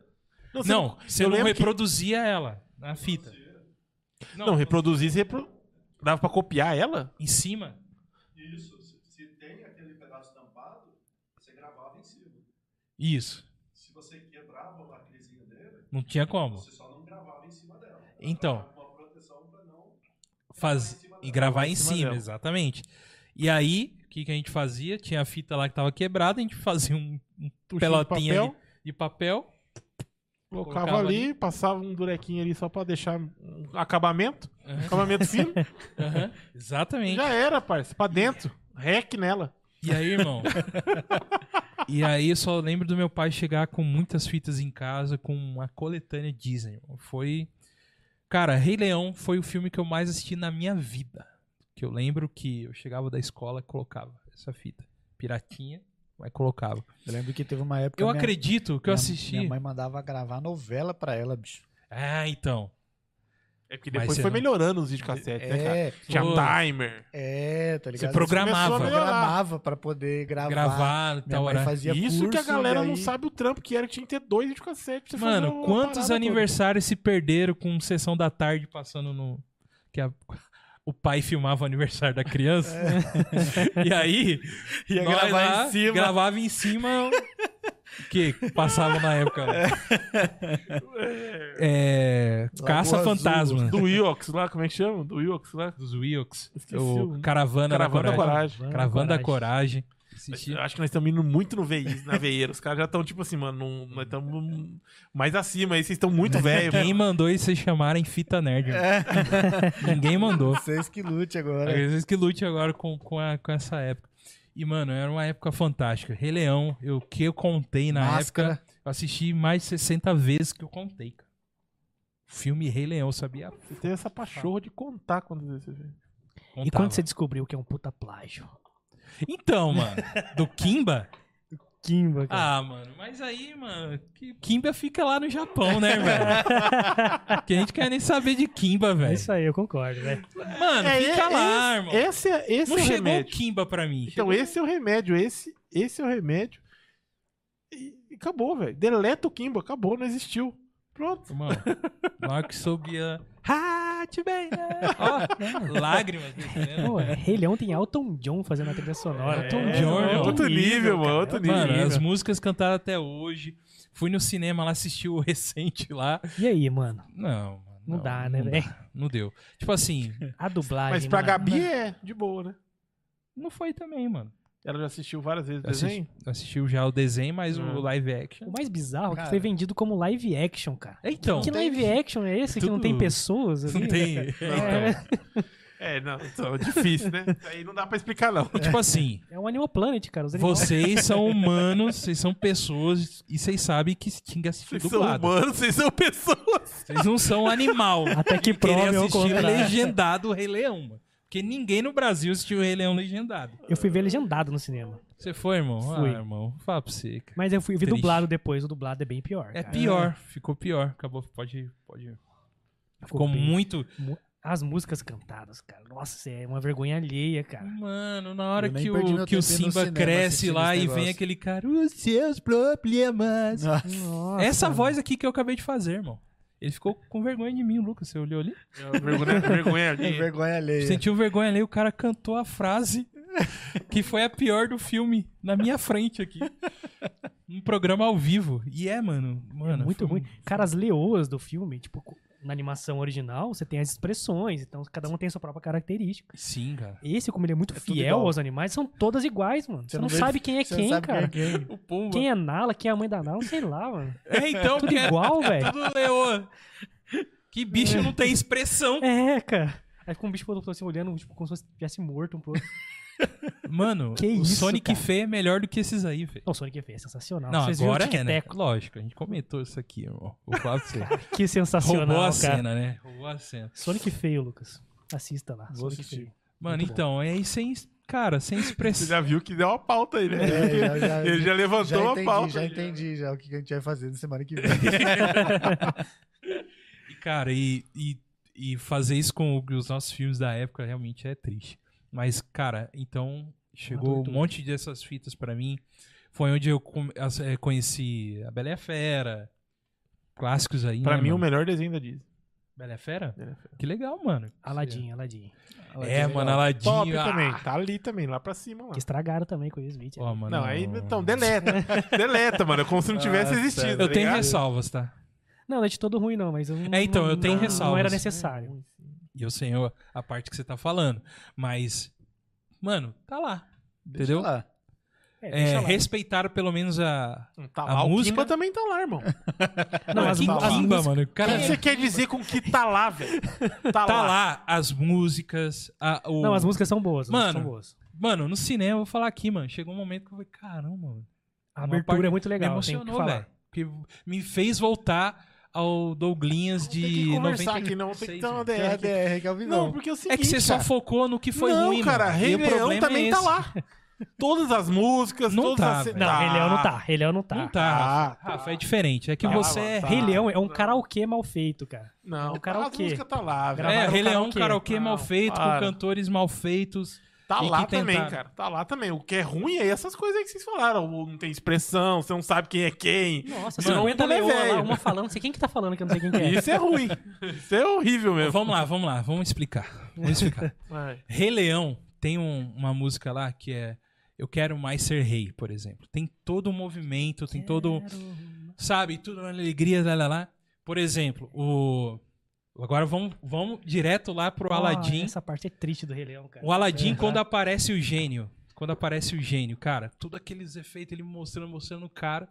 B: você
A: Não, você
B: eu
A: não
B: lembro que-
A: reproduzia ela na fita. Não,
B: Não, reproduzir, você repro... dava pra copiar ela?
A: em cima.
F: Isso, se, se tem aquele pedaço tampado, você gravava em cima.
A: Isso.
F: Se você quebrava o lacrezinho dele,
A: Não tinha como.
F: você só não gravava em cima dela. Ela
A: Então.
F: gravava Uma proteção pra não.
A: Faz... E gravar em
B: cima
A: cima,
B: dela.
A: exatamente. E aí, o que, que a gente fazia? Tinha a fita lá que tava quebrada, a gente fazia um, um pelotinha
B: papel.
A: ali de papel.
B: Colocava,
A: Colocava
B: ali, passava um durequinho ali só pra deixar um acabamento.
A: Aham.
B: Acabamento fino.
A: Aham, Exatamente.
B: já era, parça. Pra dentro. Rec nela.
A: E aí, irmão? e aí, eu só lembro do meu pai chegar com muitas fitas em casa, com uma coletânea Disney. irmão. Foi. Cara, Rei Leão foi o filme que eu mais assisti na minha vida. Que eu lembro que eu chegava da escola e colocava essa fita. Piratinha, mas colocava.
E: Eu lembro que teve uma época.
A: Eu
E: minha-
A: acredito que eu
E: minha-
A: assisti.
E: Minha mãe mandava gravar novela pra ela, bicho.
A: Ah, então.
B: É porque
A: Mas
B: depois
A: você
B: foi
A: não-
B: melhorando os videocassetes, né, cara?
E: É,
B: Tinha
A: Pô.
B: timer.
E: é, tá ligado?
A: Você programava.
E: Você programava pra poder gravar.
A: Gravar,
E: Minha
A: tal
E: mãe
A: hora.
E: fazia
B: Isso que a
E: curso, né? e
B: galera não
E: aí-
B: sabe o trampo que era que tinha que ter dois videocassetes. pra você fazer
A: Mano,
B: uma
A: quantos
B: parada
A: aniversários se perderam com sessão da tarde passando no. Que a- o pai filmava o aniversário da criança. e aí.
E: Ia
A: nós
E: gravar em cima.
A: Gravava em cima. o que passava na época? É,
E: Lagoa
A: Caça-fantasma.
B: toda. Do Wilcox lá, como é que chama? Do Wilcox lá.
A: Dos Wilks.
B: Esqueci
A: O
B: o-
A: Caravana,
B: Caravana
A: da
B: da
A: Coragem.
B: Coragem.
A: Caravana da Coragem. Assisti-
B: Eu acho que nós estamos indo muito no VI, na veieira. Os caras já estão, tipo assim, mano, não- nós estamos mais acima aí, vocês estão muito velhos.
A: é Quem mandou isso vocês chamarem Fita Nerd? Ninguém mandou.
E: Vocês que lute agora.
A: Às vezes que lute agora com, com, a- com essa época. E, mano, era uma época fantástica. Rei Leão, eu- o que eu contei na
E: Máscara.
A: época, eu assisti mais de 60 vezes que eu contei, cara. O filme Rei Leão, eu sabia.
B: Você tem essa pachorra de contar quantas vezes você vê.
C: E
A: contava.
C: quando você descobriu que é um puta plágio?
A: Então, mano, do Kimba?
C: Kimba, cara.
A: Ah, mano, mas aí, mano, que- Kimba fica lá no Japão, né, velho? que a gente quer nem saber de Kimba,
C: É
A: velho.
C: isso aí, eu concordo, velho.
A: Mano, fica lá, irmão.
B: É, Esse, é, esse
A: Não
B: é o
A: chegou o
B: remédio.
A: Kimba pra mim.
B: Então, esse é o remédio. Esse, esse é o remédio. E, e acabou, velho. Deleta o Kimba. Acabou, não existiu. Pronto.
A: Irmão, na hora que soube a. Ah, te bem, né? Ó, lágrimas. né? descendo.
C: Pô, é, Rei Leão tem Elton John fazendo a trilha sonora.
A: Elton John,
B: mano,
A: irmão.
B: É, outro nível, mano. Outro nível.
A: é um Mano, as músicas cantaram até hoje. Fui no cinema lá assistir o recente lá.
C: E aí, mano?
A: Não, mano,
C: Não, dá, né,
A: não
C: velho?
A: dá, Não deu. Tipo assim,
C: A dublagem.
B: Mas pra
C: mano.
B: Gabi é de boa, né?
A: não foi também, mano.
B: Ela já assistiu várias vezes o
A: Assisti-
B: desenho.
A: Assistiu já o desenho, mas o
C: Ah.
B: Hum.
A: live action.
C: O mais bizarro é
E: Cara.
C: que foi vendido como live action, cara.
A: Então,
C: que live action é esse que não
A: Tudo-
C: tem pessoas?
A: não
C: ali?
A: tem. Então,
C: É,
B: É, não, então, é difícil, né? Aí não dá pra explicar, não.
A: E tipo assim,
C: é um Animal Planet, cara. Os animais.
A: vocês são humanos, vocês são pessoas e vocês sabem que tinha que assistir
B: Vocês são
A: dublado.
B: humanos, vocês são pessoas.
A: Vocês não são animal.
C: Até que
A: Querer
C: prove ao
A: assistir né?
C: contrário.
A: legendado Rei Leão. mano. Porque ninguém no Brasil assistiu o Rei Leão legendado.
C: Eu fui ver legendado no cinema.
A: Você foi, irmão?
C: Fui.
A: Ah, irmão, fala pra você. cara.
C: Mas eu fui vi
A: Triste.
C: dublado depois, o dublado é bem pior.
A: É
C: cara.
A: pior, ficou pior. Acabou, pode, pode. Ficou
C: É, bem-
A: muito.
C: As músicas cantadas, cara. Nossa, é uma vergonha alheia, cara.
A: Mano, na hora
E: Eu nem
A: que
E: perdi
A: o,
E: meu
A: que o
E: tempo indo no
A: Simba
E: cinema
A: cresce
E: assistindo
A: lá
E: esse
A: e vem
E: negócio.
A: aquele cara, os seus problemas.
C: Nossa,
A: Essa voz aqui que eu acabei de fazer, irmão. Ele ficou com vergonha de mim, Lucas. Você olhou ali?
B: Vergonha, vergonha
E: É
B: alheia.
E: vergonha alheia.
A: Sentiu vergonha ali, o cara cantou a frase que foi a pior do filme na minha frente aqui. Um programa ao vivo. E é, mano. mano
C: muito
A: foi um-
C: ruim. Cara, as leoas do filme, tipo, co- na animação original, você tem as expressões, então cada um tem a sua própria característica.
A: Sim, cara.
C: Esse, como ele é muito
E: É tudo
C: fiel
E: igual.
C: aos animais, são todas iguais, mano. Você,
E: Você
C: não,
E: não vê
C: sabe quem é
E: Você não
C: quem,
E: sabe quem é
C: cara.
E: quem.
A: O Pumba.
C: Quem é Nala, quem é a mãe da Nala, sei lá, mano.
A: É, então,
C: Tudo
A: que é
C: igual, velho.
A: tudo leoa. Que bicho não tem expressão.
C: É, cara. Aí fica um bicho pro outro assim, olhando, tipo, como se tivesse morto um pro outro.
A: Mano,
C: Que
A: o
C: isso,
A: Sonic
C: cara.
A: Feio é melhor do que esses aí, velho.
C: Não, o Sonic Feio é sensacional.
A: Não,
C: Vocês
A: agora
C: viram
A: é,
C: o
A: né?
C: Tic-Teco?
A: Lógico, a gente comentou isso aqui, irmão. Vou falar pra você.
C: Que sensacional,
A: Roubou a
C: cara.
A: cena, né? Roubou a cena.
C: Sonic Feio, Lucas. Assista lá.
E: Vou
C: Sonic
E: assistir.
C: Feio.
A: Mano,
C: Muito bom.
A: então, é aí sem. Cara, sem
B: Você
A: expressão.
B: já viu que deu uma pauta aí, né?
E: É, já- já-
B: Ele já
E: Já
B: levantou a
E: entendi,
B: pauta.
E: já entendi já o que que a gente vai fazer na semana que vem.
A: E, Cara, e, e, e fazer isso com o- os nossos filmes da época realmente é triste. Mas, cara, então chegou um
B: né?
C: Adulto.
A: monte dessas fitas pra mim. Foi onde eu com- as- eh, conheci a Bela e a Fera. Clássicos aí.
B: Pra
A: né,
B: mim, o
A: mano?
B: melhor desenho da Disney.
A: Bela e a Fera?
B: Bela e a
A: Que legal, mano.
C: Aladdin, Aladdin.
A: É, mano, Aladdin.
B: Top
A: ah,
B: também. Tá ali também, lá pra cima. Lá.
C: Que estragaram também com o Will Smith. é.
A: ó, mano,
B: Não, aí então, deleta. deleta, mano. é Como se não tivesse
A: Nossa,
B: existido.
A: Eu
B: tá
A: tenho
B: ligado?
A: ressalvas, tá?
C: Não, não é de todo ruim, não, mas eu não,
A: É, então, eu
C: não-
A: tenho
C: não- Não era
A: ressalvas.
C: necessário.
A: E eu sei a- a parte que você tá falando. Mas, mano, tá lá. Entendeu?
E: Sei lá.
C: É,
A: É,
B: né?
C: deixa lá.
A: respeitaram pelo menos a.
B: Tá
A: A
B: lá, o
A: música-
B: Kimba também tá lá, irmão.
C: Não,
A: Mano,
C: as,
A: que
C: mu- as
A: Kimba,
C: músicas-
A: mano. O
B: O
A: cara
B: é que você quer dizer com que tá lá, velho? Tá,
A: tá
B: lá.
A: lá as músicas. A, o...
C: Não, as músicas são boas. as músicas
A: Mano,
C: são boas.
A: Mano, no cinema, eu vou falar aqui, mano. Chegou um momento que eu falei, caramba, mano.
C: A
A: uma
C: abertura
A: parte-
C: é muito legal.
A: me
C: tem que
A: emocionou,
C: falar.
A: velho. Porque me fez voltar ao Douglinhas
B: Tem que
A: de
B: conversar aqui, não. Tem que
A: 96,
B: ter uma
A: mano.
B: DR.
E: É a
B: aqui.
E: DR que é o Vinão.
B: Não, porque é o seguinte,
A: né? É que você só
B: cara.
A: focou no que foi
B: não,
A: ruim,
B: cara,
A: mano. E
B: Rei
A: o
B: Leão
A: problema
B: também
A: é
B: tá
A: esse.
B: lá. Todas as músicas,
A: Não
B: todas
A: tá,
B: as...
A: velho.
C: Não, Rei Leão não tá. Rei Leão não tá.
A: Não tá, Rafa.
B: Tá, tá.
A: Rafa, é diferente. É que
B: Tá,
A: você é
B: tá.
C: Rei Leão é um karaokê mal feito, cara.
B: Não,
C: O karaokê.
B: as músicas tá lá, velho.
A: É,
C: Gravaram
A: Rei Leão,
C: karaokê.
A: karaokê
B: Não,
A: mal feito, com
B: para.
A: cantores mal feitos.
B: Tá
A: E que
B: lá também,
A: tentaram.
B: cara. Tá lá também. O que é ruim é essas coisas aí que vocês falaram. Ou Não tem expressão, você não sabe quem é quem.
C: Nossa,
B: Mano,
C: 50
B: como é
C: leoa lá,
B: velho?
C: uma falando, não sei quem que tá falando, que eu não sei quem que é.
B: Isso é ruim. Isso é horrível mesmo.
A: Vamos lá, vamos lá, vamos explicar. Vamos explicar.
B: Vai.
A: Rei Leão tem um- uma música lá que é Eu Quero Mais Ser Rei, por exemplo. Tem todo o movimento, tem todo. um Sabe, tudo na alegria, lá, lá, lá. Por exemplo, o. Agora vamos, vamos direto lá pro
C: Ah,
A: Aladdin.
C: Essa parte é triste do Rei Leão, cara.
A: O Aladdin,
C: Uhum.
A: quando aparece o gênio, quando aparece o gênio, cara, tudo aqueles efeitos, ele mostrando, mostrando o cara.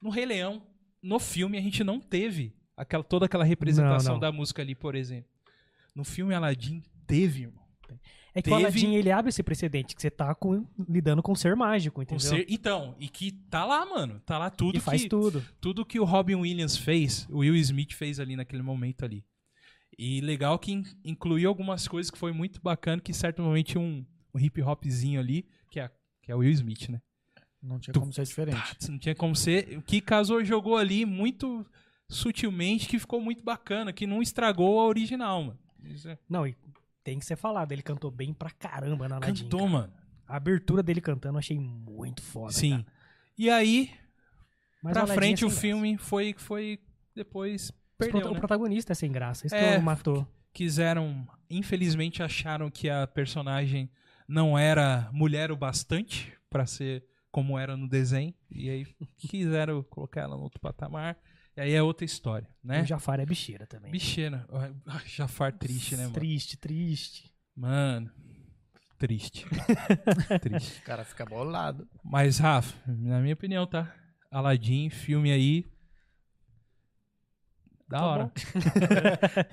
A: No Rei Leão, no filme, a gente não teve aquela, toda aquela representação
C: Não, não.
A: da música ali, por exemplo. No filme Aladdin, teve, irmão.
C: É que o
A: Teve-
C: Aladdin, ele abre esse precedente, que você tá com- lidando com um ser mágico,
A: Com
C: entendeu?
A: cer- Então, e que tá lá, mano. Tá lá tudo
C: e faz
A: que,
C: tudo.
A: tudo que o Robin Williams fez, o Will Smith fez ali naquele momento ali. E legal que in- incluiu algumas coisas que foi muito bacana, que em certo momento tinha um, um hip hopzinho ali, que é, que é o Will Smith, né?
E: Não tinha
A: Tu-
E: como ser diferente.
A: Isso Não tinha como ser. O que Casou jogou ali muito sutilmente, que ficou muito bacana, que não estragou a original, mano. Isso é-
C: Não, e tem que ser falado, ele cantou bem pra caramba na Aladdin.
A: Cantou,
C: cara.
A: mano.
C: A abertura dele cantando eu achei muito foda,
A: Sim.
C: cara.
A: E aí,
C: Mas
A: pra
C: Aladdin é
A: frente,
C: sem
A: o
C: graça.
A: filme foi, foi depois.
C: Os
A: Perdeu,
C: prota- O
A: né?
C: protagonista é sem graça, isso
A: É,
C: que matou.
A: quiseram, infelizmente acharam que a personagem não era mulher o bastante pra ser como era no desenho e aí quiseram colocar ela no outro patamar. E aí é outra história, né?
C: O Jafar é bicheira também.
A: Bicheira, Ai, Jafar triste, né, mano?
C: Triste, triste.
A: Mano, triste. triste.
E: O cara fica bolado.
A: Mas Rafa, na minha opinião, tá? Aladdin, filme aí da
C: Tá
A: hora.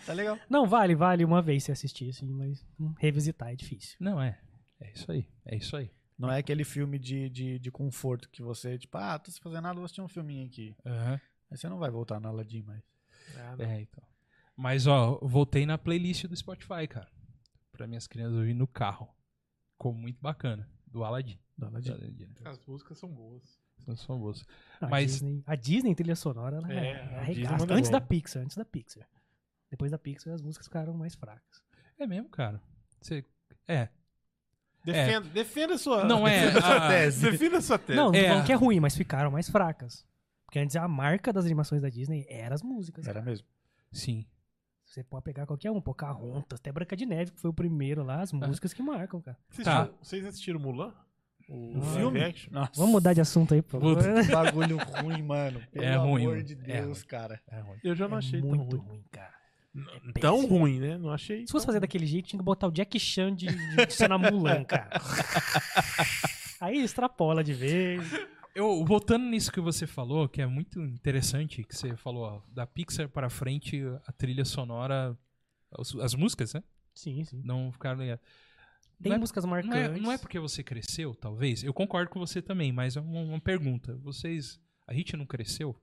E: Tá legal.
C: Não, vale, vale uma vez se assistir, assim, mas hum, revisitar é difícil.
A: Não é. É isso aí. É isso aí.
E: Não é aquele filme de, de, de conforto que você, tipo, ah, tô sem fazer nada, vou assistir um filminho aqui.
A: Aham.
E: Aí você não vai voltar na Aladdin mais.
A: É, então. Mas, ó, voltei na playlist do Spotify, cara. para minhas crianças ouvir no carro. Ficou muito bacana. Do Aladdin.
D: Dá lá de-
B: As músicas são boas.
A: São famosas.
C: Não,
A: Mas-
C: a, Disney, a Disney trilha sonora, ela
B: É,
C: é,
B: a
C: arregaça.
B: Disney manda
C: Antes
B: bem.
C: da Pixar, antes da Pixar. Depois da Pixar, as músicas ficaram mais fracas.
A: É mesmo, cara. Você. É.
B: Defenda, defenda sua.
A: Não é. a-
B: Defenda sua tese.
C: Não, não tô
A: É.
C: falando que é ruim, mas ficaram mais fracas. Porque antes a marca das animações da Disney era as músicas.
D: Era mesmo.
A: Sim.
C: Você pode pegar qualquer um, Pocahontas, até Branca de Neve, que foi o primeiro lá,
A: É.
C: as músicas que marcam, cara.
B: Vocês,
A: Tá.
B: assistiram- vocês assistiram Mulan? O
D: O filme?
B: live action?
D: Nossa.
C: Vamos mudar de assunto aí, por favor.
A: Puta.
D: Que Bagulho ruim, mano. Pelo
A: ruim,
D: amor
A: mano.
D: de
A: É
D: Deus,
A: ruim.
D: cara.
A: É ruim.
B: Eu já não
C: É
B: achei tão
C: muito
B: ruim.
C: ruim, cara.
B: N-
C: É
B: Tão
C: péssimo.
B: ruim, né? Não achei.
C: Se fosse
A: Então,
C: fazer daquele jeito, tinha que botar o Jack Chan de, de, de cena Mulan, cara. Aí extrapola de vez.
A: Eu, voltando nisso que você falou, que é muito interessante, que você falou, ó, da Pixar pra frente, a trilha sonora, as, as músicas, né?
C: Sim, sim.
A: Não ficaram ligadas.
C: Tem
A: Não é-
C: músicas marcantes.
A: Não é, não é porque você cresceu, talvez. Eu concordo com você também, mas é uma, uma pergunta. Vocês. A gente não cresceu?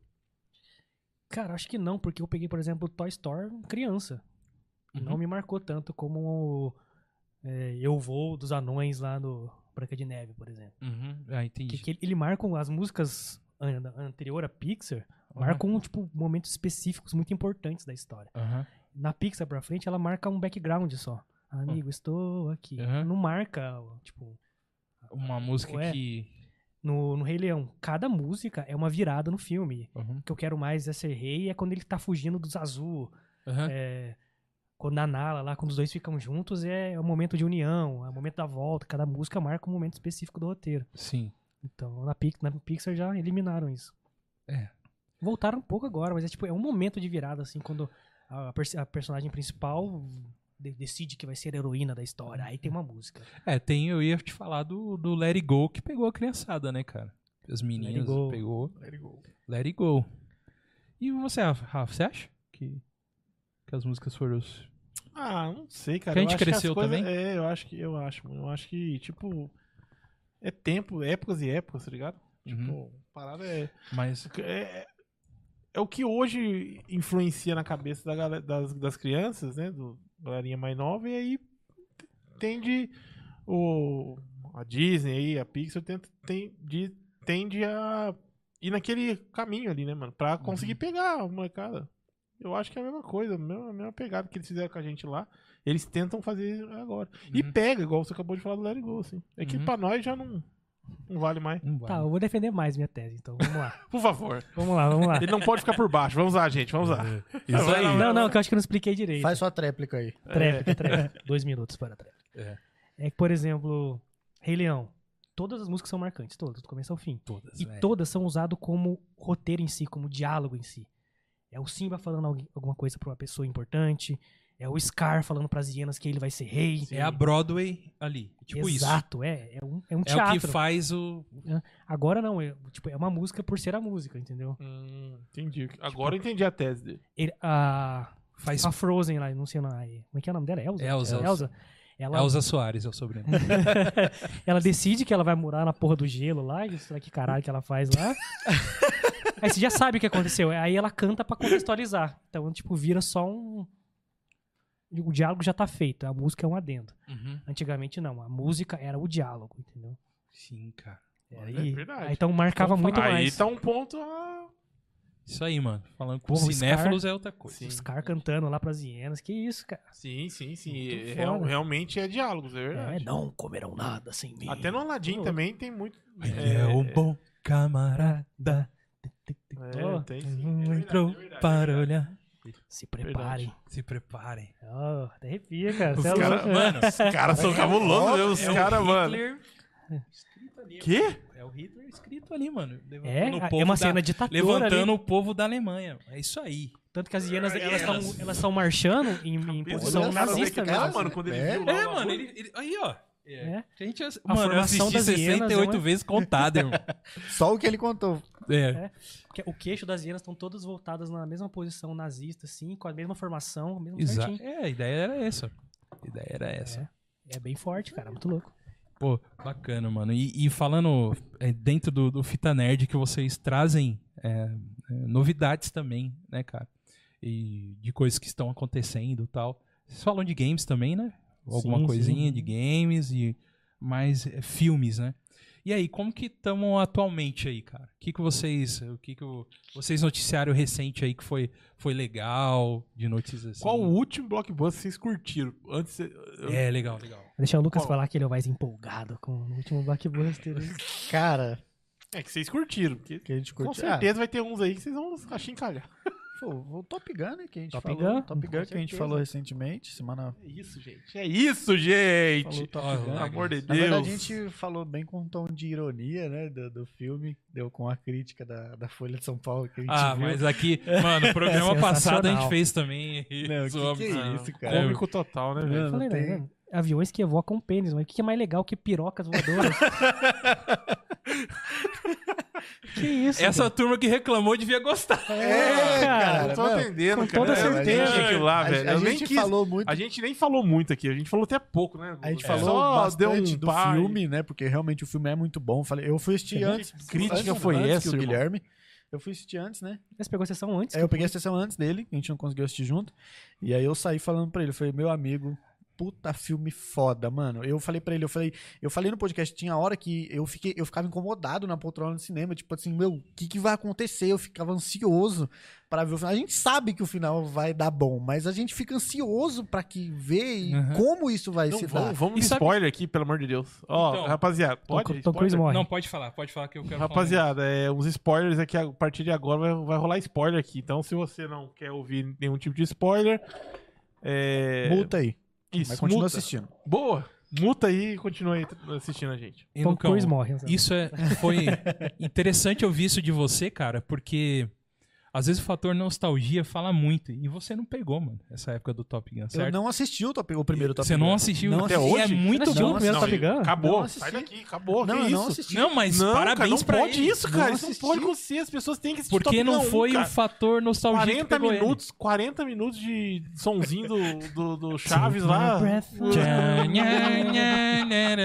C: Cara, acho que não, porque eu peguei, por exemplo, Toy Story criança. E Não
A: Uhum.
C: me marcou tanto como é, Eu Vou dos Anões lá no Branca de Neve, por exemplo.
A: Uhum. Ah, entendi.
C: Que, que ele- ele marca as músicas an- anterior à Pixar, marcam, tipo, momentos específicos muito importantes da história.
A: Aham.
C: na Pixar pra frente, ela marca um background só. Amigo, estou aqui.
A: Aham.
C: Não marca, tipo,
A: Uma música
C: Ué.
A: que.
C: no, no Rei Leão. Cada música é uma virada no filme.
A: Uhum.
C: O que eu quero mais é ser rei é quando ele tá fugindo dos azul.
A: Aham.
C: É, quando a Nala lá, quando os dois ficam juntos, é o momento de união, é o momento da volta. Cada música marca um momento específico do roteiro.
A: Sim.
C: Então, na, Pix- na Pixar já eliminaram isso.
A: É.
C: Voltaram um pouco agora, mas é tipo, é um momento de virada, assim, quando a, a pers- a personagem principal de- decide que vai ser a heroína da história. Aí tem uma música.
A: É, tem. Eu ia te falar do, do Let It Go que pegou a criançada, né, cara? As meninas
C: Go.
A: pegou. Let It Go. E você, Rafa, Rafa, você acha que, que as músicas foram os...
B: Ah, não sei, cara.
A: Que a gente
B: Eu acho as
A: cresceu
B: coisas-
A: também?
B: É, eu acho que eu acho, mano. Eu acho que, tipo. É tempo, épocas e épocas, tá ligado?
A: Uhum.
B: Tipo, a parada é.
A: Mas,
B: É, é o que hoje influencia na cabeça da gale- das, das crianças, né? Do galerinha mais nova, e aí tende o, a Disney aí, a Pixar, tenta, tem, de- tende a ir naquele caminho ali, né, mano? Pra conseguir pegar a molecada. Eu acho que é a mesma coisa, a mesma, a mesma pegada que eles fizeram com a gente lá. Eles tentam fazer agora. E
A: Uhum.
B: pega, igual você acabou de falar do Larry Go, assim. É que
A: Uhum.
B: pra nós já não, não vale mais.
A: não vai.
C: Tá, eu vou defender mais minha tese, então vamos lá.
B: Por favor.
C: Vamos lá, vamos lá.
B: Ele não pode ficar por baixo. Vamos lá, gente. Vamos lá.
A: Isso aí.
C: Não, não, que eu acho que eu não expliquei direito.
E: Faz sua tréplica aí.
C: Tréplica, tréplica. Dois minutos para a tréplica.
A: É.
C: É que, por exemplo, Rei Leão. Todas as músicas são marcantes, todas, do começo ao fim.
A: Todas, é.
C: E
A: velho.
C: todas são usadas como roteiro em si, como diálogo em si. É o Simba falando alguém- alguma coisa pra uma pessoa importante. É o Scar falando pras hienas que ele vai ser rei.
A: É a Broadway ali. Tipo
C: Exato, é. É um, é
A: isso. É
C: um
A: o que
C: teatro.
A: faz o...
C: Agora não, é, tipo, é uma música por ser a música, entendeu?
B: Hum, entendi. Agora eu entendi a tese dele.
C: Ele- a,
A: Faz...
C: a Frozen lá, não sei o nome. Como é que é o nome dela? Elsa?
A: Elsa.
C: Ela,
A: Elza Soares é o sobrenome.
C: ela decide que ela vai morar na porra do gelo lá, e sei lá que caralho que ela faz lá. Aí você já sabe o que aconteceu. Aí ela canta pra contextualizar. Então, tipo, vira só um. O diálogo já tá feito, a música é um adendo.
A: Uhum.
C: Antigamente não, a música era o diálogo, entendeu?
A: Sim, cara.
C: Era
B: É
C: aí.
B: verdade.
C: Aí, então marcava muito
B: aí
C: mais.
B: tá um ponto a...
A: Isso aí, mano. Falando com
C: Porra, o
A: cinéfilos é outra coisa.
B: Sim.
C: Os caras cantando lá pras hienas, que isso, cara.
B: Sim, sim, sim.
C: Muito
B: É,
C: foda.
B: realmente é diálogos, é
C: É,
B: verdade.
C: não comerão nada sem mim.
B: Até no Aladdin
C: Pô.
B: também tem muito.
A: Ele é um bom camarada.
B: É, tem sim. É
A: Não
B: verdade,
A: entrou
B: é verdade, é
A: para
B: verdade.
A: olhar.
C: Hum. Se preparem.
A: Se preparem.
C: Ó, até arrepia, cara.
B: Os
C: Cê é
B: caras,
C: louco.
B: mano, os caras são cabulosos, né? Os caras, mano. Quê?
A: É o Hitler escrito ali, mano.
C: É,
A: Levantando o
C: é
A: povo
C: uma
A: da-
C: cena ditadora ali.
A: Levantando o povo da Alemanha. É isso aí.
C: Tanto que as hienas, elas
B: Hienas.
C: estão elas tão marchando em, em posição
E: Olha, cara,
C: um nazista
E: olha né? que cara.
C: mesmo.
B: mano, quando ele
E: É,
B: viu lá
A: É,
B: o
A: mano,
B: bagulho,
A: ele, ele- Aí, ó. É.
C: É.
A: A gente, ass-
C: A
A: mano, eu
C: formação
A: assisti
C: das hienas
A: 68
C: é uma-
A: vezes contada, irmão.
E: Só o que ele contou.
A: É.
C: Que O queixo das hienas estão todas voltadas na mesma posição nazista, assim, com a mesma formação, o mesmo
A: Exato.
C: certinho.
A: É, a ideia era essa. A ideia era essa.
C: É bem forte, cara, muito louco.
A: Pô, bacana, mano. E, e falando é, dentro do, do Fita Nerd, que vocês trazem é, é, novidades também, né, cara? E de coisas que estão acontecendo e tal. Vocês falam de games também, né? alguma
C: Sim, sim.
A: coisinha de games e mais é, filmes, né? E aí, como que estamos atualmente aí, cara? O que, que vocês, o que que o- vocês noticiaram recente aí que foi, foi legal de notícias? assim?
B: Qual o último blockbuster que vocês curtiram? Antes, eu-
A: É legal, legal.
C: Deixar o Lucas
B: Qual?
C: falar que ele é o mais empolgado com o último né? blockbuster.
E: Cara,
B: é que vocês curtiram. porque
E: que a gente
B: com
E: curte.
B: certeza vai ter uns aí que vocês vão achincalhar.
E: Ah, pô, o Top Gun, né? Que a gente
C: Top
E: falou.
C: Gun,
E: Top Gun
C: com
E: que a gente
C: certeza.
E: falou recentemente, semana.
B: É isso, gente. É isso,
E: Falou
B: gente.
E: Top
A: Olha,
E: Gun.
B: Pelo amor de
E: Na
B: Deus.
E: verdade, a gente falou bem com um tom de ironia, né? Do, do filme. Deu com a crítica da, da Folha de São Paulo que a gente
A: Ah,
E: viu.
A: mas aqui, mano, o programa
C: É
A: passado a gente
C: sensacional.
A: fez também. e
E: Não,
A: zoamos.
E: que que é isso, cara?
B: Ah, Cômico total, né, velho?
E: Não,
C: Falei,
E: não tem-
C: né? Aviões que evocam pênis, mas o que que é mais legal que pirocas voadoras? que isso?
A: Essa turma que reclamou devia gostar.
C: cara?
E: É, cara,
B: Eu tô
E: não.
B: entendendo,
C: com
B: cara. É,
C: toda
B: Eu
C: certeza.
B: entendi aquilo lá,
E: a,
B: Ah, velho.
E: a
B: Eu nem
E: gente
B: quis-
E: falou muito.
B: A gente nem falou muito aqui. A gente falou até pouco, né?
E: A gente
B: É.
E: falou
B: Só
E: bastante
B: deu um
E: do
B: par.
E: filme, né? Porque realmente o filme é muito bom. Falei, eu fui assistir
B: Que
E: antes.
B: crítica
E: antes-
B: foi
E: antes
B: essa,
E: que o
B: irmão?
E: Guilherme. Eu fui assistir antes, né?
C: Você pegou é a sessão antes?
E: Aí eu peguei a sessão antes dele, a gente não conseguiu assistir junto. E aí eu saí falando pra ele, eu falei, meu amigo, puta filme foda, mano. Eu falei pra ele, eu falei, eu falei no podcast, tinha hora que eu fiquei, eu ficava incomodado na poltrona do cinema, tipo assim, meu, o que, que vai acontecer? Eu ficava ansioso pra ver o final. A gente sabe que o final vai dar bom, mas a gente fica ansioso pra que ver e
A: Uhum.
E: como isso vai
B: Não,
E: se dar.
B: vamos vamos
A: E
B: de
A: sabe-
B: spoiler aqui, pelo amor de Deus. Ó,
A: Então,
B: rapaziada,
C: Tom,
B: pode.
C: Tom
B: spoiler?
C: Cruise morre.
A: Não, pode falar, pode falar que eu quero falar um
B: Rapaziada, é, uns spoilers aqui a partir de agora vai, vai rolar spoiler aqui. Então, se você não quer ouvir nenhum tipo de spoiler, é.
E: Multa aí.
B: Isso,
E: mas continua
B: muta.
E: assistindo.
B: Boa! Muta aí e continua aí assistindo a gente.
A: E,
C: Tom
A: Lucão,
C: Cruise morre. então. sabe?
A: Isso é, foi interessante ouvir isso de você, cara, porque às vezes o fator nostalgia fala muito. E você não pegou, mano, essa época do Top Gun, certo?
E: Eu não assisti o, top, o primeiro Top
A: você
E: Gun.
A: não assistiu
E: Não
A: até
B: assisti.
A: hoje? É
B: Você
A: muito
C: assistiu
A: bom.
C: o primeiro
A: não,
C: Top Gun?
E: tá Não
B: Acabou,
E: assisti.
B: sai daqui, acabou.
E: Não,
B: que
E: eu
B: isso?
E: não assisti.
A: Não, mas
B: Não, cara,
A: parabéns
B: não
A: pra
B: pode
A: ele.
B: isso, cara.
E: Não
B: Isso não
E: assisti.
B: pode acontecer. As pessoas têm que assistir
A: Porque
B: Top
A: não
B: Gun, um,
E: um,
A: foi o
B: cara.
A: fator nostalgia que
B: 40
A: pegou ele.
B: minutos, 40 minutos de sonzinho do, do, do Chaves lá.
A: Eu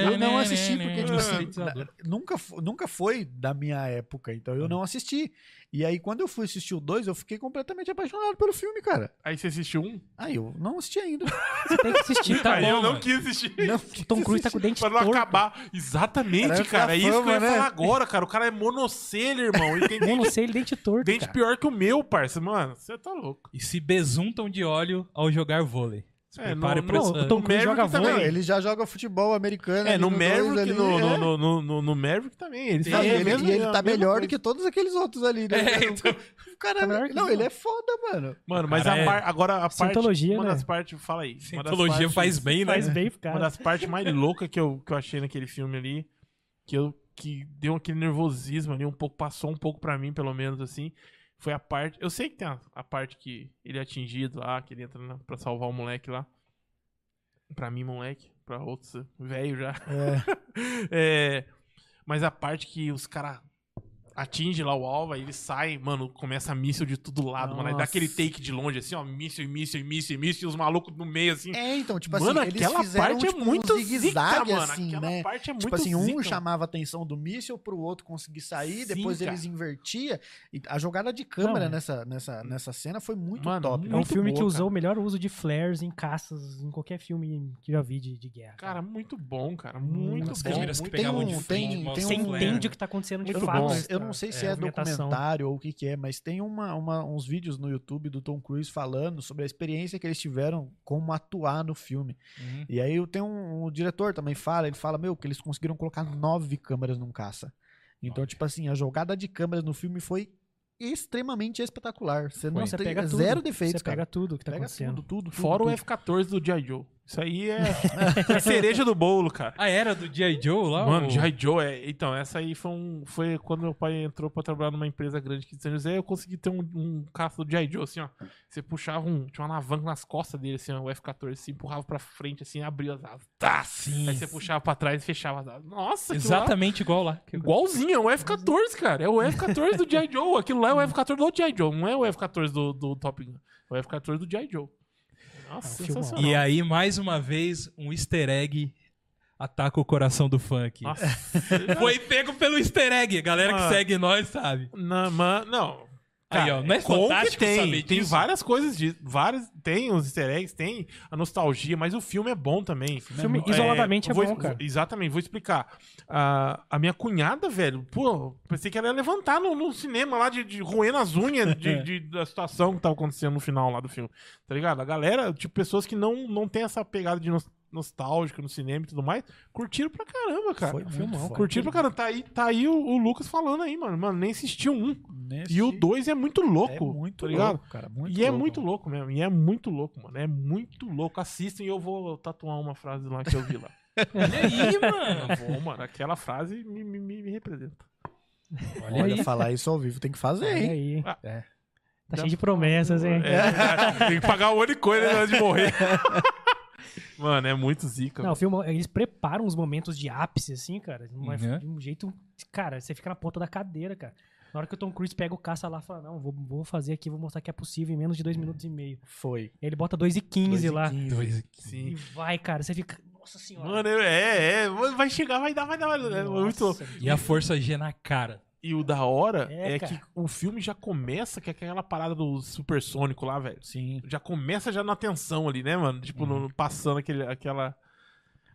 E: Eu não assisti porque, tipo
A: é
E: assim, na- nunca, fo- nunca foi da minha época, então
B: Ah.
E: eu não assisti. E aí, quando eu fui assistir o 2, eu fiquei completamente apaixonado pelo filme, cara.
B: Aí você assistiu um?
E: Aí eu não assisti ainda.
C: Você tem que assistir.
A: Tá
B: aí
A: bom,
B: eu não
A: mano.
B: quis assistir.
E: Não,
C: O Tom Cruise tá com o dente
B: Pra não
C: torto.
B: acabar. Exatamente,
E: Cara,
B: cara. É
E: fica
B: isso que eu ia
E: fama, né?
B: falar agora, cara. O cara é monocelha, irmão. Ele tem
C: Eu não
B: dente,
C: sei, ele dente torto,
B: dente
C: cara.
B: pior que o meu, parça. Mano, você tá louco.
A: E se besuntam de óleo ao jogar vôlei. Se
B: É,
A: prepare
B: no-
A: pra
B: no-
A: essa-
C: o Tom
B: Maverick
C: Cruise joga
B: também.
E: Não,
C: vôlei.
E: ele já joga futebol americano.
B: É,
E: ali
B: no
E: dois
B: Maverick,
E: ali,
B: no,
E: é.
B: no, no, no, no Maverick também. Ele
E: Não,
A: É,
E: e ele,
B: mesmo-
E: e ele
B: é a
E: tá
B: mesma
E: melhor
B: coisa.
E: do que todos aqueles outros ali, né?
A: É, então,
E: O cara,
C: Tá melhor que
E: não,
C: isso,
E: ele
C: não.
E: é foda, mano.
B: Mano, mas
A: Cara,
B: a
A: é.
B: par- agora a parte.
C: Scientologia,
B: Uma
C: né?
B: das partes. Fala aí. uma das
A: Scientologia
B: partes-
A: faz bem, né?
C: Faz bem,
B: Uma
C: cara.
B: das partes mais loucas que eu, que eu achei naquele filme ali, que eu que deu aquele nervosismo ali, um pouco, passou um pouco pra mim, pelo menos, assim, foi a parte. Eu sei que tem a, a parte que ele é atingido lá, que ele entra na, pra salvar o moleque lá. Pra mim, moleque, pra outros, eh, velho já. É, mas a parte que os caras atinge lá o alvo, aí ele sai, mano, começa a míssil de todo lado, mano. Aí dá
E: Nossa.
B: aquele take de longe, assim, ó, míssil, e míssil, e míssil, e míssil, e os malucos no meio, assim.
E: É, então, tipo
B: Mano,
E: assim, eles
B: aquela
E: fizeram
B: parte
E: tipo,
B: é muito
E: um zigue-zague,
B: zica, mano.
E: assim,
B: aquela
E: né?
B: parte é muito
E: Tipo assim, um
B: zica.
E: chamava a atenção do míssil pro outro conseguir sair,
B: Sim,
E: depois
B: cara.
E: eles invertia. E a jogada de câmera
C: Não.
E: nessa, nessa, nessa cena foi muito
B: Mano,
E: top.
C: É um
B: muito
C: filme
B: boa,
C: que usou
B: cara.
C: o melhor uso de flares em caças, em qualquer filme que já vi de, de guerra.
B: Cara, muito bom, cara.
C: Hum,
B: Muito
C: as
B: bom.
A: câmeras que
B: muito
A: pegavam
B: bom.
A: de
E: tem
A: frente,
E: um-
A: mal
E: tem um-
C: Você
A: flare.
C: entende o que tá acontecendo de
B: Muito
E: Eu
C: fato.
E: não-
B: bom.
E: eu
C: nessa
E: não sei se é,
C: movimentação.
E: documentário ou o que, que é, mas tem uma, uma- uns vídeos no YouTube do Tom Cruise falando sobre a experiência que eles tiveram como atuar no filme.
A: Uhum.
E: E aí eu tenho um, um diretor também fala, ele fala, meu, que eles conseguiram colocar nove câmeras num caça. Então, tipo assim, a jogada de câmeras no filme foi extremamente espetacular. Você não
C: Não, você
E: tem
C: pega tudo.
E: zero defeitos,
C: Você
E: cara.
C: pega tudo que tá
E: Pega
C: acontecendo.
E: tudo, tudo, tudo.
B: Fora o
E: tudo.
B: F-14 do G.I. Joe. Isso aí é a cereja do bolo, cara.
A: A era do G.I. Joe lá?
B: Mano,
A: o...
B: G.I. Joe é. Então, essa aí foi, um, foi quando meu pai entrou pra trabalhar numa empresa grande aqui de São José. Eu consegui ter um, um caça do G.I. Joe, assim, ó. Você puxava um. Tinha uma alavanca nas costas dele, assim, ó, o F-14, assim, empurrava pra frente, assim, abria as asas. Tá!
A: Sim.
B: Aí você puxava pra trás e fechava as asas. Nossa, aquilo lá-
A: Exatamente igual lá. Que-
B: Igualzinho, é o F-14, cara. É o F-14 do G.I. Joe. Aquilo lá é o F-14 do G.I. Joe. Não é o F-14 do, do Top Gun. É o F-14 do G.I. Joe.
A: Ah,
B: Nossa,
C: É um
B: sensacional.
A: E aí, mais uma vez, um easter egg ataca o coração do funk.
B: Nossa.
A: Foi pego pelo easter egg. A galera
B: Mano.
A: que segue nós sabe.
B: Não, mano, não.
A: Aí, ó, não é
B: como que
A: fantástico
B: tem,
A: saber
B: tem
A: disso?
B: várias coisas disso. Várias, tem os easter eggs, tem a nostalgia, mas o filme é bom também.
C: O filme isoladamente é,
B: vou-
C: bom, cara.
B: Exatamente, vou explicar. A, a minha cunhada, velho, pô, pensei que ela ia levantar no, no cinema lá de, de roendo as unhas de, de- da situação que tava acontecendo no final lá do filme. Tá ligado? A galera, tipo, pessoas que não, não tem essa pegada de nos- nostálgica no cinema e tudo mais, curtiram pra caramba, cara.
E: Foi muito
B: Filmão,
E: foda.
B: Curtiram pra caramba. Tá aí, tá aí o, o Lucas falando aí, mano. Mano, nem assistiu um.
E: Nesse
B: E o dois é muito louco,
E: é muito
B: tá ligado?
E: louco, cara. Muito
B: e é
E: louco.
B: muito louco mesmo, e é muito louco, mano. É muito louco. Assistem e eu vou tatuar uma frase lá que eu vi lá.
A: Olha aí, mano.
B: Eu vou, mano. Aquela frase me, me, me- me representa.
A: Olha
E: Olha,
A: aí.
E: falar isso ao vivo tem que fazer,
C: Olha
E: hein?
C: aí.
B: Ah,
E: é.
C: Tá cheio de promessas, hein?
B: É, tem que pagar o olho e coisa antes de morrer. mano, é muito zica.
C: Não, o
B: velho.
C: filme, eles preparam os momentos de ápice, assim, cara. de uma-
A: Uhum.
C: De um jeito. Cara, você fica na ponta da cadeira, cara. Na hora que o Tom Cruise pega o caça lá e fala: Não, vou, vou fazer aqui, vou mostrar que é possível em menos de dois
B: Uhum.
C: minutos e meio.
E: Foi.
C: Ele bota 2 e 15 lá.
A: Dois aqui.
C: E
B: Sim.
C: vai, cara. Você fica. Nossa senhora.
B: Mano, é, é, vai chegar, vai dar, vai dar, vai dar. É muito louco.
C: Nossa,
A: E a força G na cara.
B: E o da hora é,
C: É, cara.
B: que o filme já começa com aquela parada do supersônico lá, velho.
E: Sim.
B: já começa já na tensão ali, né, mano? Tipo,
C: Uhum.
B: no- passando aquele, aquela,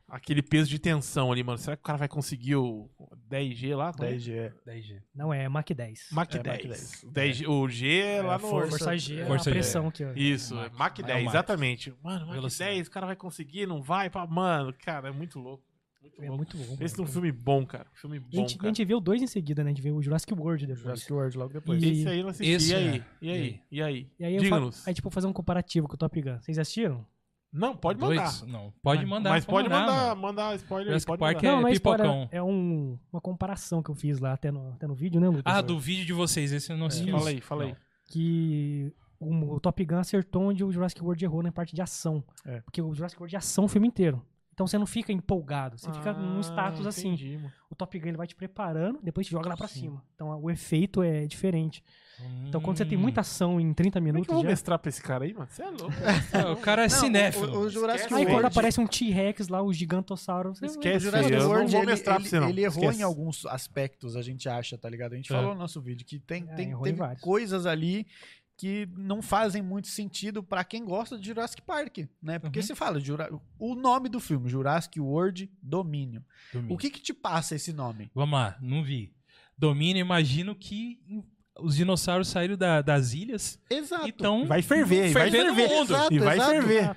B: aquele peso de tensão ali, mano. Será que o cara vai conseguir o 10G lá? Como é?
E: 10G.
A: 10G.
C: Não, é Mac 10.
B: Mach
E: É,
B: 10.
E: Mach 10.
B: 10G O G é, lá
E: a
B: no...
E: força-
C: Força G, é
A: Força
C: a
A: G.
C: pressão aqui, ó.
B: Isso, é Mach 10,
A: É o Mach.
B: exatamente. Mano, Mach
A: Velocidade.
B: 10, o cara vai conseguir, não vai? Pá, mano, cara, é muito louco. Muito
C: É
B: louco.
C: muito bom.
B: Esse é um
C: mano.
B: filme bom, cara. Filme
C: A
B: bom,
C: gente, a
B: cara.
C: gente vê o 2 em seguida, né? A gente vê o Jurassic World depois.
E: Jurassic World logo depois.
C: E-
B: Esse aí eu não assisti.
A: Esse
B: e aí?
A: é.
B: E aí? E aí?
C: E aí, eu fa...
B: Diga-nos.
C: aí, tipo, fazer um comparativo com o Top Gun. Vocês assistiram?
B: Não, pode
A: Dois?
B: mandar.
A: Não, pode mandar.
B: Mas pode mandar,
A: mano.
B: mandar spoiler. aí,
A: Jurassic
B: Pode
A: Park
B: mandar.
A: É,
C: não é spoiler,
A: pipocão.
C: É um- uma comparação que eu fiz lá até no, até no vídeo, né, Lucas?
A: Ah, do vídeo de vocês, esse eu é não assisti.
B: É. Fala aí, fala aí.
C: Que o, o Top Gun acertou onde o Jurassic World errou na parte de ação.
E: É.
C: Porque o Jurassic World é ação o filme inteiro. Então você não fica empolgado, você fica num
B: Ah,
C: status assim.
B: entendi, mano. é
C: O Top Gun ele vai te preparando, depois te joga lá pra
A: Sim.
C: cima. Então o efeito é diferente.
A: Hum.
C: Então quando você tem muita ação em 30
B: Como é que eu
C: minutos
B: vou
C: já...
B: mestrar pra esse cara aí, mano? Você é louco.
A: Ah, o cara é
E: Não,
A: cinéfilo.
E: o- o Jurassic
C: Aí
B: World.
C: quando aparece um T-Rex lá, o Gigantossauro... Você
B: Esquece.
E: O Jurassic
B: Eu não
E: World,
B: vou
E: ele,
B: mestrar pra
E: ele-
B: você, não.
E: ele errou
B: Esquece.
E: em alguns aspectos, a gente acha, tá ligado? A gente
A: É.
E: falou no nosso vídeo que tem,
C: É,
E: tem
C: errou em
E: teve
C: vários.
E: coisas ali que não fazem muito sentido pra quem gosta de Jurassic Park, né? Porque
A: Uhum.
E: você fala, Jura- o nome do filme, Jurassic World Domínio.
A: Domínio.
E: O que que te passa esse nome?
A: Vamos lá, não vi. Domina, imagino que os dinossauros saíram da- das ilhas
E: Exato.
A: então
B: Vai ferver, aí, vai
A: Ferver no
B: ferver.
A: mundo.
B: e vai
E: Exato, exato.
B: ferver.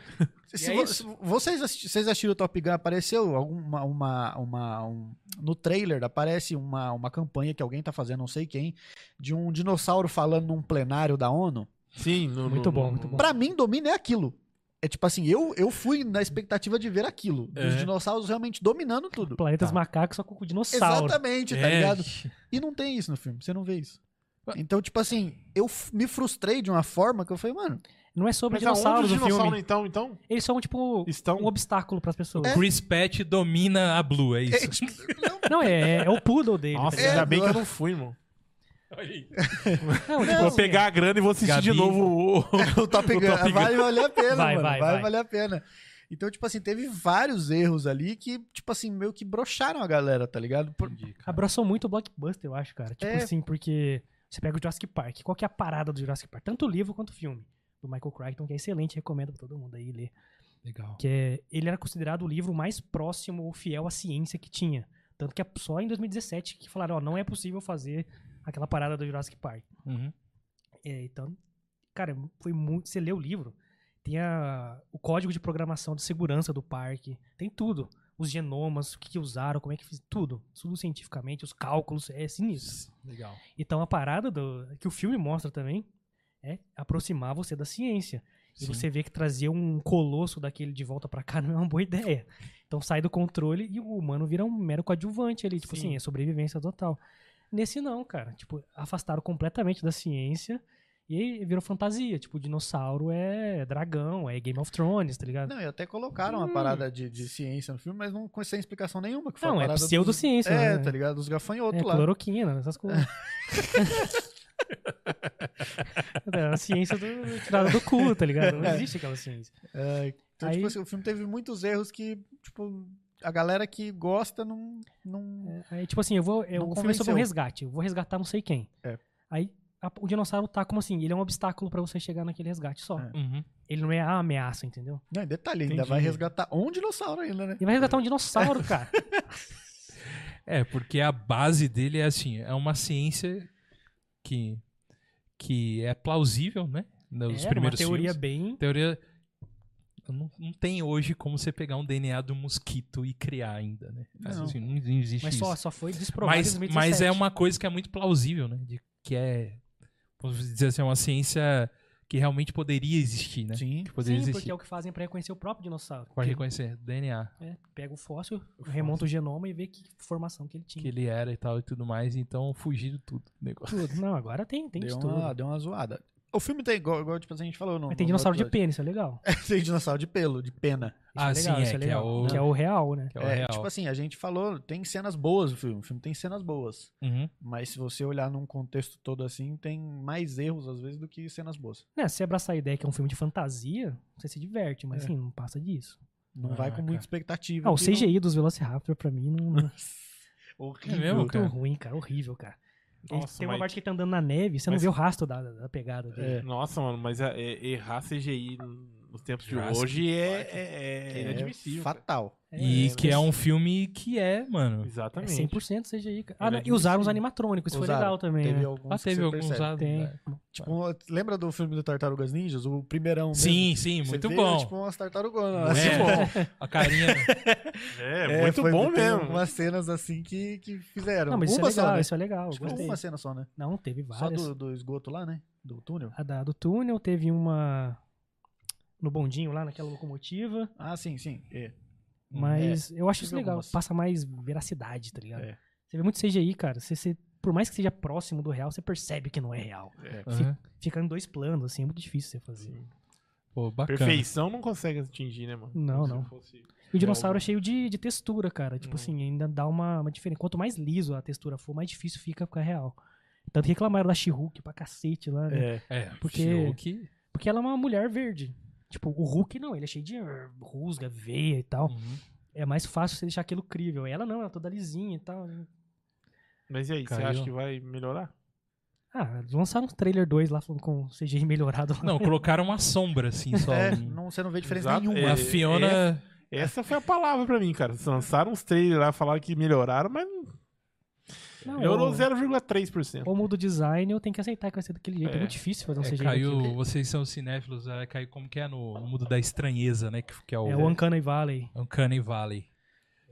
E: Se
A: E é
E: vo-
A: isso.
E: se vocês, assisti- vocês assistiram o Top Gun, apareceu alguma uma, uma um- no trailer aparece uma, uma campanha que alguém tá fazendo, não sei quem, de um dinossauro falando num plenário da ONU.
B: Sim, no- no-
C: Muito bom,
B: no-
C: muito bom.
E: Pra mim, domínio é aquilo. É tipo assim, eu, eu fui na expectativa de ver aquilo, dos
A: É. Tá.
E: dinossauros realmente dominando tudo.
C: Planetas macacos, só com o dinossauro.
E: Exatamente, tá
A: É, Ah.
E: ligado? E não tem isso no filme, você não vê isso. Então, tipo assim, eu f- me frustrei de uma forma que eu falei, mano,
C: Não é sobre
B: Mas aonde os
C: dinossauros o
B: dinossauros
C: filme.
B: então, então?
C: Eles são, tipo,
B: Estão...
C: um obstáculo pras pessoas.
A: Chris Pratt domina a Blue, é isso.
E: tipo,
C: Não, é, é o poodle dele.
B: Nossa,
C: tá ligado?
B: ainda
E: É,
B: bem que
E: não.
B: eu não fui, irmão.
C: Não, tipo,
B: vou
C: assim, é.
B: pegar a grana e vou assistir de
A: Gabi.
B: novo o...
E: o Top
B: Top
E: Gun,
B: Gun.
E: vai valer a pena,
C: Vai,
E: mano,
C: vai,
E: vai,
C: vai.
E: valer a pena. Então, tipo assim, teve vários erros ali que, tipo assim, meio que broxaram a galera, tá ligado? Por-
C: Abraçou muito o blockbuster, eu acho, cara. Tipo
E: É.
C: assim, porque você pega o Jurassic Park. Qual que é a parada do Jurassic Park? Tanto o livro quanto o filme. Do Michael Crichton, que é excelente, recomendo pra todo mundo aí ler.
A: Legal.
C: Que é, ele era considerado o livro mais próximo ou fiel à ciência que tinha. Tanto que é só em 2017 que falaram, ó, não é possível fazer aquela parada do Jurassic Park.
A: Uhum.
C: É, então, cara, foi muito. Você lê o livro, tem a, o código de programação de segurança do parque, tem tudo. Os genomas, o que, que usaram, como é que fiz, tudo. Tudo cientificamente, os cálculos, é sinistro.
A: Legal.
C: Então a parada do, que o filme mostra também é aproximar você da ciência. E
A: Sim.
C: você vê que trazer um colosso daquele de volta pra cá não é uma boa ideia. Então sai do controle e o humano vira um mero coadjuvante ali. Tipo
B: Sim.
C: assim, é sobrevivência total. Nesse não, cara. Tipo, afastaram completamente da ciência e aí virou fantasia. Tipo, dinossauro é dragão, é Game of Thrones, tá ligado?
E: Não, e até colocaram
C: Hum.
E: uma parada de, de ciência no filme, mas não com sem explicação nenhuma. Que foi a
C: Não, é
E: parada
C: pseudociência,
E: Dos... É,
C: né?
E: tá ligado? Dos gafanhotos
C: É,
E: lá.
C: cloroquina, essas coisas. É a ciência do, tirada do cu, tá ligado? Não existe aquela ciência.
E: É, então,
C: Aí-
E: tipo assim, o filme teve muitos erros que, tipo, a galera que gosta não. não...
C: Aí, tipo assim, eu vou. Eu,
E: Não
C: o filme é sobre
E: convenceu.
C: um resgate. Eu vou resgatar não sei quem.
E: É.
C: Aí a- o dinossauro tá como assim, ele é um obstáculo pra você chegar naquele resgate só.
E: É.
A: Uhum.
C: Ele não é a ameaça, entendeu?
E: Não, e detalhe, ainda
B: Entendi.
E: vai resgatar um dinossauro ainda, né?
C: Ele vai resgatar um dinossauro, cara.
A: É, porque a base dele é assim, é uma ciência que, que é plausível, né? Nos
C: é uma
A: primeiros
C: teoria
A: filmes.
C: bem...
A: Teoria... Não, não tem hoje como você pegar um DNA do mosquito e criar ainda, né?
E: Não.
A: Assim, não existe
C: Mas
A: isso.
C: só, só foi desprovado
A: mas,
C: em
A: mas é
C: 2017.
A: uma coisa que é muito plausível, né? De, que é, vamos dizer assim, uma ciência que realmente poderia existir,
C: É.
A: né?
E: Sim.
A: Que poderia
C: Sim, porque
A: existir.
C: é o que fazem pra reconhecer o próprio dinossauro.
A: Pode
C: Que-
A: reconhecer, DNA.
C: é, pega o fóssil, remonta o genoma e vê que formação que ele tinha.
A: Que ele era e tal e tudo mais, então fugiram tudo. do negócio.
C: Tudo. Não, agora tem, tem
E: Deu
C: de tudo.
E: uma, deu uma zoada. O filme tem, igual, igual tipo, a gente falou. No,
C: Mas tem
E: no
C: dinossauro de
E: episódio.
C: pênis, é legal.
E: tem dinossauro de pelo, de pena.
A: Ah,
C: Isso é legal,
A: sim, é,
C: isso
A: que é
C: legal.
A: o-
C: Que é o real, né?
A: Que é o
E: É,
A: real.
E: tipo assim, a gente falou, tem cenas boas no filme. O filme tem cenas boas.
A: Uhum.
E: Mas se você olhar num contexto todo assim, tem mais erros às vezes do que cenas boas.
C: Né, se abraçar a ideia que é um filme de fantasia, você se diverte,
E: É.
C: mas assim, não passa disso.
E: Não
A: Ah,
E: vai com
A: cara.
E: muita expectativa.
C: Ah, o
E: que não-
C: CGI dos Velociraptor pra mim não, não
A: É
E: Horrível.
A: mesmo,
C: muito
A: cara?
C: ruim, cara, horrível, cara. Ele-
B: Nossa,
C: tem uma
B: mas-
C: parte que ele tá andando na neve, você
B: mas-
C: não vê o rastro da, da pegada dele.
E: É.
B: Nossa, mano, mas é- é- errar CGI nos tempos de
A: Jurassic
B: hoje é, é, é
E: Que
B: inadmissível. cara.
E: fatal.
A: E
B: É,
A: que
E: assim,
A: é um filme que é, mano.
C: é
B: Exatamente.
C: 100% CGI, cara. Ah,
B: Ele
C: não,
B: é
C: e usaram os
B: admissível.
C: animatrônicos, isso foi
E: Usaram.
C: legal também,
E: Teve
C: né?
E: alguns
A: Ah,
E: que
A: teve
E: você
A: alguns né?
E: percebe.
A: lá.
C: Tem.
E: Tipo, lembra do filme do Tartarugas Ninjas? O primeirão mesmo?
A: Sim, sim,
E: um Você
A: muito
E: vê,
A: bom.
E: Tipo, umas tartarugonas.
A: É.
E: assim, bom.
A: A carinha. né?
B: É, muito
E: foi-
B: bom
E: tem
B: mesmo.
E: Umas cenas assim que, que fizeram.
C: Não, mas isso é
E: uma
C: legal,
E: só, né?
C: isso é legal,
E: Acho que
C: gostei.
E: uma cena só, né?
C: Não, teve várias.
E: Só do, do esgoto lá, né? Do túnel.
C: A da do túnel, teve uma no bondinho lá, naquela locomotiva.
E: Ah, sim, sim. É.
C: Mas eu acho
E: tive
C: isso legal.
E: algumas.
C: Passa mais veracidade, tá ligado?
E: É.
C: Você vê muito CGI, cara. Você, você- por mais que seja próximo do real, você percebe que não é real.
A: Aham.
C: Fica em dois planos, assim, é muito difícil você fazer.
A: Pô, bacana.
B: Perfeição não consegue atingir, né, mano?
C: Não,
B: Como se
C: não.
B: fosse-
C: E o dinossauro
B: Real.
C: é cheio de, de textura, cara.
B: Hum.
C: Tipo assim, ainda dá uma, uma diferença. Quanto mais liso a textura for, mais difícil fica ficar real. Tanto que reclamaram da She-Hulk pra cacete lá, né?
A: É,
C: Porque-
A: She-Hulk,
C: Porque ela é uma mulher verde. Tipo, o Hulk não, ele é cheio de ah, rusga, veia e tal.
A: uhum.
C: É mais fácil você deixar aquilo crível. Ela não, ela é toda lisinha e tal.
B: Mas e aí, você
A: Caiu.
B: acha que vai melhorar?
C: Ah, eles lançaram um trailer 2 lá falando com CGI melhorado. lá.
A: Não, colocaram uma sombra, assim, só.
E: É,
A: um-
E: não, você não vê diferença
B: Exato,
E: nenhuma.
B: é.
A: Uma Fiona.
B: Essa foi a palavra pra mim, cara. Vocês lançaram uns trailers lá, falaram que melhoraram, mas
C: Não,
B: melhorou
C: ou-
B: 0,3%.
C: Ou muda o design, eu tenho que aceitar que vai ser daquele jeito. É,
B: É.
C: muito difícil fazer um
A: É,
C: CGI.
A: caiu,
C: daquele.
A: vocês são cinéfilos, é, caiu como que é no, no mundo da estranheza, né? Que, que é o,
C: É o Uncanny Valley.
A: Uncanny Valley.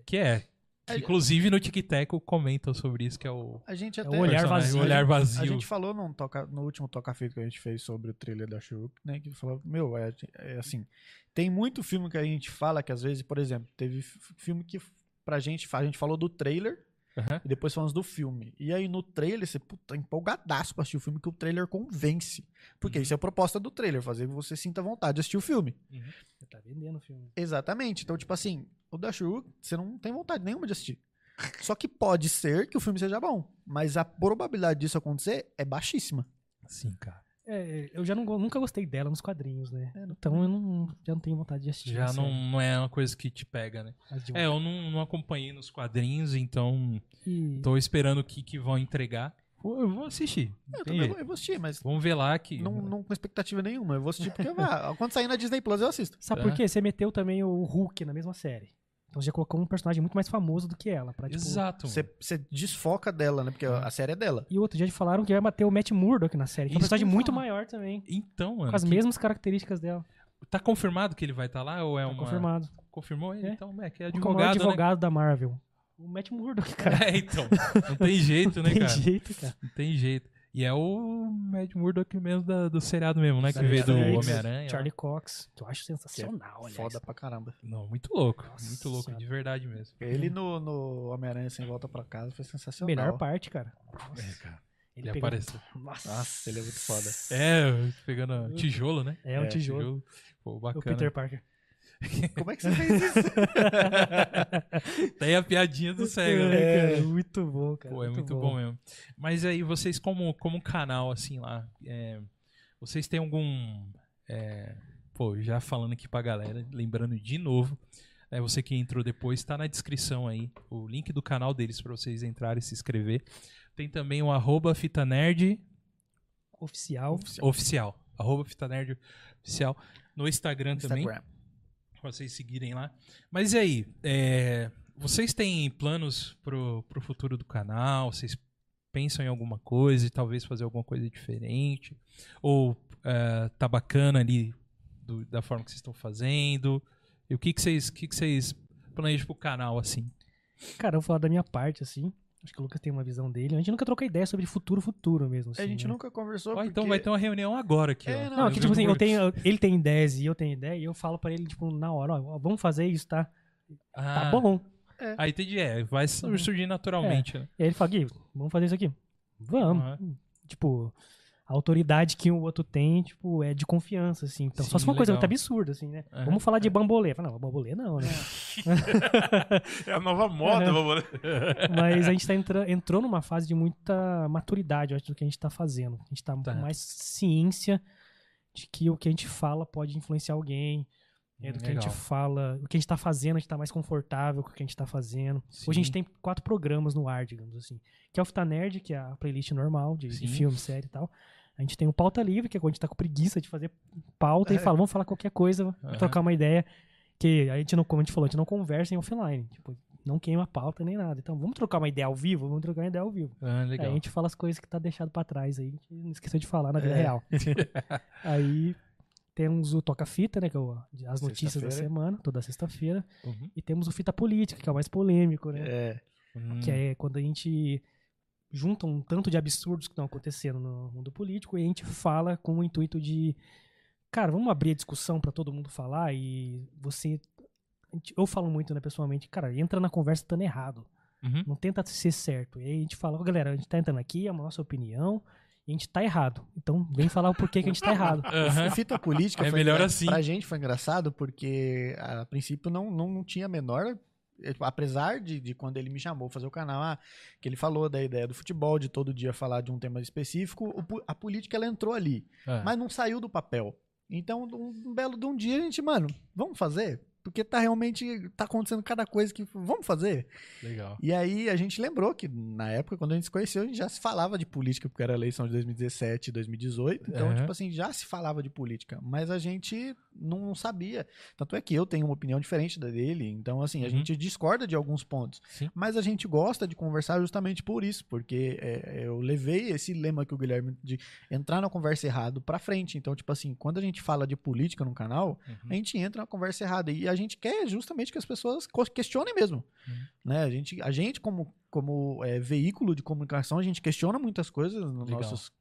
A: Que é. que, inclusive no Tic Teco comentam sobre isso, que é o.
E: A gente
C: É
E: até.
C: o olhar
A: personagem,
C: vazio.
A: o olhar vazio.
E: A gente falou num toca, no último Toca Feito que a gente fez sobre o trailer da Shuruk, né? Que falou, meu, é, é assim. Tem muito filme que a gente fala que às vezes, por exemplo, teve f- filme que pra gente, a gente falou do trailer
A: Aham.
E: e depois falamos do filme. E aí no trailer você puta, é empolgadaço pra assistir o filme que o trailer convence. Porque isso é a proposta do trailer, fazer que você sinta vontade de assistir o filme.
C: Você tá vendendo o filme.
E: Exatamente. Então, tipo assim, o da Shuruk, você não tem vontade nenhuma de assistir. Só que pode ser que o filme seja bom, mas a probabilidade disso acontecer é baixíssima.
A: Sim, cara.
C: É, eu já não go- nunca gostei dela nos quadrinhos, né? Então eu não, já não tenho vontade de assistir.
A: É, Já
C: a
A: não,
C: série.
A: não é uma coisa que te pega, né?
C: As de-
A: É, eu não, não acompanhei nos quadrinhos, então
C: E-
A: tô esperando o que, que vão entregar. Vou- Eu vou assistir.
E: Eu,
A: Tem
E: também
A: jeito.
E: vou, eu vou assistir, mas
A: Vamos ver lá que.
E: não, não com expectativa nenhuma. Eu vou assistir porque ah, quando sair na Disney Plus eu assisto.
C: Sabe por
A: É.
C: quê? Você meteu também o Hulk na mesma série. Então você já colocou um personagem muito mais famoso do que ela. Pra, tipo,
A: Exato.
E: Você, você desfoca dela, né? Porque a série é dela.
C: E outro dia falaram que vai bater o Matt Murdock na série, que é um
A: Isso que
C: personagem
A: eu ia
C: muito
A: falar.
C: maior também.
A: Então, mano.
C: Com as
A: que-
C: mesmas características dela.
A: Tá confirmado que ele vai estar lá ou é
C: Tá
A: uma.
C: confirmado.
A: Confirmou ele?
C: É.
A: Então, é que é
C: Como é o
A: advogado. né?
C: advogado da Marvel. O Matt Murdock, cara.
A: É, então. Não tem jeito, né,
C: Tem
A: cara?
C: jeito, cara.
A: Não tem jeito. E é o Mad Murdock mesmo da- do seriado mesmo, né? Que veio do
C: Netflix,
A: Homem-Aranha. né? é
C: Charlie Cox, que eu acho sensacional, aliás.
E: Foda pra caramba.
A: Não, muito louco.
C: Nossa
A: muito louco,
C: Senhora.
A: de verdade mesmo.
E: Ele no, no Homem-Aranha Sem Volta Pra Casa foi sensacional.
C: Melhor parte, cara.
A: É, cara.
C: Ele,
A: Ele
C: pegando-
A: apareceu.
C: Nossa.
E: Nossa, ele é muito foda.
A: É, pegando tijolo, né?
C: É, um tijolo.
A: Pô,
C: O
A: bacana.
C: Peter Parker.
E: Como é que você fez isso?
A: Daí a piadinha do cego, né?
C: É, cara, muito bom, cara.
A: Pô, é muito bom. mesmo. Mas aí, vocês como, como canal, assim, lá, é, vocês têm algum... é, pô, já falando aqui pra galera, lembrando de novo, é, você que entrou depois, tá na descrição aí, o link do canal deles pra vocês entrarem e se inscrever. Tem também o arroba fitanerd,
C: oficial.
A: Oficial. Arroba Fita Nerd Oficial. No Instagram, também. Pra vocês seguirem lá. Mas e aí? é, vocês têm planos pro, pro futuro do canal? Vocês pensam em alguma coisa e talvez fazer alguma coisa diferente? Ou é, tá bacana ali do- da forma que vocês estão fazendo? E o que, que vocês, o que que vocês planejam pro canal, assim?
C: Cara, eu vou falar da minha parte, assim. Acho que o Lucas tem uma visão dele. A gente nunca troca ideia sobre futuro, futuro
D: a
C: mesmo. assim,
D: gente
C: né?
D: nunca conversou.
A: Ó,
D: porque...
A: então vai ter uma reunião agora aqui,
D: É,
A: ó.
D: não,
C: Não,
A: Eu
C: que
A: vi
C: tipo
A: um
C: assim, eu
A: grupo.
C: tenho, eu- ele tem ideias e eu tenho ideia, e eu falo pra ele, tipo, na hora, ó, vamos fazer isso, tá? Tá
A: Ah,
C: bom. Tá É.
A: Aí entendi, é, vai surgir naturalmente, né?
C: E aí ele fala, Gui, vamos fazer isso aqui. Vamos.
A: Aham.
C: Tipo, a autoridade que o outro tem, tipo, é de confiança, assim. Então, só
A: Sim,
C: se uma coisa
A: legal. É.
C: muito absurda, assim, né?
A: Aham.
C: Vamos falar de bambolê. Fala, não, bambolê não, né?
B: É a nova moda,
C: Aham.
B: vamos lá.
A: É.
C: Mas a gente tá entra- entrou numa fase de muita maturidade, eu acho, do que a gente tá fazendo. A gente tá,
A: Tá.
C: com mais ciência de que o que a gente fala pode influenciar alguém. É, do que a
A: Legal.
C: gente fala, o que a gente tá fazendo, a gente tá mais confortável com o que a gente tá fazendo. Hoje a gente
A: Sim.
C: tem quatro programas no ar, digamos assim. Que é o Fita Nerd, que é a playlist normal de, de
A: Sim.
C: filme, série e tal. A gente tem o Pauta Livre, que é quando a gente tá com preguiça de fazer pauta e fala, vamos falar qualquer coisa,
A: É. Aham.
C: trocar uma ideia. Que a gente não, como a gente falou, a gente não conversa em offline. Tipo, não queima pauta nem nada. Então, vamos trocar uma ideia ao vivo? Vamos trocar uma ideia ao vivo.
A: Ah,
C: Aí a
A: legal.
C: gente fala as coisas que tá deixado pra trás aí, que não esqueceu de falar na vida
D: É.
C: real. aí temos o Toca Fita, né? Que é o- as notícias
D: Sexta-feira.
C: da semana, toda sexta-feira.
A: Uhum.
C: E temos o Fita Política, que é o mais polêmico, né?
D: É,
A: Hum,
C: Que é quando a gente junta um tanto de absurdos que estão acontecendo no mundo político e a gente fala com o intuito de, cara, vamos abrir a discussão para todo mundo falar e você. a gente- Eu falo muito, né, pessoalmente, cara, entra na conversa estando errado.
A: uhum.
C: Não tenta ser certo. E aí a gente fala, "Ó, galera, a gente tá entrando aqui, é a nossa opinião, e a gente tá errado. Então vem falar o porquê que a gente tá errado.
A: Aham.
E: A fita política
A: É
E: foi
A: melhor
E: engra-
A: assim.
E: pra gente foi engraçado porque a princípio não, não, não tinha a menor eu, apesar de, de quando ele me chamou pra fazer o canal ah, que ele falou da ideia do futebol de todo dia falar de um tema específico o po- a política ela entrou ali
A: Ah.
E: mas não saiu do papel então um, um belo de um dia a gente mano vamos fazer porque tá realmente tá acontecendo cada coisa que vamos fazer
A: Ah, Legal.
E: e aí a gente lembrou que na época, quando a gente se conheceu, a gente já se falava de política, porque era a eleição de 2017 e 2018. Então,
A: Aham.
E: tipo assim, já se falava de política, mas a gente não sabia. Tanto é que eu tenho uma opinião diferente da dele. Então, assim, a
A: Uhum.
E: gente discorda de alguns pontos.
A: Sim.
E: Mas a gente gosta de conversar justamente por isso, porque é, eu levei esse lema que o Guilherme de entrar na conversa errado pra frente. Então, tipo assim, quando a gente fala de política no canal, a
A: Uhum.
E: gente entra na conversa errada. E a gente quer justamente que as pessoas co- questionem mesmo.
A: Uhum.
E: Né? A gente, a gente como, como é, veículo de comunicação, a gente questiona muitas coisas nos
A: Legal.
E: nossos,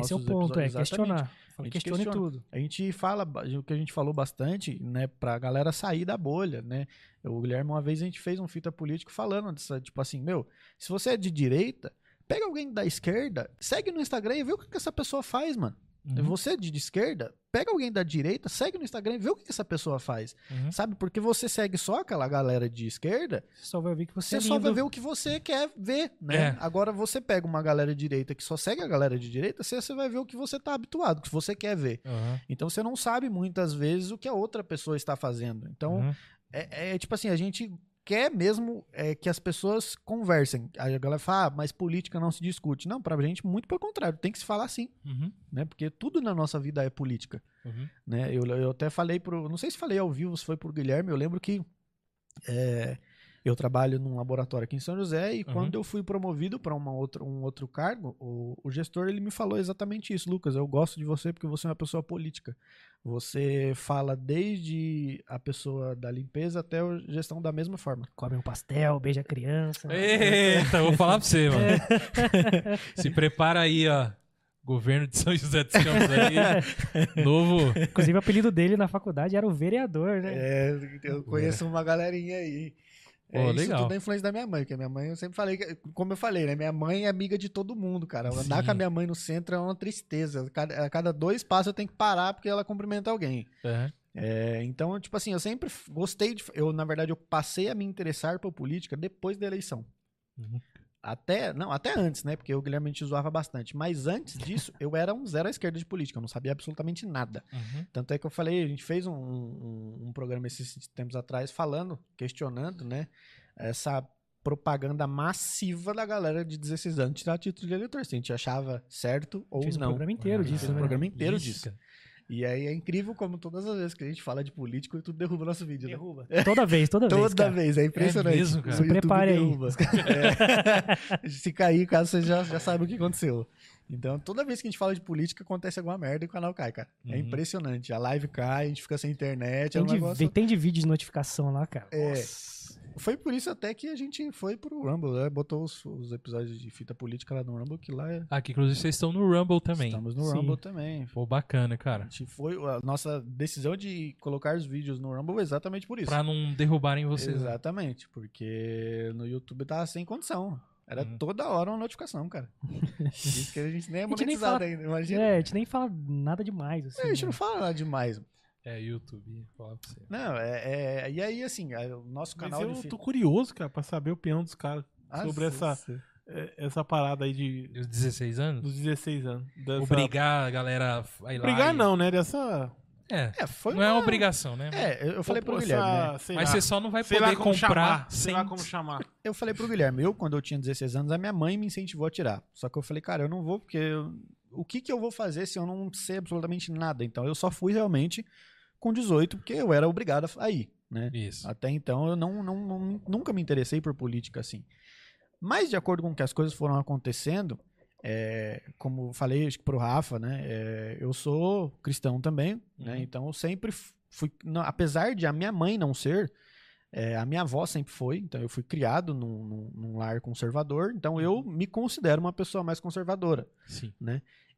C: Esse é o
E: nossos
C: ponto, é
E: episódios. Exatamente.
C: questionar. Fala,
E: gente
C: Questione
E: questiona.
C: tudo.
E: A gente fala ba- o que a gente falou bastante, né, pra galera sair da bolha, né? O Guilherme, uma vez a gente fez um fita político falando dessa, tipo assim, meu, se você é de direita, pega alguém da esquerda, segue no Instagram e vê o que que essa pessoa faz, mano.
A: Uhum.
E: Você é de de esquerda, pega alguém da direita, segue no Instagram e vê o que que essa pessoa faz.
A: Uhum.
E: Sabe? Porque você segue só aquela galera de esquerda,
C: Você só vai ver que você,
E: você
C: é
E: só vai
C: lindo.
E: ver o que você quer ver, né?
A: É.
E: Agora você pega uma galera de direita que só segue a galera de direita, você, você vai ver o que você tá habituado, o que você quer ver.
A: Aham.
E: Então você não sabe muitas vezes o que a outra pessoa está fazendo. Então
A: Uhum.
E: é, é tipo assim, a gente quer mesmo é, que as pessoas conversem. Aí a galera fala, ah, mas política não se discute. Não, pra gente, muito pelo contrário, tem que se falar sim,
A: Uhum.
E: né? Porque tudo na nossa vida é política
A: Uhum.
E: né? Eu, eu até falei pro. Não sei se falei ao vivo, se foi pro Guilherme, eu lembro que é, eu trabalho num laboratório aqui em São José e
A: Uhum.
E: quando eu fui promovido para um outro cargo, o, o gestor ele me falou exatamente isso, Lucas. Eu gosto de você porque você é uma pessoa política. Você fala desde a pessoa da limpeza até a gestão da mesma forma.
C: Come um pastel, beija a criança.
A: Eita, vou falar pra você, mano.
C: É.
A: Se prepara aí, ó. Governo de São José dos Campos aí. Novo.
C: Inclusive, o apelido dele na faculdade era o vereador, né?
E: É, eu conheço uma galerinha aí. É,
A: Pô,
E: isso
A: legal.
E: tudo é influência da minha mãe, porque a minha mãe, eu sempre falei, que- como eu falei, né? Minha mãe é amiga de todo mundo, cara. Andar
A: Sim.
E: com a minha mãe no centro é uma tristeza. Cada- a cada dois passos eu tenho que parar porque ela cumprimenta alguém.
A: Aham.
E: É, então, tipo assim, eu sempre f- gostei de. Eu, na verdade, eu passei a me interessar por política depois da eleição.
A: Uhum.
E: Até, não, até antes, né? Porque o Guilherme te zoava bastante. Mas antes disso, eu era um zero à esquerda de política. Eu não sabia absolutamente nada.
A: Uhum.
E: Tanto é que eu falei, a gente fez um, um, um programa esses tempos atrás falando, questionando, né? Essa propaganda massiva da galera de 16 anos tirar título de eleitor. Se a gente achava certo ou
C: Fez um
E: não.
C: programa inteiro
E: Fez
C: disso,
E: um
C: né?
E: programa inteiro
A: Ixi,
E: disso.
A: cara.
E: E aí é incrível como todas as vezes que a gente fala de político, tudo derruba nosso vídeo, né?
C: Derruba. Toda vez, toda, vez.
E: Toda
C: cara.
E: vez, é impressionante.
A: É mesmo, cara.
E: O YouTube
C: Prepare aí.
E: derruba. É. Se cair, caso você já, já sabe o que aconteceu. Então, toda vez que a gente fala de política, acontece alguma merda e o canal cai, cara. É
A: Uhum.
E: impressionante. A live cai, a gente fica sem internet, é
C: Tem,
E: um
C: de,
E: negócio...
C: vi- tem de vídeo de notificação lá, cara.
E: É.
C: Nossa.
E: Foi por isso até que a gente foi pro Rumble, né? Botou os, os episódios de fita política lá no Rumble, que lá é...
A: Ah, que inclusive vocês estão no Rumble também.
E: Estamos no
C: Sim.
E: Rumble também.
A: Pô, bacana,
E: A
A: cara.
E: gente foi... A nossa decisão de colocar os vídeos no Rumble é exatamente por isso.
A: Pra não derrubarem vocês. né?
E: Exatamente, porque no YouTube tava sem condição. Era
A: Hum.
E: toda hora uma notificação, cara. Isso que a gente nem é
C: A gente nem fala-
E: monetizado ainda, imagina. É,
C: É, a gente nem fala nada demais. Assim,
E: A gente não
C: né?
E: fala nada demais.
A: É, YouTube. Fala pra você.
E: Não, é, é- E aí, assim, é, o nosso
B: Mas
E: canal
B: eu
E: de fi-
B: tô curioso, cara, pra saber a opinião dos caras.
E: Ah,
B: sobre
E: sim,
B: essa-
E: sim.
B: É, Essa parada aí de,
A: Os 16 anos?
B: dos 16 anos. Dessa...
A: Obrigar a galera a ir lá.
B: Obrigar
A: e-
B: não, né? Dessa.
A: É.
E: É, foi
A: Não é
E: uma-
A: obrigação, né?
E: É, eu- eu falei pro
B: essa-
E: Guilherme, né?
B: sei
A: Mas
B: lá.
A: você só não vai
B: Sei
A: poder
B: lá como
A: comprar
B: chamar. Sei
A: sem.
B: lá como chamar.
E: Eu falei pro Guilherme, eu, quando eu tinha 16 anos, a minha mãe me incentivou a tirar. Só que eu falei, cara, eu não vou, porque eu- o que, que eu vou fazer se eu não sei absolutamente nada? Então, eu só fui realmente com 18, porque eu era obrigado a ir, né?
B: Ah.
A: Isso.
E: Até então eu não, não- não- nunca me interessei por política assim. Mas de acordo com que as coisas foram acontecendo, é, como eu falei acho que pro Rafa, né? é, eu sou cristão também,
A: Uhum.
E: né? Então eu sempre f- fui, não, apesar de a minha mãe não ser, é, a minha avó sempre foi, então eu fui criado num, num- num lar conservador, então
A: Uhum.
E: eu me considero uma pessoa mais conservadora.
A: Sim.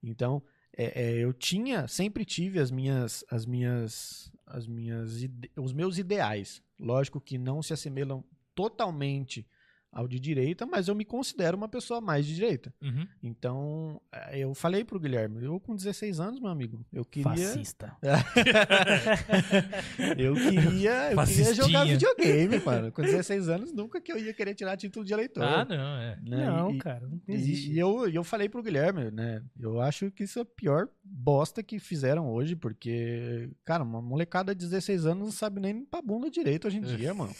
E: Então, é, é, eu tinha, sempre tive as minhas, as minhas, as minhas, ide- os meus ideais. Lógico que não se assemelham totalmente ao de direita, mas eu me considero uma pessoa mais de direita.
A: Uhum.
E: Então, eh, eu falei pro Guilherme, eu com 16 anos, meu amigo, eu queria,
C: Fascista.
E: eu queria, eu queria
A: Fascistinha.
E: jogar videogame, mano. Com 16 anos, nunca que eu ia querer tirar título de eleitor.
A: Ah, não, é.
E: né?
C: Não,
E: E- e-
C: cara, não
E: E-
C: existe.
E: E eu, e eu falei pro Guilherme, né? Eu acho que isso é a pior bosta que fizeram hoje, porque, cara, uma molecada de 16 anos não sabe nem pra bunda direito hoje em dia, mano.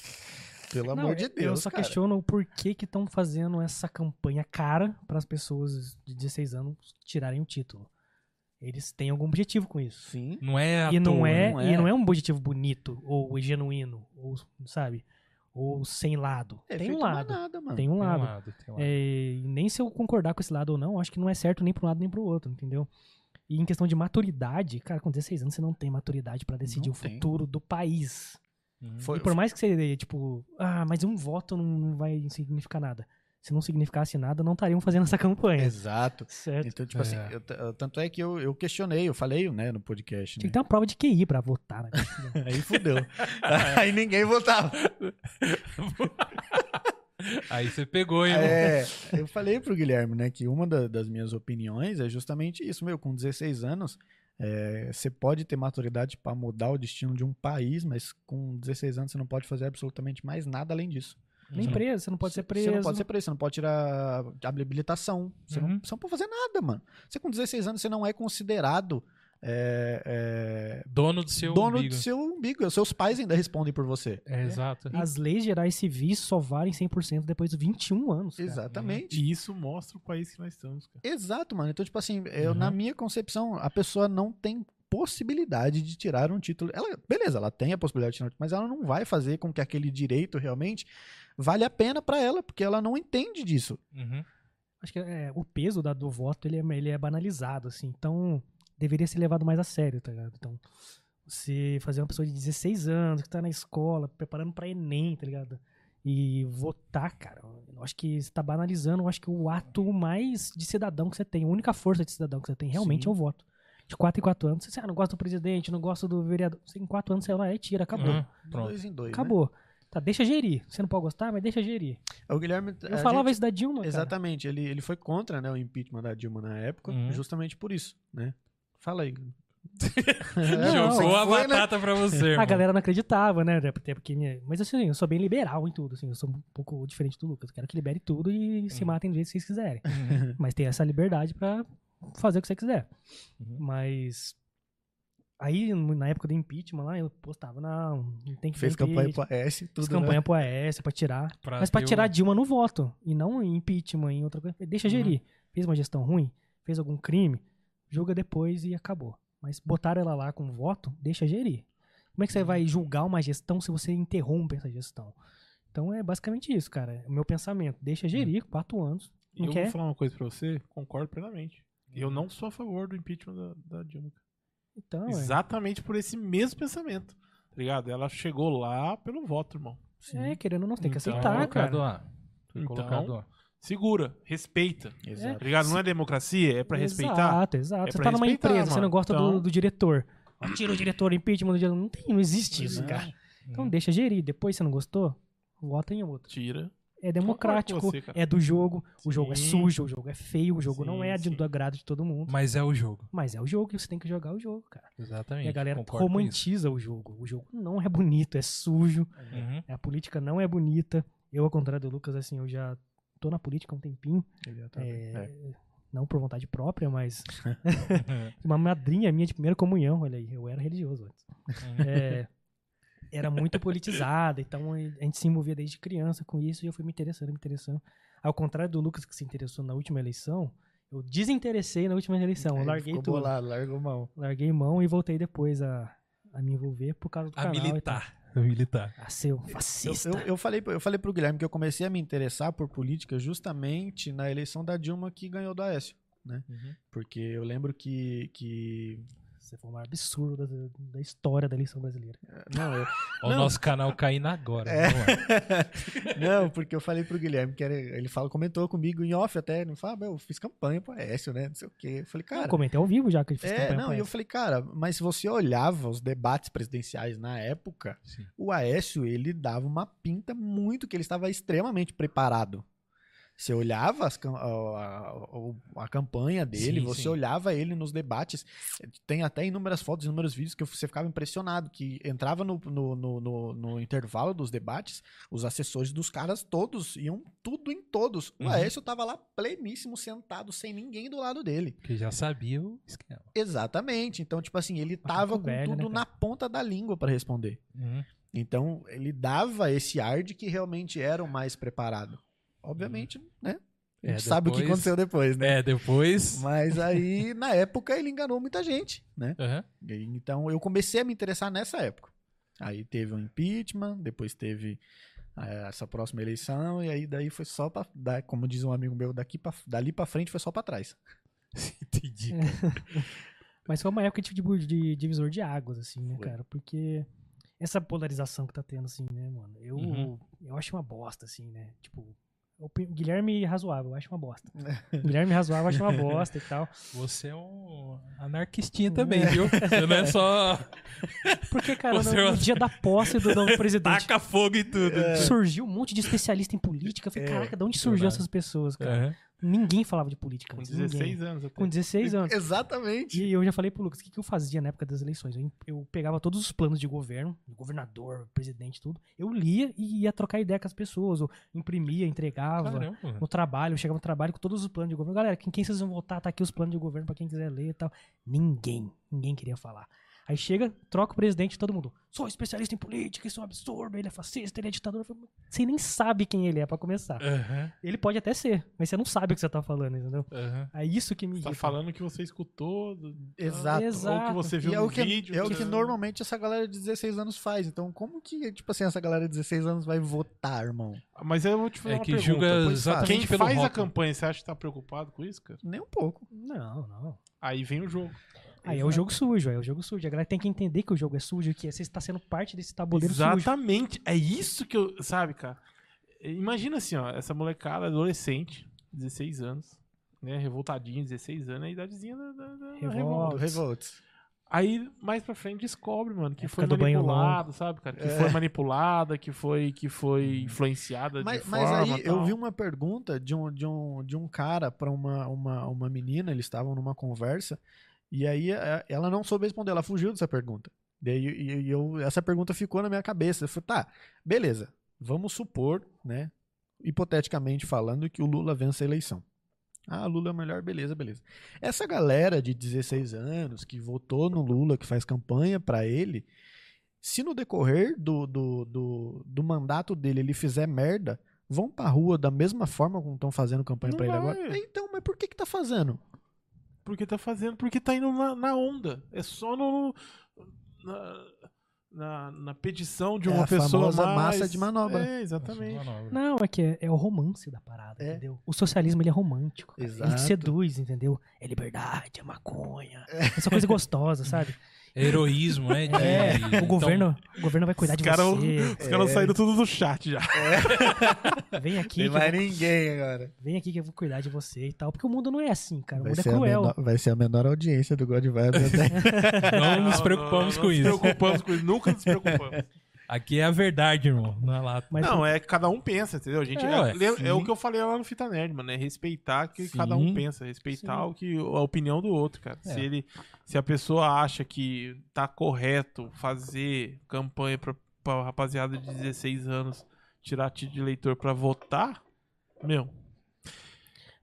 E: Pelo
C: Não, é,
E: amor de
C: eu-
E: Deus.
C: Eu só
E: cara.
C: questiono o porquê que estão fazendo essa campanha cara para as pessoas de 16 anos tirarem o título. Eles têm algum objetivo com isso.
E: Sim.
A: Não é à
C: E não
A: toa,
C: é,
A: né?
C: e não é um objetivo bonito ou genuíno, ou sabe, ou sem lado.
E: É
C: tem,
E: feito
C: um lado,
E: manada, mano.
C: tem um
A: Tem um
C: lado.
A: lado, tem um lado.
C: É, e nem se eu concordar com esse lado ou não, acho que não é certo nem para um lado nem para o outro, entendeu? E em questão de maturidade, cara, com 16 anos você não tem maturidade para decidir
E: Não
C: o
E: tem.
C: futuro do país.
A: Uhum.
E: Foi,
C: E por mais que você, tipo, ah, mas um voto não- não vai significar nada. Se não significasse nada, não estariam fazendo essa campanha.
E: Exato.
C: Certo.
E: Então, tipo assim,
A: É.
E: eu t- eu- tanto é que eu, eu questionei, eu falei, né, no podcast.
C: Tinha
E: Né?
C: que ter uma prova de QI pra votar, né? bicho?
E: Aí fudeu. Aí ninguém votava.
A: Aí você pegou, hein? irmão?
E: É, eu falei pro Guilherme, né, que uma da- das minhas opiniões é justamente isso, meu, com 16 anos, é, você pode ter maturidade pra mudar o destino de um país, mas com 16 anos você não pode fazer absolutamente mais nada além disso.
A: Uhum.
C: Nem preso, você não pode ser preso.
E: Você não pode ser preso, você não pode tirar habilitação, você,
A: Uhum.
E: não, você não pode fazer nada, mano. Você com 16 anos, você não é considerado é,
A: Dono do
E: é,
A: seu
E: dono
A: umbigo.
E: do seu Ah. umbigo, os seus pais ainda respondem por você.
A: É, exato.
C: As leis gerais civis só valem 100% depois de 21 anos. cara.
E: Exatamente.
B: E isso mostra o país que nós estamos, cara.
E: Exato, mano. Então, tipo assim, eu,
A: Uhum.
E: na minha concepção, a pessoa não tem possibilidade de tirar um título. Ela, beleza, ela tem a possibilidade de tirar, um título, mas ela não vai fazer com que aquele direito realmente vale a pena pra ela, porque ela não entende disso.
A: Uhum.
C: Acho que é, o peso da- do voto ele é, ele é banalizado, assim. Então, deveria ser levado mais a sério, tá ligado? Então, você fazer uma pessoa de 16 anos, que tá na escola, preparando pra Enem, tá ligado? E votar, cara. Eu acho que você tá banalizando, eu acho que o ato mais de cidadão que você tem, a única força de cidadão que você tem realmente
E: Sim.
C: é o voto. De 4 em 4 anos, você ah, não gosta do presidente, não gosta do vereador. Você, em 4 anos você vai lá e tira, acabou.
A: Ah, pronto.
E: Dois em dois. né?
C: Acabou. Tá, deixa gerir. Você não pode gostar, mas deixa gerir.
E: O Guilherme.
C: Eu
E: a
C: falava
E: gente-
C: isso da Dilma, cara.
E: Exatamente. Ele, ele foi contra né, o impeachment da Dilma na época,
A: Uhum.
E: justamente por isso, né? Fala aí.
C: Não,
A: Jogou a
E: foi, né?
A: batata pra você,
C: A
A: irmão.
C: Ah, galera não acreditava, né? Até porque minha... Mas assim, eu sou bem liberal em tudo, assim, eu sou um pouco diferente do Lucas. Eu quero que libere tudo e se
A: Uhum.
C: matem do jeito que vocês quiserem.
A: Uhum.
C: Mas tem essa liberdade pra fazer o que você quiser.
A: Uhum.
C: Mas Aí, no- na época do impeachment lá, eu postava, não, não tem que
E: Fez
C: ter
E: campanha pro
C: impeachment.
E: AS e tudo.
C: Fiz
E: né?
C: campanha pro AS pra tirar.
A: Pra
C: Mas pra
A: ter
C: tirar
A: um-
C: Dilma no voto. E não em impeachment, em outra coisa. Deixa gerir. Fez uma gestão ruim, fez algum crime, julga depois e acabou. Mas botaram ela lá com voto, deixa gerir. Como é que você vai julgar uma gestão se você interrompe essa gestão? Então é basicamente isso, cara. É O meu pensamento. Deixa gerir, quatro anos. Não
B: eu
C: quer?
B: vou falar uma coisa pra você, concordo plenamente. Eu não sou a favor do impeachment da, da Dilma.
C: Então, é.
B: Exatamente por esse mesmo pensamento. Tá ligado? Ela chegou lá pelo voto, irmão.
C: É, querendo ou não, tem que
B: Então,
A: é
C: aceitar,
A: Tá
C: cara. Tá
A: Colocado lá. Foi
B: Então,
A: colocado lá.
B: Segura, respeita.
D: Exato.
B: Tá ligado? Não é democracia, é pra respeitar.
C: Exato, exato.
B: É
C: você
B: pra
C: tá numa
B: respeitar,
C: empresa, você não
B: mano.
C: gosta do,
B: Então-
C: do diretor. Ó, Tira o diretor, impeachment do diretor. Não, tem, não existe isso,
D: Não.
C: cara. Então
A: Hum.
C: deixa gerir. Depois, se não gostou, vota em outro.
B: Tira. com
C: É democrático,
B: você, cara.
C: é do jogo. O jogo é
B: Sim.
C: sujo, o jogo é feio, o jogo não
B: Sim,
C: é de-
B: sim.
C: do agrado de todo mundo.
A: Mas é o jogo.
C: Mas é o jogo e você tem que jogar o jogo, cara.
A: Exatamente.
C: E a galera
A: concordo com isso.
C: romantiza o jogo. O jogo não é bonito, é sujo.
A: Uhum.
C: A política não é bonita. Eu, ao contrário do Lucas, assim, eu já tô na política há um tempinho. É, Não por vontade própria, mas. uma madrinha minha de primeira comunhão, olha aí, eu era religioso antes.
A: uhum.
C: É, era muito politizada, então a gente se envolvia desde criança com isso e eu fui me interessando, me interessando. Ao contrário do Lucas, que se interessou na última eleição, eu desinteressei na última eleição. Eu
E: É, Ele
C: larguei
E: ficou
C: tudo.
E: bolado, largou mão.
C: Larguei mão e voltei depois a, a me envolver por causa do
A: A
C: canal. e tal.
A: militar. A militar.
C: A seu
E: Eu,
C: fascista.
E: eu, eu, falei, eu falei pro Guilherme que eu comecei a me interessar por política justamente na eleição da Dilma que ganhou do Aécio, né?
A: Uhum.
E: Porque eu lembro que. que...
C: Você foi um absurdo da, da história da eleição brasileira.
E: Não, eu,
A: Ó, O nosso canal caindo agora. né,
E: É.
A: vamos lá.
E: Não, porque eu falei pro Guilherme que era, ele fala, comentou comigo em off até, ele fala, "Ah, meu, eu fiz campanha pro Aécio, né? Não sei o quê. Eu falei,
C: eu
E: cara.
C: comentei ao vivo já que ele fez
E: É,
C: campanha
E: não,
C: pra
E: e eu
C: essa.
E: falei, cara, mas se você olhava os debates presidenciais na época,
A: Sim.
E: o Aécio, ele dava uma pinta muito que ele estava extremamente preparado. Você olhava as cam- a, a- a campanha dele,
A: Sim,
E: você
A: sim.
E: olhava ele nos debates. Tem até inúmeras fotos, inúmeros vídeos que você ficava impressionado, que entrava no, no- no- no- no intervalo dos debates, os assessores dos caras todos iam tudo em todos. O
A: Uhum.
E: Aécio tava lá pleníssimo, sentado, sem ninguém do lado dele.
A: Porque já sabia o esquema.
E: Exatamente. Então, tipo assim, ele tava com
C: velho,
E: tudo
C: né,
E: na ponta da língua pra responder.
A: Uhum.
E: Então, ele dava esse ar de que realmente era o mais preparado. Obviamente, né? A
A: É,
E: gente sabe o que
A: depois-
E: aconteceu depois, né?
A: É, depois.
E: Mas aí, na época, ele enganou muita gente, né?
A: Aham.
E: E aí, Então, eu comecei a me interessar nessa época. Aí teve o impeachment, depois teve eh, essa próxima eleição, e aí daí foi só pra. da- como diz um amigo meu, daqui pra, dali pra frente foi só pra trás.
A: Entendi.
C: Mas foi uma época tipo, de, de, de divisor de águas, assim, né,
E: Foi.
C: cara? Porque essa polarização que tá tendo, assim, né, mano? Eu,
A: Uhum.
C: eu acho uma bosta, assim, né? Tipo, o P- Guilherme razoável, eu acho uma bosta. Guilherme razoável, eu acho uma bosta e tal.
A: Você é um anarquistinha também, viu? Você não é só
C: Porque, cara,
A: Você
C: no,
A: é
C: no
A: um-
C: dia da posse do novo presidente,
A: taca fogo e tudo.
C: surgiu um monte de especialista em política. Eu falei, caraca, de onde surgiu
A: verdade. É.
C: essas pessoas, cara?
A: Aham.
C: Ninguém falava de política.
B: Com
C: antes,
B: 16
C: ninguém.
B: anos até. Tá
C: Com 16 anos.
E: Exatamente.
C: E eu já falei pro Lucas, o que, que eu fazia na época das eleições? Eu, eu pegava todos os planos de governo, governador, presidente, tudo. Eu lia e ia trocar ideia com as pessoas. Eu imprimia, entregava.
A: Caramba.
C: No trabalho, eu chegava no trabalho com todos os planos de governo. Galera, quem, quem vocês vão votar? Tá aqui os planos de governo pra quem quiser ler e tal. Ninguém, ninguém queria falar. Aí chega, troca o presidente, todo mundo. Sou especialista em política, isso é um absurdo, ele é fascista, ele é ditador. Eu falei, "Mas Você nem sabe quem ele é pra começar.
A: Aham,
C: Ele pode até ser, mas você não sabe o que você tá falando, entendeu?
A: aham.
C: É isso que me
B: Você tá
C: irrita.
B: falando que você escutou. do-
E: Exato.
B: Ou que
C: Exato.
B: você viu
E: E é
B: no
E: o que,
B: vídeo.
E: é o
B: tá
E: que
B: ligado?
E: normalmente essa galera de 16 anos faz. Então, como que, tipo assim, essa galera de 16 anos vai votar, irmão?
B: Mas eu vou te fazer
A: É
B: uma
A: que
B: pergunta.
A: julga
E: pois faz.
A: exatamente
B: Quem
A: pelo
B: faz a
A: rótulo.
B: campanha, você acha que tá preocupado com isso, cara?
E: Nem um pouco.
C: Não, não.
B: Aí vem o jogo.
C: Aí é o jogo sujo, aí é o jogo sujo. A galera tem que entender que o jogo é sujo, que você está sendo parte desse tabuleiro sujo.
B: Exatamente. É isso que eu. Sabe, cara? Imagina assim, ó. Essa molecada adolescente, 16 anos, né? Revoltadinha, 16 anos, é a idadezinha da, da, da
C: Revolta.
B: revolta.
E: Do Revolts.
B: Aí, mais pra frente, descobre, mano, que
C: É,
B: foi
C: fica do banho
B: manipulado, sabe, cara? Que
E: É.
B: foi manipulada, que foi, que foi influenciada
E: Mas,
B: de
E: mas
B: forma
E: aí eu
B: tal.
E: vi uma pergunta de um, de um, de um cara pra uma, uma, uma menina, eles estavam numa conversa, e aí é, ela não soube responder, ela fugiu dessa pergunta. Daí e- e eu, essa pergunta ficou na minha cabeça. Eu falei, tá, beleza, vamos supor, né, hipoteticamente falando, que o Lula vença a eleição. Ah, Lula é o melhor, beleza, beleza. Essa galera de 16 anos que votou no Lula, que faz campanha pra ele, se no decorrer do, do, do, do mandato dele ele fizer merda, vão pra rua da mesma forma como estão fazendo campanha
B: Não
E: pra ele
B: vai.
E: agora? É, Então, mas por que que tá fazendo?
B: Porque tá fazendo, porque tá indo na, na onda. É só no. na, na, na petição de
E: É
B: uma
E: a
B: pessoa
E: famosa
B: mais.
E: massa de manobra.
B: É, exatamente.
C: Não, é que é, é o romance da parada,
E: É.
C: entendeu? O socialismo ele é romântico. cara. Ele
E: Exato.
C: seduz, entendeu? É liberdade, é maconha. Essa coisa gostosa, sabe?
A: É heroísmo, né? de-
C: É,
A: então,
C: o governo, o governo vai cuidar
B: Os
C: de
B: cara-
C: você.
E: é
B: Os
A: É.
B: caras saíram tudo do chat já.
C: Vem aqui, que eu vou-
E: ninguém agora.
C: vem aqui que eu vou cuidar de você e tal. Porque o mundo não é assim, cara. O
E: Vai
C: mundo é
E: ser, a
C: cruel.
E: menor, vai ser a menor audiência do God né? Vibes.
A: Não nos preocupamos
B: não
A: com
B: nos
A: isso.
B: preocupamos com isso. Nunca nos preocupamos.
A: Aqui é a verdade, irmão. Não é lá.
C: Mas
B: não, é que cada um pensa, entendeu? A gente,
A: É,
B: é,
A: ué,
B: lembra- é
A: sim.
B: o que eu falei lá no Fita Nerd, mano. É respeitar o que cada um
A: Sim.
B: pensa, respeitar o que, a opinião do outro, cara. Se, ele, se a pessoa acha que tá correto fazer campanha pra, pra rapaziada de 16 anos tirar título de eleitor pra votar, meu.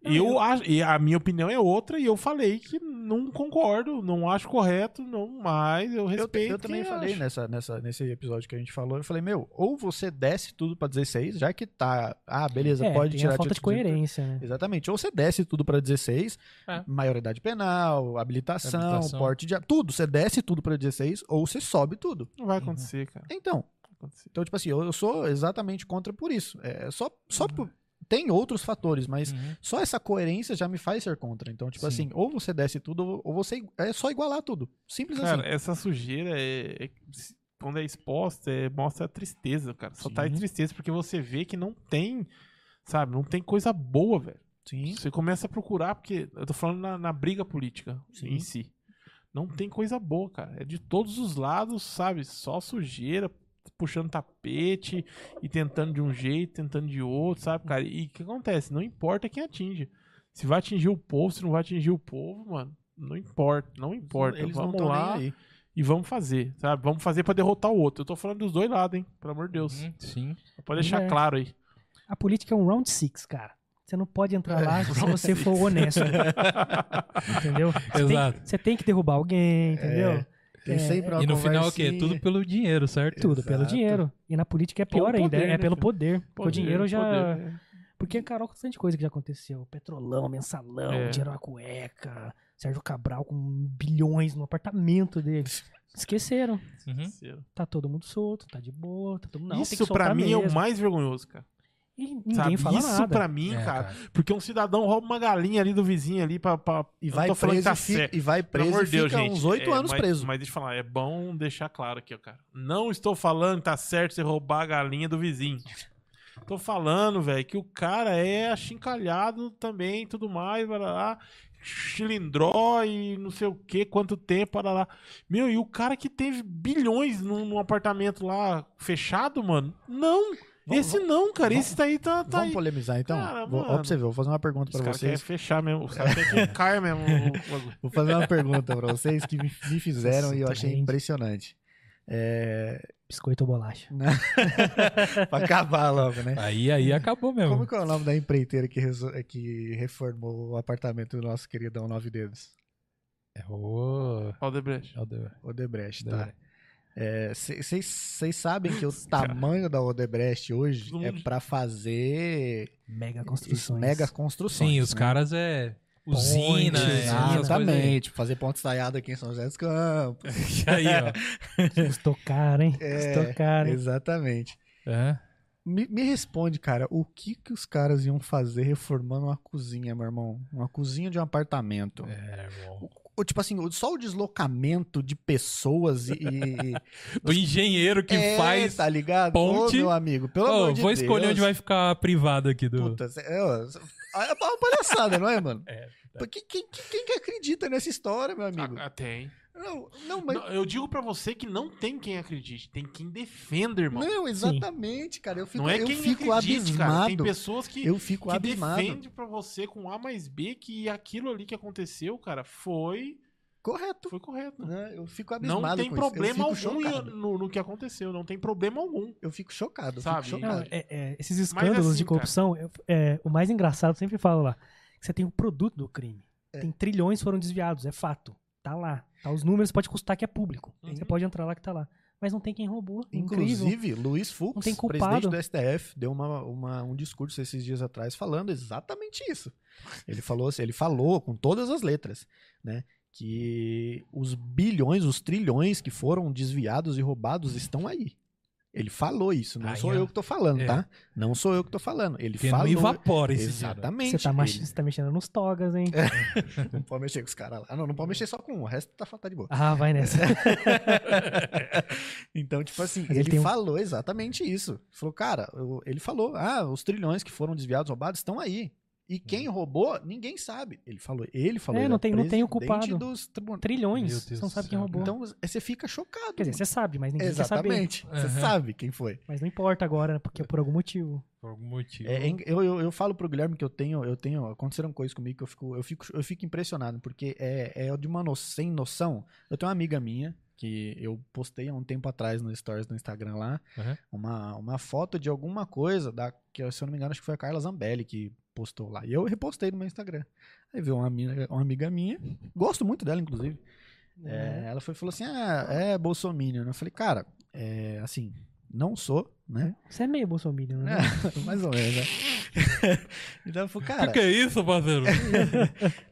C: Não,
B: eu,
C: eu-
B: acho, e a minha opinião é outra, e eu falei que não concordo, não acho correto, não, mas eu
E: Eu,
B: respeito.
E: eu também
B: quem
E: falei né?
B: acha.
E: nessa, nessa, nesse episódio que a gente falou, eu falei, meu, ou você desce tudo pra 16, já que tá. Ah, beleza,
C: é,
E: pode
C: tem
E: tirar
C: a falta de
E: título
C: coerência, né?
E: Exatamente. Ou você desce tudo pra 16,
B: É.
E: maioridade penal, habilitação,
A: Habilitação.
E: porte de. ar- Tudo. Você desce tudo pra 16 ou você sobe tudo.
B: Não vai acontecer, cara.
E: Então,
B: Não vai acontecer.
E: então tipo assim, eu, eu sou exatamente contra por isso. É só, só
C: Uhum.
E: por- tem outros fatores, mas
A: Uhum.
E: só essa coerência já me faz ser contra. Então, tipo
A: Sim.
E: assim, ou você desce tudo ou- ou você é só igualar tudo. Simples
B: Cara,
E: assim.
B: essa sujeira é, é- se- quando é exposta, é- mostra a tristeza, cara. Só tá a
A: Sim.
B: tristeza, porque você vê que não tem, sabe, não tem coisa boa, velho.
E: assim. Sim.
B: Você começa a procurar, porque eu tô falando na, na briga política em si. Não tem coisa boa, cara. É de todos os lados, sabe? Só sujeira, puxando tapete e tentando de um jeito, tentando de outro, sabe, cara? E o que acontece? Não importa quem atinge. Se vai atingir o povo, se não vai atingir o povo, mano, não importa, não importa.
E: Eles não
B: Vamos
E: estão
B: lá
E: nem aí.
B: e vamos fazer, sabe? Vamos fazer pra derrotar o outro. Eu tô falando dos dois lados, hein? Pelo amor de Deus.
A: Uhum, Sim.
B: Pode deixar
C: É.
B: claro aí.
C: A política é um round six, cara. Você não pode entrar lá
E: É.
C: se você for honesto. entendeu? Você tem,
A: Exato.
C: que- você tem que derrubar alguém, entendeu?
E: Tem
C: É,
E: sempre uma
A: E no final o quê?
E: conversinha.
A: Tudo pelo dinheiro, certo?
C: Tudo pelo
E: Exato.
C: dinheiro. E na política é pior
B: Ou
C: ainda,
B: poder,
C: é
B: né,
C: pelo
B: filho?
C: poder. Porque o
B: Poder,
C: dinheiro já.
B: poder,
E: Uhum.
B: né?
C: Porque, cara, olha tanta coisa que já aconteceu. Petrolão, mensalão,
B: É.
C: dinheiro na cueca, Sérgio Cabral com bilhões no apartamento dele. Esqueceram.
A: Uhum.
C: Tá todo mundo solto, tá de boa, tá todo mundo. Não, tem
B: Isso
C: que
B: pra
C: soltar
B: mim é o
C: mesmo.
B: mais vergonhoso, cara.
C: E ninguém
B: sabe?
C: fala
B: Isso
C: nada.
B: pra mim,
A: É,
B: cara. Porque um cidadão rouba uma galinha ali do vizinho ali pra. pra...
E: E
B: Eu
E: vai,
B: tô falando
E: preso,
B: que tá
E: e fica-
B: certo.
E: e vai
B: Pelo
E: preso
B: amor
E: e
B: de
E: fica
B: Deus, gente.
E: uns oito
B: É,
E: anos
B: mas,
E: preso.
B: Mas deixa eu falar, é bom deixar claro aqui, ó, cara. Não estou falando que tá certo você roubar a galinha do vizinho. Tô falando, velho, que o cara é achincalhado também e tudo mais, vai lá. Chilindró e não sei o que, quanto tempo, olha lá. Meu, e o cara que teve bilhões num, num apartamento lá fechado, mano? Não!
E: Vamos-
B: esse não, cara.
E: vamos-
B: esse daí tá, tá
E: Vamos
B: aí.
E: polemizar então?
B: Cara,
E: vou, ó,
B: mano.
E: pra você ver, vou fazer uma pergunta
B: Os
E: pra
B: caras querem
E: vocês.
B: fechar mesmo. Os caras querem que caia mesmo. o- o bagulho.
E: Vou fazer uma pergunta pra vocês que me, me fizeram
C: Nossa,
E: e eu
C: tá
E: achei
C: bem.
E: impressionante. É,
C: Biscoito ou bolacha?
E: pra acabar logo, né?
A: Aí, aí acabou mesmo.
E: Como que é o nome da empreiteira que, reso- que reformou o apartamento do nosso queridão Nove Dedos?
A: É o...
B: Aldebrecht.
E: Odebrecht, tá?
A: Odebrecht.
E: Vocês sabem que o tamanho da Odebrecht hoje
B: Todo
E: é
B: mundo-
E: pra fazer
C: Mega construções.
E: mega construções.
A: Sim, os
E: né?
A: caras é...
C: Pontes,
A: Usina, é, essas coisas aí.
E: Exatamente, fazer ponto ensaiado aqui em São José dos Campos.
A: Aí, ó.
C: Custou caro, hein?
E: É,
C: Custou caro, hein?
E: Exatamente.
A: É.
E: Me, me responde, cara, o que que os caras iam fazer reformando uma cozinha, meu irmão? Uma cozinha de um apartamento.
A: É, bom.
E: Ou, tipo assim, o- só o deslocamento de pessoas e. e- e-
A: Do engenheiro que
E: É,
A: faz.
E: Tá ligado?
A: ponte.
E: Ô, meu amigo, pelo
A: Ô,
E: amor de
A: vou
E: Deus.
A: escolher onde vai ficar privado aqui do.
E: Puta, cê- é, ó, é uma palhaçada, não é, mano?
A: É,
E: Porque Quem, quem, quem que acredita nessa história, meu amigo?
B: Ah, ah, tem.
E: Não, não, mas.
B: Não, eu digo pra você que não tem quem acredite, tem quem defenda, irmão.
E: Não,
B: Não,
E: exatamente, cara. Eu fico,
B: é
E: eu
B: quem
E: fico
B: acredite, cara. Tem
E: abismado.
B: pessoas que,
E: eu fico
B: que
E: abismado.
B: defendem pra você com A mais B que aquilo ali que aconteceu, cara, foi,
E: Correto.
B: foi correto.
E: né? Eu fico
B: Não
E: abismado.
B: tem
E: com isso.
B: problema
E: eu
B: algum
E: fico Chocado.
B: no, no que aconteceu, não tem problema algum.
E: Eu fico chocado. eu
B: Sabe?
E: Fico
C: Não,
E: chocado.
C: é- é, esses escândalos
B: assim,
C: de corrupção, eu- é, o mais engraçado, eu sempre falo lá. que Você tem o produto do crime. Tem trilhões foram desviados, é fato. Tá lá. Tá os números, pode custar que é público.
B: Uhum.
C: Você pode entrar lá que tá lá. Mas não tem quem roubou. é Incrível.
E: Inclusive, Luiz
C: Não
E: Fux,
C: tem
E: presidente
C: culpado.
E: do STF, deu uma, uma- um discurso esses dias atrás falando exatamente isso. Ele falou, assim, ele falou com todas as letras, né? Que os bilhões, os trilhões que foram desviados e roubados estão aí. Ele falou isso, não
A: Aí,
E: sou
A: ó.
E: eu que tô falando,
A: É.
E: tá? Não sou eu que tô falando. Ele
A: Porque não
E: falou.
A: evapora esse dinheiro.
E: Exatamente.
C: Você tá,
E: ele-
C: machi- você tá mexendo nos togas, hein?
E: É. Não pode mexer com os caras lá. Ah, não, não
C: É.
E: pode mexer só com um. O resto tá, tá de boa.
C: Ah, vai nessa.
E: Então, tipo assim,
C: Mas ele
E: ele,
C: tem um-
E: falou exatamente isso. Falou, cara, eu- ele falou, ah, os trilhões que foram desviados, roubados, estão aí. E quem roubou, ninguém sabe. Ele falou, ele falou.
C: Uhum. É,
E: ele
C: não tem- não tem o
E: presidente
C: culpado.
E: Dos tribunais.
A: Meu
C: Trilhões.
A: Deus
C: Você não
A: do
C: sabe quem
A: céu.
C: roubou.
E: Então, você fica chocado.
C: Quer dizer, você sabe, mas ninguém quer saber.
E: Exatamente. Você
A: Aham.
E: sabe quem foi.
C: Mas não importa agora, porque é por algum motivo.
A: Por algum motivo.
E: É, en- eu, eu, eu falo pro Guilherme que eu tenho, eu tenho, aconteceram coisas comigo que eu fico, eu fico, eu fico impressionado, porque é, é de uma no, sem noção. Eu tenho uma amiga minha que eu postei há um tempo atrás no stories do Instagram lá,
A: Aham.
E: uma, uma foto de alguma coisa da que se eu não me engano acho que foi a Carla Zambelli que postou lá. E eu repostei no meu Instagram. Aí veio uma, mina- uma amiga minha, gosto muito dela inclusive.
C: Uhum.
E: É, ela foi, falou assim: ah, é Bolsominion. Eu falei, cara, é, assim, não sou, né?
C: Você é meio bolsominion, né?
E: Mais ou menos, né? então eu falei,
A: O
E: cara.
A: que, que é isso, parceiro?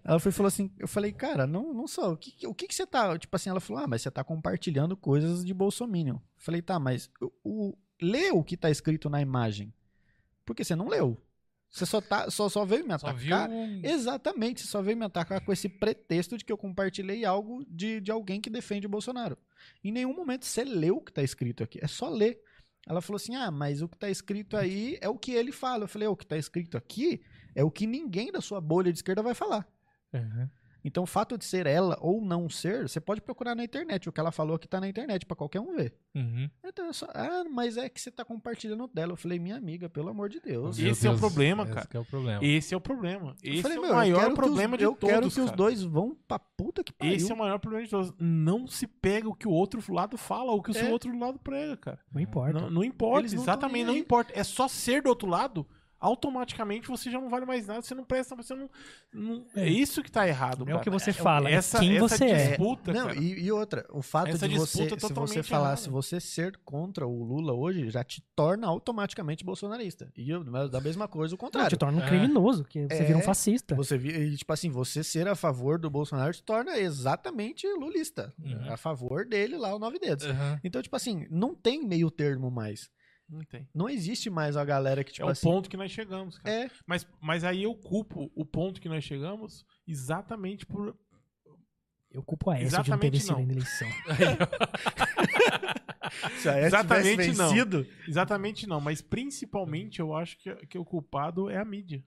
E: Ela foi, e falou assim: eu falei, cara, não, não sou. O que, que- o que, que você tá. Tipo assim, ela falou: ah, mas você tá compartilhando coisas de Bolsominion. Eu falei, tá, mas o, o- lê o que tá escrito na imagem. Porque você não leu. Você só, tá, só, só veio me
A: Só
E: atacar.
A: viu um...
E: Exatamente, você só veio me atacar com esse pretexto de que eu compartilhei algo de, de alguém que defende o Bolsonaro. Em nenhum momento você leu o que tá escrito aqui, é só ler. Ela falou assim: ah, mas o que tá escrito aí é o que ele fala. Eu falei: o que tá escrito aqui é o que ninguém da sua bolha de esquerda vai falar.
A: Aham.
E: Então, o fato de ser ela ou não ser, você pode procurar na internet. O que ela falou aqui tá na internet pra qualquer um ver.
A: Uhum.
E: Então, eu só, ah, mas é que você tá compartilhando o dela. Eu falei: minha amiga, pelo amor de Deus.
B: Meu Esse é o problema, cara.
A: Esse que é o problema.
B: Esse é o problema. Esse
E: eu falei,
B: é o
E: meu, eu
B: maior
E: quero que os-
B: problema de
E: eu
B: todos,
E: quero que os
B: cara.
E: dois vão pra puta que pariu.
B: Esse é o maior problema de todos. Não se pega o que o outro lado fala ou o que o seu
E: É.
B: outro lado prega, cara.
C: Não importa.
B: Não, não importa,
E: Eles não tão
B: exatamente,
E: nem
B: não
E: aí.
B: importa. É só ser do outro lado, automaticamente você já não vale mais nada, você não presta, você não. não- é isso que tá errado,
C: é o
B: cara.
C: que você fala, é
B: essa,
C: quem
B: essa
C: você é.
B: disputa,
E: Não,
B: cara.
E: e, e outra, o fato
B: Essa
E: de você,
B: disputa é
E: se você
B: totalmente
E: falar,
B: errada.
E: se você ser contra o Lula hoje, já te torna automaticamente bolsonarista. E eu- mas da mesma coisa, o
C: Não, te
E: contrário.
C: torna um
A: É.
C: criminoso, que você
E: É.
C: vira um fascista.
E: Você vi- e, tipo assim, você ser a favor do Bolsonaro te torna exatamente lulista.
A: Uhum.
E: A favor dele lá, o nove
B: É.
E: dedos.
A: Aham.
E: Então, tipo assim, não tem meio termo mais.
B: Não tem.
E: Não existe mais a galera que,
B: É
E: tipo
B: o
E: assim.
B: ponto que nós chegamos, cara.
E: É,
B: Mas, mas aí eu culpo o ponto que nós chegamos exatamente por.
C: Eu culpo a Aécio de não ter
B: Exatamente
C: vencido
B: não.
C: ainda a eleição.
E: se a S tivesse
B: Exatamente não.
E: vencido,
B: Exatamente não, mas principalmente eu acho que, que o culpado é a mídia.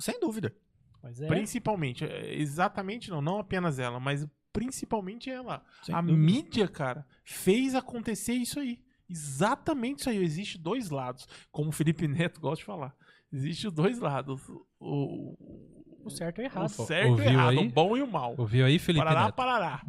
E: sem dúvida.
C: Mas é.
B: Principalmente, é, exatamente não, não apenas ela, mas principalmente ela.
E: Sem
B: a
E: dúvida.
B: mídia, cara, fez acontecer isso aí. Exatamente isso aí. Existe dois lados, como o Felipe Neto gosta de falar. Existe dois lados. O,
C: O certo é
B: o
C: errado.
B: certo e o
A: Ouviu
B: errado,
A: aí?
B: o bom e o mal.
A: Ouviu aí, Felipe
B: parará,
A: Neto?
B: parará.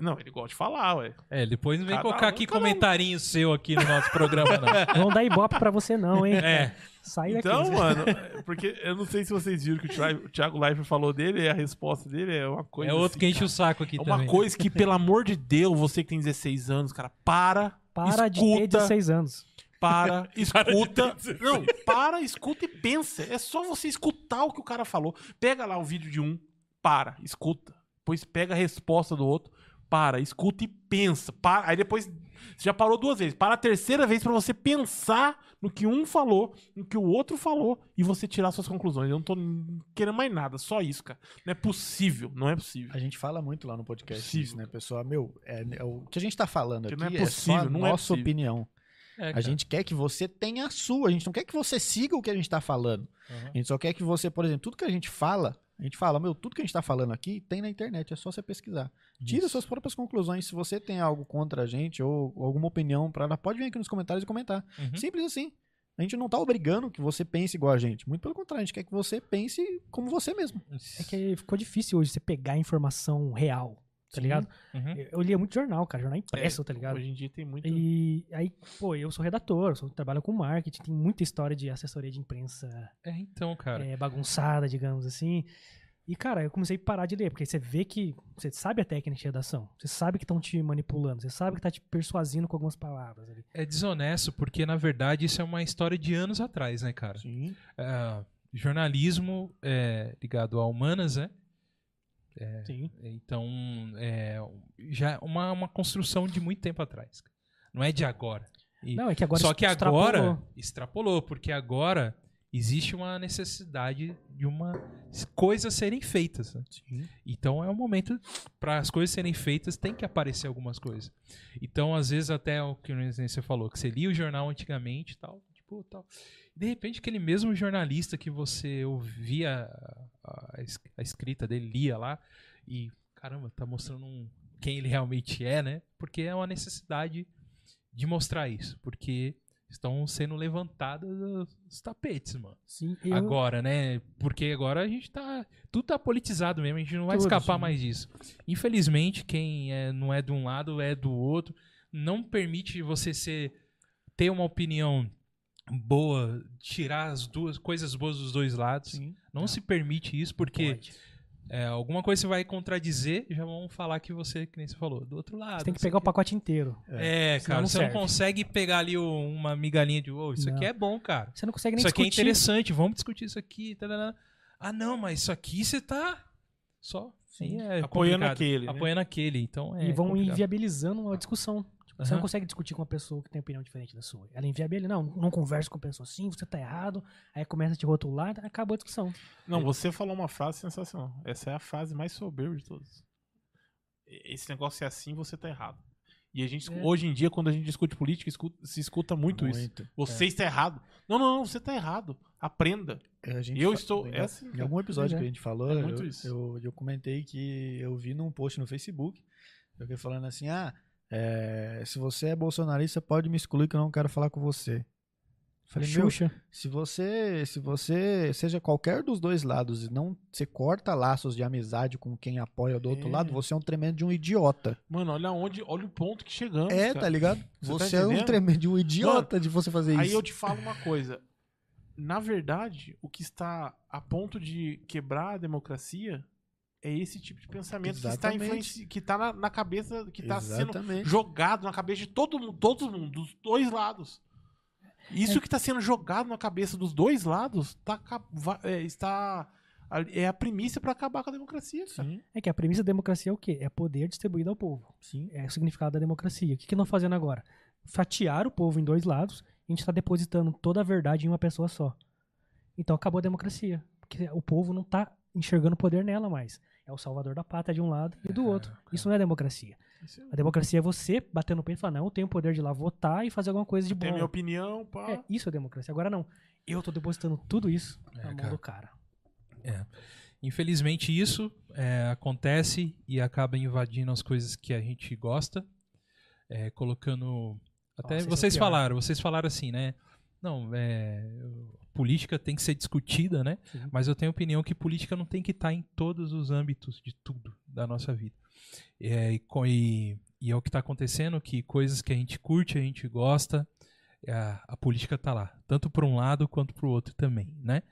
B: Não, ele gosta de falar, ué.
A: É, depois não vem
B: Cada
A: colocar
B: um,
A: aqui
B: cada um.
A: comentarinho seu aqui no nosso programa, não.
C: Não dá ibope pra você não, hein?
A: É.
C: Sai daqui.
B: Então,
C: Zé.
B: mano, é, porque eu não sei se vocês viram que o Thi- o Thiago Leifert falou dele, e a resposta dele é uma coisa.
A: é outro
B: assim,
A: que enche
B: cara.
A: o saco aqui
B: É uma
A: também.
B: coisa que, pelo amor de Deus, você que tem 16 anos, cara, para.
C: Para de ter
B: escuta,
C: 16 anos.
B: Para, escuta. não, para, escuta e pensa. É só você escutar o que o cara falou. Pega lá o vídeo de um, para, escuta. Depois pega a resposta do outro, para, escuta e pensa. Para. Aí depois você já parou duas vezes. Para a terceira vez pra você pensar no que um falou, no que o outro falou e você tirar suas conclusões. Eu não tô querendo mais nada, só isso, cara. Não é possível, não é possível.
E: A gente fala muito lá no podcast
B: Possível,
E: isso, né, pessoal? Meu, é, é o que a gente tá falando
B: Que
E: aqui
B: não é
E: é, só a
B: possível, não é
E: nossa
B: possível.
E: opinião.
A: É,
E: A
A: cara.
E: gente quer que você tenha a sua, a gente não quer que você siga o que a gente tá falando.
A: Aham.
E: A gente só quer que você, por exemplo, tudo que a gente fala, a gente fala, meu, tudo que a gente tá falando aqui tem na internet, é só você pesquisar.
A: Uhum.
E: Tira suas próprias conclusões. Se você tem algo contra a gente ou alguma opinião pra ela, pode vir aqui nos comentários e comentar.
A: Uhum.
E: Simples assim. A gente não tá obrigando que você pense igual a gente. Muito pelo contrário, a gente quer que você pense como você mesmo.
C: É que ficou difícil hoje você pegar informação real. tá ligado?
A: Uhum.
C: Eu, eu lia muito jornal, cara, jornal impresso, tá ligado?
B: É, Hoje em dia tem muito.
C: E aí, pô, eu sou redator, sou, trabalho com marketing, tem muita história de assessoria de imprensa
A: É, então, cara.
C: é, bagunçada, digamos assim. E, cara, eu comecei a parar de ler, porque você vê que. Você sabe a técnica de redação. Você sabe que estão te manipulando. Você sabe que tá te persuadindo com algumas palavras ali.
A: É desonesto, porque na verdade isso é uma história de anos atrás, né, cara?
B: Sim.
A: Ah, jornalismo é, ligado a humanas, né?
C: Sim.
A: Então, é, já é uma, uma construção de muito tempo atrás. cara. Não é de agora. E-
C: Não, é que agora
A: Só
C: isso
A: que
C: extrapolou.
A: agora extrapolou, porque agora existe uma necessidade de uma coisas serem feitas. né? Então é o momento para as coisas serem feitas, tem que aparecer algumas coisas. Então, às vezes, até o que você falou, que você lia o jornal antigamente e tal, tipo, tal. De repente, aquele mesmo jornalista que você ouvia a, a es- a escrita dele, lia lá, e caramba, tá mostrando um- quem ele realmente é, né? Porque é uma necessidade de mostrar isso, porque estão sendo levantados os tapetes, mano.
C: Sim, eu,
A: Agora, né? Porque agora a gente tá. Tudo tá politizado mesmo, a gente não vai
C: Tudo,
A: escapar
C: sim.
A: mais disso. Infelizmente, quem é- não é de um lado é do outro. Não permite você ser, ter uma opinião boa, tirar as duas coisas boas dos dois lados.
D: Sim.
A: Não se permite isso, porque
C: pode.
A: é, alguma coisa você vai contradizer, já vão falar que você, que nem você falou, do outro lado.
C: Você tem
A: não
C: que
A: sei
C: pegar o
A: quê.
C: pacote inteiro.
A: É,
C: Senão
A: cara,
C: não
A: você
C: serve.
A: não consegue pegar ali o- uma migalhinha de ovo. Isso aqui
C: Não.
A: é bom, cara.
C: Você não consegue nem
A: Isso aqui é
C: discutir.
A: interessante, vamos discutir isso aqui. tarará. Ah, não, mas isso aqui você tá só Aí é
B: Apoiando
A: complicado.
B: aquele. né?
A: Apoiando aquele, então é
C: e vão
A: complicado.
C: inviabilizando uma discussão. Tipo, Você não
A: Aham.
C: consegue discutir com uma pessoa que tem opinião diferente da sua. Ela inviabiliza. Não, não conversa com a pessoa assim, você tá errado. Aí começa a te rotular, acabou a discussão.
B: Não, você falou uma frase sensacional. Essa é a frase mais soberba de todas. E- Esse negócio é assim, você tá errado. E a gente,
C: É.
B: hoje em dia, quando a gente discute política, escu- se escuta muito, isso.
D: é.
B: Você está errado. Não, não, não, você está errado. Aprenda.
D: É, a gente
B: Eu
D: fa-
B: estou.
D: Em,
B: É assim,
D: em algum episódio
C: É.
D: que a gente falou,
B: É muito
D: eu,
B: isso.
D: Eu, eu comentei que eu vi num post no Facebook, eu fiquei falando assim, ah, é, se você é bolsonarista, pode me excluir que eu não quero falar com você. Falei, meu,
C: Xuxa.
D: se você, se você seja qualquer dos dois lados e não você corta laços de amizade com quem apoia do outro
B: É.
D: lado, você é um tremendo de um idiota.
B: Mano, olha onde, olha o ponto que chegamos.
D: é,
B: cara.
D: tá ligado?
B: Você tá
D: Você é um
B: entendendo?
D: tremendo de um idiota de você fazer
B: Aí
D: isso.
B: eu te falo uma coisa. Na verdade, o que está a ponto de quebrar a democracia é esse tipo de pensamento que está,
D: Exatamente.
B: influenci- que está na, na cabeça, que está sendo
D: Exatamente.
B: jogado na cabeça de todo mundo, todo mundo, dos dois lados.
C: É.
B: Isso que está sendo jogado na cabeça dos dois lados tá ca- va- é, está é a primícia para acabar com a democracia. cara.
C: É que a premissa da democracia é o quê? É poder distribuído ao povo. Sim. É o significado da democracia. O que, que nós fazendo agora? Fatiar o povo em dois lados, a gente está depositando toda a verdade em uma pessoa só. Então acabou a democracia. Porque o povo não está enxergando poder nela mais. É o salvador da pátria de um lado e do outro. Isso não é democracia.
B: Isso
C: A democracia é você bater no peito e falar, não, eu tenho o poder de ir lá votar e fazer alguma coisa de
B: Tem a minha
C: bom.
B: opinião, pá.
C: É, isso é democracia. Agora não. Eu tô depositando tudo isso
A: É,
C: na mão
A: cara.
C: do cara.
A: Infelizmente isso é, acontece e acaba invadindo as coisas que a gente gosta, é, colocando até
C: Nossa, isso é
A: vocês
C: pior.
A: falaram, vocês falaram assim, né? Não, é, política tem que ser discutida, né?
C: Sim.
A: Mas eu tenho opinião que política não tem que estar em todos os âmbitos de tudo da nossa vida. É, e, co- e- e é o que está acontecendo, que coisas que a gente curte, a gente gosta, é, a, a política tá lá, tanto para um lado quanto para o outro também, né?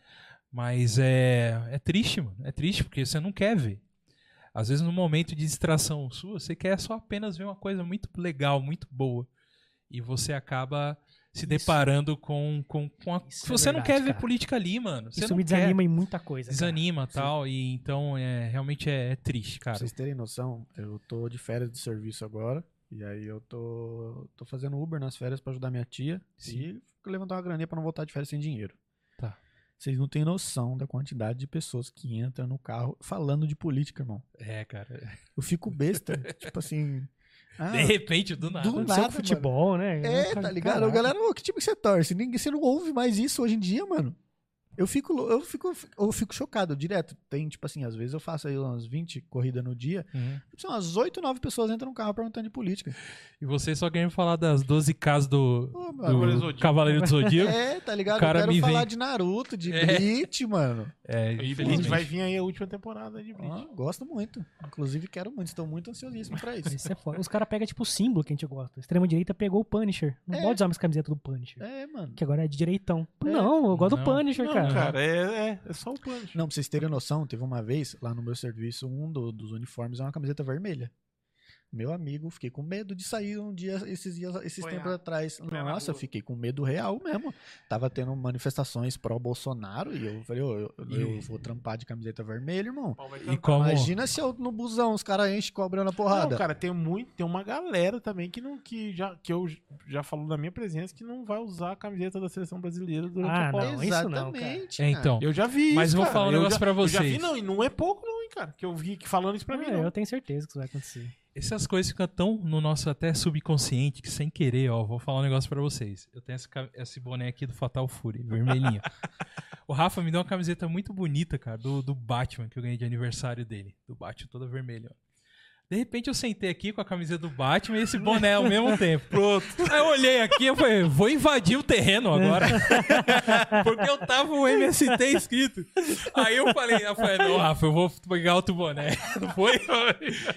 A: Mas é, é triste, mano. É triste porque você não quer ver. Às vezes, no momento de distração sua, você quer só apenas ver uma coisa muito legal, muito boa. E você acaba se
C: Isso.
A: deparando com, com, com a.
C: Isso é
A: você não
C: verdade,
A: quer ver
C: cara.
A: política ali, mano. Você
C: isso
A: não
C: me
A: quer.
C: desanima em muita coisa. cara.
A: Desanima tal. E então é, realmente é, é triste,
D: Pra
A: cara.
D: vocês terem noção, eu tô de férias de serviço agora. E aí eu tô, tô fazendo Uber nas férias pra ajudar minha tia.
A: Sim.
D: E levantar uma graninha pra não voltar de férias sem dinheiro.
A: Tá.
D: Vocês não têm noção da quantidade de pessoas que entram no carro falando de política, irmão.
A: É, cara.
D: Eu fico besta. tipo assim. Ah,
A: de repente, do nada.
D: do
C: Aconteceu com
D: nada,
C: futebol, né?
D: é,
C: Cara,
D: tá ligado?
C: caraca.
D: Galera, ô, que time que você torce? Ninguém, você não ouve mais isso hoje em dia, mano.
E: Eu fico, lou- eu fico, eu fico chocado direto. Tem, tipo assim, às vezes eu faço aí umas 20 corridas no dia.
A: Uhum.
E: Tipo, são umas 8, 9 pessoas entram no carro perguntando de política.
A: E você só querendo falar das 12 casas do,
E: Ô, meu
A: do
B: Cavaleiro Zodíaco.
A: Cavaleiro do Zodíaco.
E: É, tá ligado?
A: O cara
E: eu quero
A: me
E: falar
A: vem-
E: de Naruto, de
A: É.
E: Bleach, mano.
A: É,
B: E
A: infelizmente.
B: vai vir aí a última temporada de Bleach.
E: Ó, gosto muito. Inclusive, quero muito. Estou muito ansiosíssimo pra isso.
C: Isso é foda. Os caras pegam, tipo, o símbolo que a gente gosta. A extrema-direita pegou o Punisher. Não
E: É.
C: pode usar mais camiseta do Punisher.
E: É, mano.
C: Que agora é de direitão. Não, eu gosto
A: Não.
C: do Punisher,
B: Não,
C: Ah, cara.
B: cara, é, é, é só o Punisher.
E: Não, pra vocês terem noção, teve uma vez lá no meu serviço, um do- dos uniformes é uma camiseta vermelha. Meu amigo, fiquei com medo de sair um dia, esses dias, esses
B: Apanhar.
E: tempos atrás.
B: Apanhar na
E: Nossa, eu
B: rua.
E: fiquei com medo real mesmo. Tava tendo manifestações pró-Bolsonaro e eu falei, ô, eu, eu
A: E-
E: vou trampar de camiseta vermelha, irmão.
B: Pau vai
A: E
B: cantar.
A: como,
E: Imagina se eu no busão, os caras enchem cobrando a porrada.
B: Não, cara, tem muito, tem uma galera também que não que já que eu já falou na minha presença que não vai usar a camiseta da seleção brasileira durante
C: Ah,
B: a Copa.
C: não. isso cara.
E: Exatamente.
A: É,
E: cara.
A: então.
B: Eu já vi
A: Mas
B: isso,
A: vou
B: cara.
A: falar um
B: Eu
A: negócio
B: já-
A: pra
B: Eu já vi
A: vocês. é,
B: não, e não é pouco não, hein, cara, que eu vi que falando isso pra mim
C: Ah,
B: não.
C: eu tenho certeza que isso vai acontecer.
A: Essas coisas ficam tão no nosso até subconsciente que sem querer, ó, vou falar um negócio pra vocês. Eu tenho esse, ca- esse boné aqui do Fatal Fury, vermelhinho. o Rafa me deu uma camiseta muito bonita, cara, do, do Batman que eu ganhei de aniversário dele. Do Batman toda vermelha, ó. De repente eu sentei aqui com a camiseta do Batman e esse boné ao mesmo tempo. Pronto. Aí eu olhei aqui e falei, vou invadir o terreno agora. Porque eu tava um o MST escrito. Aí eu falei, eu falei, não, Rafa, eu vou pegar outro boné. Não foi?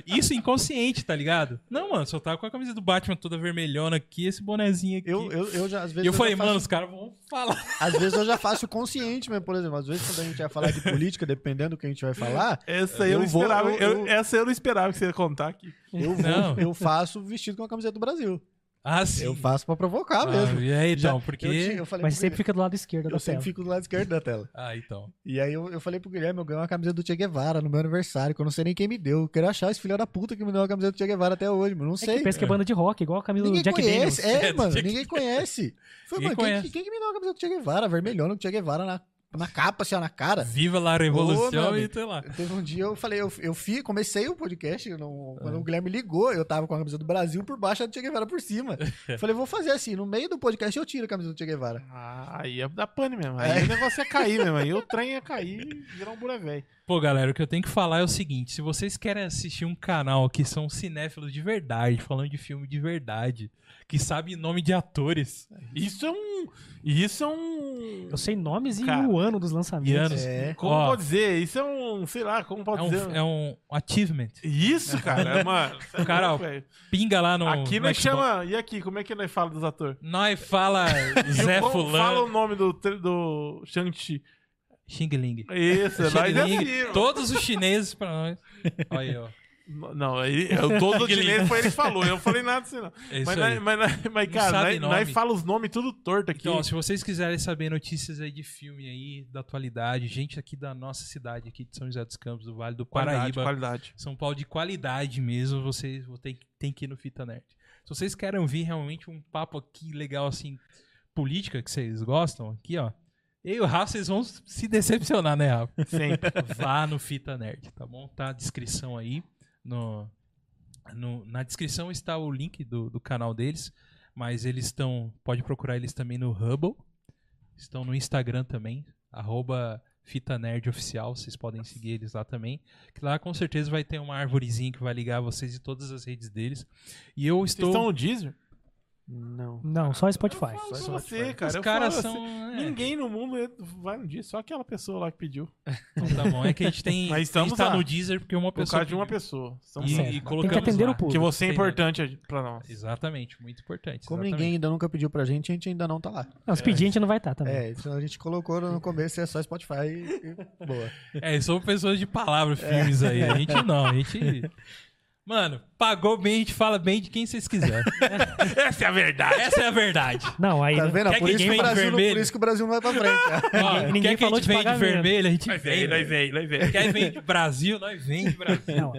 A: Isso inconsciente, tá ligado? Não, mano, só tava com a camisa do Batman toda vermelhona aqui, esse bonezinho aqui.
E: Eu, eu, eu já, às vezes.
A: e eu falei,
E: já faço-
A: mano, os caras vão falar.
E: Às vezes eu já faço consciente mesmo, por exemplo. Às vezes quando a gente vai falar de política, dependendo do que a gente vai falar,
B: Essa eu,
E: Eu
B: não
E: vou-
B: esperava,
E: eu-
B: eu-
E: eu-
B: essa eu não esperava que você ia contar aqui.
E: eu, vou-
A: Não.
E: eu faço vestido com a camiseta do Brasil.
A: Ah, sim.
E: Eu faço pra provocar
A: ah,
E: mesmo.
A: E aí,
E: Já-
A: então, porque.
E: Eu, ti- eu falei
C: Mas
E: pro
C: sempre
E: Guilherme-
C: fica do lado esquerdo da
E: eu sempre
C: tela.
E: fico do lado esquerdo da tela.
A: Ah, então.
E: E aí eu, eu falei pro Guilherme, eu ganhei uma camiseta do Che Guevara no meu aniversário, que eu não sei nem quem me deu. Eu quero achar esse filho da puta que me deu uma camiseta do Che Guevara até hoje, mano. Não
C: É
E: sei.
C: que pensa que é banda de rock, igual a camisa
E: Ninguém
C: do Jack
E: conhece,
C: Daniels.
E: é,
A: É, do
E: mano,
A: Jack
E: ninguém conhece. Foi,
A: Ninguém
E: mano, quem-
A: conhece.
E: Quem, que me deu uma camiseta do Che Guevara? Vermelhona, com o Che Guevara na, na capa, assim, ó, na
B: É.
E: cara.
A: Viva lá a
E: meu
A: revolução e
E: amigo.
A: sei lá.
E: Teve um dia eu falei, eu, eu fi, comecei o podcast, eu não- quando
A: É.
E: o Guilherme ligou, eu tava com a camisa do Brasil por baixo, a do Che Guevara por cima. Eu falei, vou fazer assim, no meio do podcast eu tiro a camisa do Che Guevara.
B: Ah, aí é da pane mesmo. Aí o negócio ia cair mesmo. Aí o trem ia cair e virar um buré velho.
A: Pô, galera, o que eu tenho que falar é o seguinte: se vocês querem assistir um canal que são cinéfilos de verdade, falando de filme de verdade, que sabe nome de atores
B: Isso é um. Isso é um.
C: Eu sei nomes e
B: Cara.
C: o ano dos lançamentos.
A: e anos.
E: É.
B: Como
A: Ó,
B: pode dizer? Isso é um. Sei lá, como
A: é
B: pode dizer?
A: um, é um achievement.
B: Isso, cara. É uma...
A: Cara, ó, um
B: velho.
A: Pinga lá no.
B: aqui
A: no
B: nós
A: Xbox.
B: chama. E aqui, como é que nós fala dos atores?
A: Nós fala
B: E o-
A: Zé
B: como Fala
A: Fulano.
B: o nome do, tre- do Shang-Chi.
A: Xing Ling.
B: Isso, é nós
A: Xing
B: é
A: Ling,
B: assim, mano.
A: Todos os chineses pra nós. Olha aí, ó. É
B: Não, aí, eu, todo chinês foi ele que falou. Eu não falei nada assim, não.
A: É isso
B: Mas,
A: aí.
B: nós- mas, nós- mas,
A: Não
B: cara,
A: sabe
B: nós, nós
A: nome.
B: fala os nomes tudo torto aqui.
A: Então, ó, se vocês quiserem saber notícias aí de filme aí, da atualidade, gente aqui da nossa cidade, aqui de São José dos Campos, do Vale do
B: qualidade,
A: Paraíba.
B: qualidade.
A: São Paulo de qualidade mesmo, vocês vão ter, tem que ir no Fita Nerd. Se vocês querem ouvir realmente um papo aqui legal, assim, política, que vocês gostam, aqui, ó. Eu e o Rafa, vocês vão se decepcionar, né, Rafa?
B: Sempre.
A: Vá no Fita Nerd, tá bom? Tá a descrição aí. No, no- na descrição está o link do, do canal deles, mas eles estão. Pode procurar eles também no Hubble. Estão no Instagram também, arroba Fita Nerd Oficial. Vocês podem seguir eles lá também. Que lá com certeza vai ter uma arvorezinha que vai ligar vocês de todas as redes deles. E eu
B: Vocês
A: estou.
B: estão no Deezer?
E: Não.
C: Não, só Spotify.
B: Fala
E: só
B: pra você,
E: Spotify.
B: cara.
A: Os
B: eu
A: caras
B: falo assim,
A: são. é,
B: Ninguém no mundo é- vai no Deezer, só aquela pessoa lá que pediu.
A: então tá bom. É que a gente tem.
B: Mas
A: a gente
B: estamos
A: tá
B: lá.
A: no Deezer porque uma
B: Por
A: pessoa.
B: causa de uma pessoa. São
A: E,
B: sete.
A: e
C: Tem
A: colocamos
C: que atender
A: lá.
C: o público.
B: Que você é
A: Tem né? nada.
B: importante pra nós.
A: Exatamente, muito importante.
E: Como
A: exatamente.
E: ninguém ainda nunca pediu pra gente, a gente ainda não tá lá.
C: Não, se pedir, a gente não vai estar também.
E: É, então a gente colocou no começo, é só Spotify e, e boa.
A: É, são pessoas de palavra firmes aí. A gente não, a gente. Mano, pagou bem, a gente fala bem de quem vocês quiserem.
B: Essa é a verdade.
A: Essa é a verdade.
C: Não, aí.
E: Tá vendo?
A: né? Quer
E: Por
A: que
E: isso, que o
A: ninguém
E: Brasil não, por
A: vermelho?
E: isso que o Brasil não vai pra frente. cara.
A: Ó,
C: Ninguém- ninguém
A: quer que a
C: falou
A: gente
C: de
A: vem de
C: pagar mesmo.
A: vermelho, a gente
B: Nós
A: vem.
B: vem, nós vem, nós vem.
A: Quer vem de Brasil, nós vem de Brasil.
C: Não,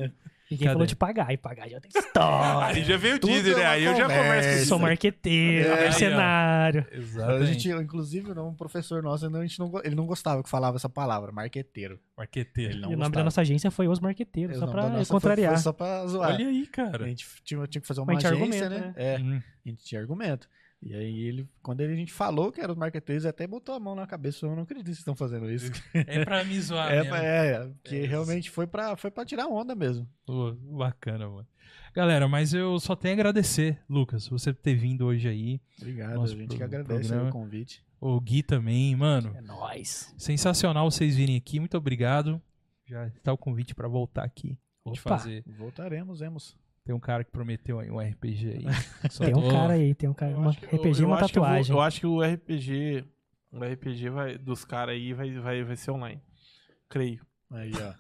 C: ninguém falou de pagar. E pagar já tem
B: Aí
C: história.
B: já veio o
E: Tudo
B: Deezer,
E: é
B: né?
E: uma
B: Aí eu já converso com
E: conversa.
B: isso.
C: Sou marqueteiro,
A: É,
C: mercenário.
E: A
A: Exatamente.
E: gente, inclusive, não, um professor nosso, a gente não, go- ele não gostava que falava essa palavra, marqueteiro.
A: Marqueteiro.
E: Ele não
C: e o nome
E: gostava.
C: da nossa agência foi Os Marqueteiros, só
E: Não,
C: pra
E: da nossa foi-
C: contrariar.
E: foi só pra zoar.
A: Olha aí,
E: A
A: cara.
E: gente tinha, tinha que fazer uma
C: Mas a gente
E: agência,
C: tinha
E: né?
C: argumento, Uhum.
E: É,
A: Hum.
E: a gente tinha argumento. E aí ele, quando ele- a gente falou que era os marketeiros, ele até botou a mão na cabeça, falou, eu não acredito que vocês estão fazendo isso.
A: É pra me zoar
E: é,
C: né?
A: mesmo.
E: pra- é, porque
A: É.
E: realmente foi pra, foi pra tirar onda mesmo.
A: Pô, bacana, mano. Galera, mas eu só tenho a agradecer, Lucas, por você ter vindo hoje aí.
E: Obrigado,
A: Nosso
E: a gente
A: pro-
E: que agradece aí
A: programa.
E: o convite.
A: O Gui também, mano.
C: É nóis.
A: Sensacional vocês virem aqui. Muito obrigado. Já está o convite pra voltar aqui. A gente
C: Opa.
A: fazer.
E: Voltaremos, vemos.
A: Tem um cara que prometeu aí um RPG aí. Só
C: Tem um
A: tô-
C: cara aí, tem um cara.
B: Eu
C: Uma
B: acho que- eu-
C: RPG e
B: eu
C: uma
B: acho que eu vou-
C: tatuagem.
B: Eu acho que o RPG, o RPG vai, dos caras aí vai, vai, vai ser online. Creio.
E: Aí, ó.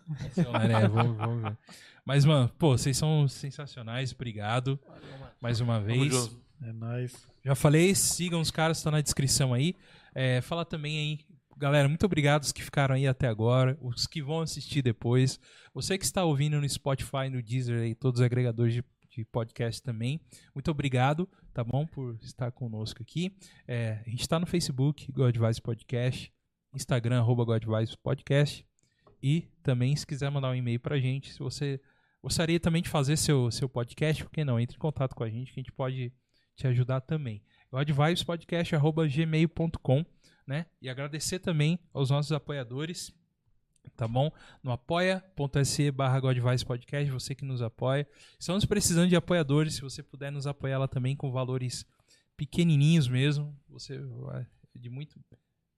A: É, vamos, vamos ver. Mas, mano, pô, vocês são sensacionais. Obrigado mais uma
B: Tamo
A: vez.
B: junto.
E: É nóis.
A: Já falei, sigam os caras, tá na descrição aí. É, fala também aí, galera, muito obrigado os que ficaram aí até agora, os que vão assistir depois. Você que está ouvindo no Spotify, no Deezer e todos os agregadores de, de podcast também, muito obrigado, tá bom, por estar conosco aqui. É, a gente está no Facebook, Godvice Podcast, Instagram, arroba Godvice Podcast. E também, se quiser mandar um e-mail pra gente, se você gostaria também de fazer seu, seu podcast, por que não? Entre em contato com a gente que a gente pode te ajudar também. Godvibespodcast.gmail.com, né? E agradecer também aos nossos apoiadores, tá bom? No apoia.se barra Podcast, você que nos apoia. Estamos precisando de apoiadores, se você puder nos apoiar lá também com valores pequenininhos mesmo, você vai de muito,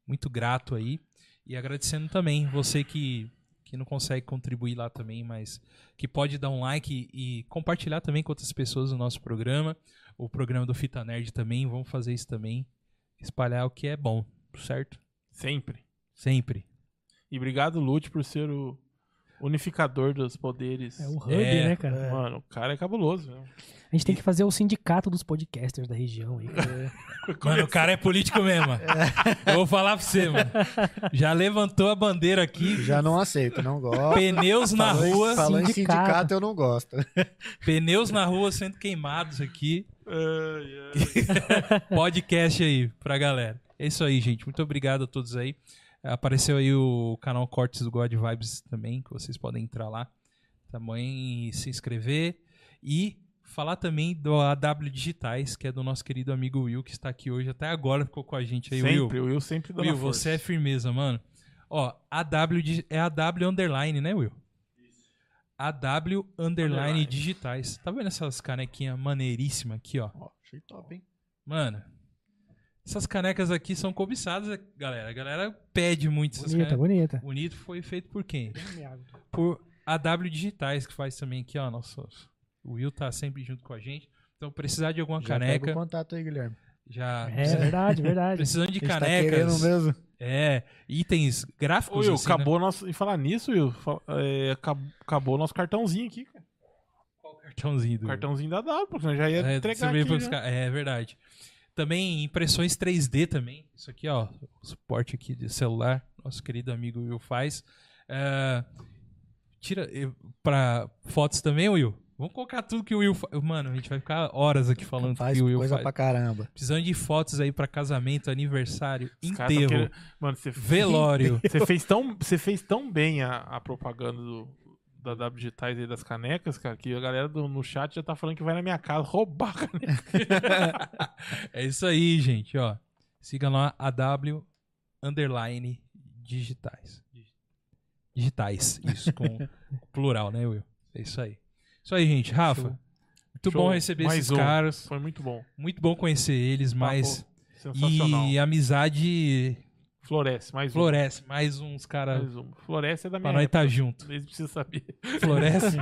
A: muito grato aí. E agradecendo também você que, que não consegue contribuir lá também, mas que pode dar um like e, e compartilhar também com outras pessoas o nosso programa o programa do Fita Nerd também. Vamos fazer isso também. Espalhar o que é bom, certo?
B: Sempre.
A: Sempre.
B: E obrigado, Lute, por ser o unificador dos poderes.
C: É o hub,
A: É,
C: né, cara?
B: Mano, o cara é cabuloso, né?
C: A gente tem que fazer o sindicato dos podcasters da região aí. cara.
A: Mano, o cara é político mesmo. mano.
E: É.
A: Eu vou falar pra você, mano. Já levantou a bandeira aqui.
E: Já não aceito, não gosto.
A: Pneus na
E: Falou em-
A: rua,
E: Falou em
C: Sindicato.
E: sindicato, eu não gosto.
A: pneus na rua sendo queimados aqui.
B: Ai, ai.
A: Podcast aí pra galera. É isso aí, gente. Muito obrigado a todos aí. Apareceu aí o canal Cortes do God Vibes também, que vocês podem entrar lá. Também se inscrever. E falar também do AW Digitais, que é do nosso querido amigo Will, que está aqui hoje até agora, ficou com a gente aí, Will.
B: Sempre, o Will sempre dá
A: Will, você é firmeza, mano. Ó, AW di- é AW Underline, né, Will? AW Underline
B: Underline.
A: Digitais. Tá vendo essas canequinhas maneiríssimas aqui, ó?
E: Ó, achei top, hein?
A: Mano, essas canecas aqui são cobiçadas, galera. A galera pede muito essas
C: bonita,
A: canecas.
C: bonita.
A: Bonito foi feito por quem? Por AW Digitais, que faz também aqui, ó. Nosso, o Will tá sempre junto com a gente. Então, precisar de alguma
E: Já
A: caneca,
E: pega o contato aí, Guilherme.
A: já.
C: É verdade, verdade.
A: Precisando de
E: A gente tá querendo
A: canecas.
E: mesmo.
A: é, itens
B: Ô,
A: gráficos.
B: Will,
A: assim, né?
B: acabou nosso. E falar nisso, Will, fa- é, acab- acabou nosso cartãozinho aqui, cara.
A: Qual o cartãozinho do.
B: O cartãozinho da W, porque nós já ia
A: É, você
B: entregar
A: veio
B: aqui, né?
A: pra
B: já.
A: buscar- é verdade. Também impressões 3D também. Isso aqui, ó, o suporte aqui de celular, nosso querido amigo Will faz. É, tira eh, pra fotos também, Will. Vamos colocar tudo que o Will faz. Mano, a gente vai ficar horas aqui falando do
E: Faz
A: que o Will
E: coisa
A: faz.
E: pra caramba.
A: Precisando de fotos aí pra casamento, aniversário,
B: Os caras tão
A: enterro,
B: querendo- Mano, você
A: velório.
B: Você fez tão, você fez tão bem a, a propaganda do, da W Digitais aí das canecas, cara, que a galera do- no chat já tá falando que vai na minha casa roubar a caneca.
A: é isso aí, gente, ó. Siga lá AW underline digitais. Digitais, isso com plural, né, Will? É isso aí. Isso aí, gente. Rafa,
B: Show.
A: muito
B: Show.
A: bom receber
B: Mais
A: esses
B: um.
A: caras.
B: Foi muito bom.
A: Muito bom conhecer eles, mas
B: Sensacional.
A: e a amizade
B: Floresce, mais um.
A: floresce. Mais uns caras
B: Mais um. Floresce é da
A: pra
B: minha
A: nós
B: época.
A: estar tá junto.
B: Eles precisam saber.
A: Floresce.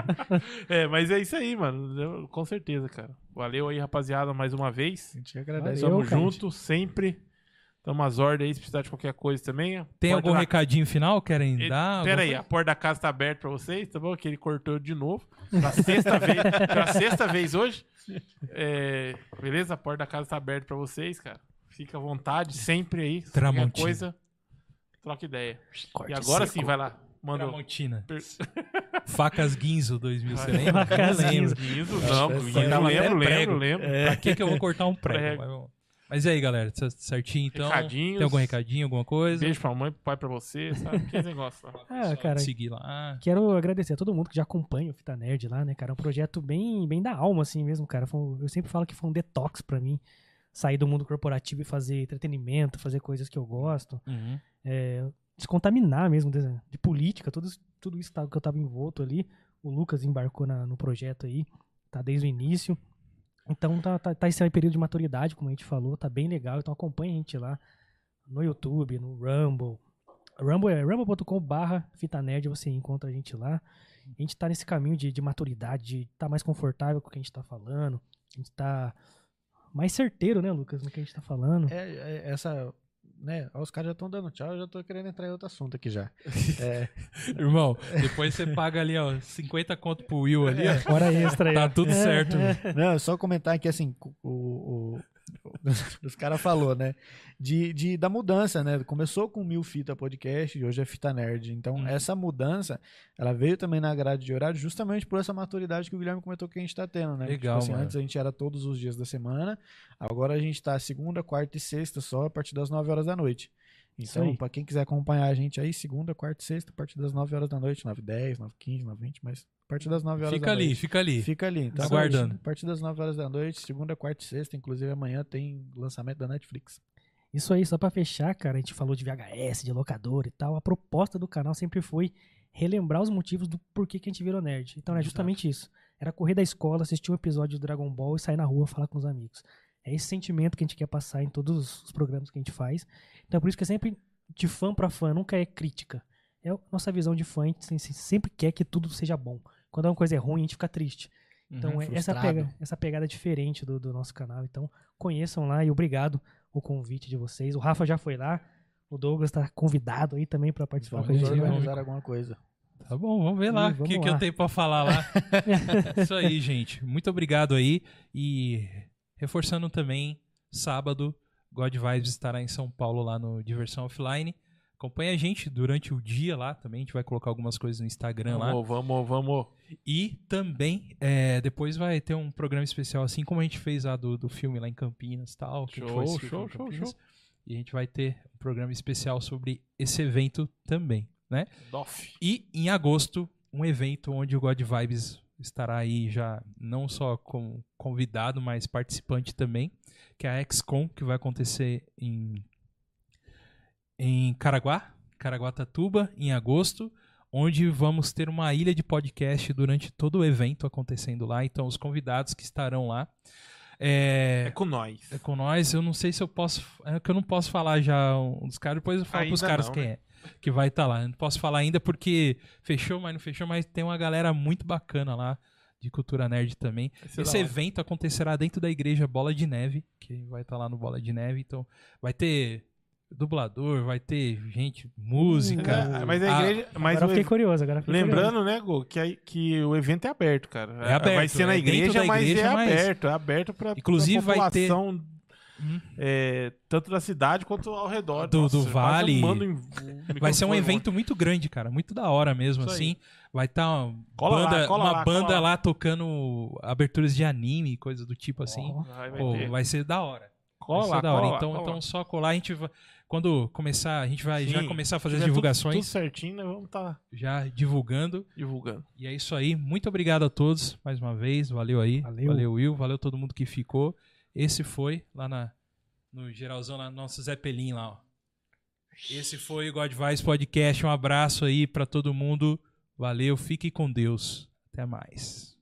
B: É, mas é isso aí, mano. Eu- Com certeza, cara. Valeu aí, rapaziada, mais uma vez.
E: A gente agradece.
C: Valeu,
B: Tamo
C: cara.
B: junto, sempre. Tamo às ordens aí, se precisar de qualquer coisa também.
A: Tem
B: Porta
A: algum
B: da
A: recadinho final? Querem
B: Ele-
A: dar?
B: Pera
A: Alguma
B: aí, a porta da casa tá aberta pra vocês, tá bom? Que ele cortou de novo. Pra sexta vez, pra sexta vez hoje. É, beleza? A porta da casa tá aberta pra vocês, cara. Fica à vontade, sempre aí. Se qualquer
A: Tramontina.
B: coisa, troca ideia.
C: Corte
B: e agora
C: seco.
B: sim, vai lá. Manda.
A: Tramontina.
B: Per-
A: Facas Guinzo 2000, você
B: Vai.
A: lembra?
C: Facas
A: Não lembro.
C: Guinzo.
B: Guizo, não.
E: Acho que
B: Guizo,
A: tava até
B: lembro,
A: prego.
B: lembro, lembro.
A: Pra que que eu vou cortar um prego?
B: Prego.
A: Mas vamos- Mas e aí, galera? Tá Certinho, então?
B: Recadinhos.
A: Tem algum recadinho, alguma coisa?
B: Beijo pra mãe, pro pai, pra você, sabe? Que negócio. lá.
C: Ah, cara,
A: Seguir lá.
C: Quero agradecer a todo mundo que já acompanha o Fita Nerd lá, né, cara? É um projeto bem, bem da alma, assim mesmo, cara. Foi um- eu sempre falo que foi um detox pra mim. sair do mundo corporativo e fazer entretenimento, fazer coisas que eu gosto,
A: Uhum.
C: é, descontaminar mesmo de, de política, tudo, isso- tudo isso tá- que eu estava envolto ali. O Lucas embarcou na- no projeto aí, tá desde o início. Então tá, tá, tá esse aí período de maturidade, como a gente falou, tá bem legal. Então acompanha a gente lá no YouTube, no Rumble. Rumble é rumble.com barra fita nerd, você encontra a gente lá. A gente tá nesse caminho de, de maturidade, de tá mais confortável com o que a gente tá falando. A gente tá mais certeiro, né, Lucas, no que a gente tá falando.
E: É, é, essa. Né, ó, os caras já estão dando tchau, eu já tô querendo entrar em outro assunto aqui já. É,
A: Irmão, depois você paga ali, ó, 50 conto pro Will ali, ó.
C: Hora extra aí.
A: Tá tudo certo. irmão.
E: Não, é só comentar que assim, o, o- o- os caras falou, né? De, de- da mudança, né? Começou com mil fita podcast e hoje é fita nerd. Então,
A: Uhum.
E: essa mudança, ela veio também na grade de horário justamente por essa maturidade que o Guilherme comentou que a gente tá tendo, né?
A: Legal,
E: assim,
A: mano.
E: antes a gente era todos os dias da semana, agora a gente tá segunda, quarta e sexta só a partir das 9 horas da noite.
C: Isso
E: Então,
C: aí.
E: pra quem quiser acompanhar a gente aí, segunda, quarta e sexta, a partir das 9 horas da noite, 9 10, 9 15, 9 20, mas a partir das 9 horas
A: Fica
E: da
A: ali,
E: noite.
A: fica ali.
E: Fica ali. Então,
A: Aguardando.
E: A partir das 9 horas da noite, segunda, quarta e sexta, inclusive amanhã tem lançamento da Netflix.
C: Isso aí, só pra fechar, cara, a gente falou de VHS, de locador e tal. A proposta do canal sempre foi relembrar os motivos do porquê que a gente virou nerd. Então, é justamente isso. Era correr da escola, assistir um episódio de Dragon Ball e sair na rua falar com os amigos. É esse sentimento que a gente quer passar em todos os programas que a gente faz. Então, é por isso que é sempre de fã pra fã, nunca é crítica. É a nossa visão de fã, a gente se- se- sempre quer que tudo seja bom. Quando alguma coisa é ruim, a gente fica triste. Então,
A: Uhum.
C: é essa,
E: frustrado.
C: pega- essa pegada diferente do, do nosso canal. Então, conheçam lá e obrigado o convite de vocês. O Rafa já foi lá, o Douglas está convidado aí também para participar
E: Vamos
C: com a gente.
A: organizar.
E: organizar alguma coisa.
A: Tá bom, vamos ver lá o
C: Ih,
A: que,
C: vamos
A: que eu
C: lá.
A: tenho pra falar lá. Isso aí, gente. Muito obrigado aí. E reforçando também, sábado, God Vibes estará em São Paulo lá no Diversão Offline. Acompanha a gente durante o dia lá também. A gente vai colocar algumas coisas no Instagram lá.
B: Vamos, vamos, vamos.
A: E também, é, depois vai ter um programa especial, assim como a gente fez lá do, do filme lá em Campinas e tal. que a gente
B: Show,
A: foi assistir o
B: show,
A: filme em
B: show,
A: Campinas. E a gente vai ter um programa especial sobre esse evento também, né?
B: Dof.
A: E em agosto, um evento onde o God Vibes estará aí já não só como convidado, mas participante também, que é a XCOM, que vai acontecer em em Caraguá, Caraguatatuba, em agosto, onde vamos ter uma ilha de podcast durante todo o evento acontecendo lá, então os convidados que estarão lá
B: É
A: é,
B: com nós.
A: é com nós, eu não sei se eu posso. É que eu não posso falar já um dos caras, depois eu falo pros
B: Ainda
A: caras
B: não, né?
A: quem é. Que vai estar lá. Eu não posso falar ainda porque fechou, mas não fechou, mas tem uma galera muito bacana lá de cultura nerd também.
B: Esse
A: Esse evento acontecerá dentro da igreja Bola de Neve, que vai estar lá no Bola de Neve, então vai ter dublador, vai ter gente, música.
B: É, mas a
A: Ah,
B: igreja. mas
C: Agora eu
B: o
C: fiquei
B: um ev-
C: curioso. Agora eu fiquei curioso.
B: Lembrando, né, Gu, que, a- que o evento é aberto, cara.
A: É aberto,
B: Vai ser na
A: é dentro
B: igreja,
A: da
B: mas
A: igreja,
B: é
A: mas-
B: aberto. É aberto pra,
A: Inclusive,
B: pra
A: vai ter-
B: população,
A: Hum.
B: é, tanto da cidade quanto ao redor.
A: Do- do
B: quase eu
A: vale.
B: mando em- o
A: Vai ser um
B: microfone.
A: evento muito grande, cara. Muito da hora mesmo,
B: Isso aí.
A: assim. Vai estar uma
B: Cola lá,
A: banda,
B: cola
A: uma
B: lá, cola
A: banda
B: lá.
A: lá. tocando aberturas de anime, coisa do tipo assim.
B: Vai, vai
A: Pô,
B: ter.
A: vai ser da hora. Vai
B: Cola
A: ser
B: lá,
A: da hora.
B: cola lá,
A: então,
B: cola lá.
A: então só colar, a gente vai. Quando começar, a gente vai já
B: Sim.
A: começar a fazer
B: Se
A: as
B: tiver
A: divulgações,
B: Tudo, tudo certinho, nós vamos estar
A: já divulgando.
B: divulgando.
A: E é isso aí. Muito obrigado a todos mais uma vez. Valeu aí.
C: Valeu.
A: Will. Valeu todo mundo que ficou. Esse foi lá na, no geralzão, lá no nosso Zé Pelim lá, ó. Esse foi o God Vibes Podcast. Um abraço aí pra todo mundo. Valeu. Fique com Deus. Até mais.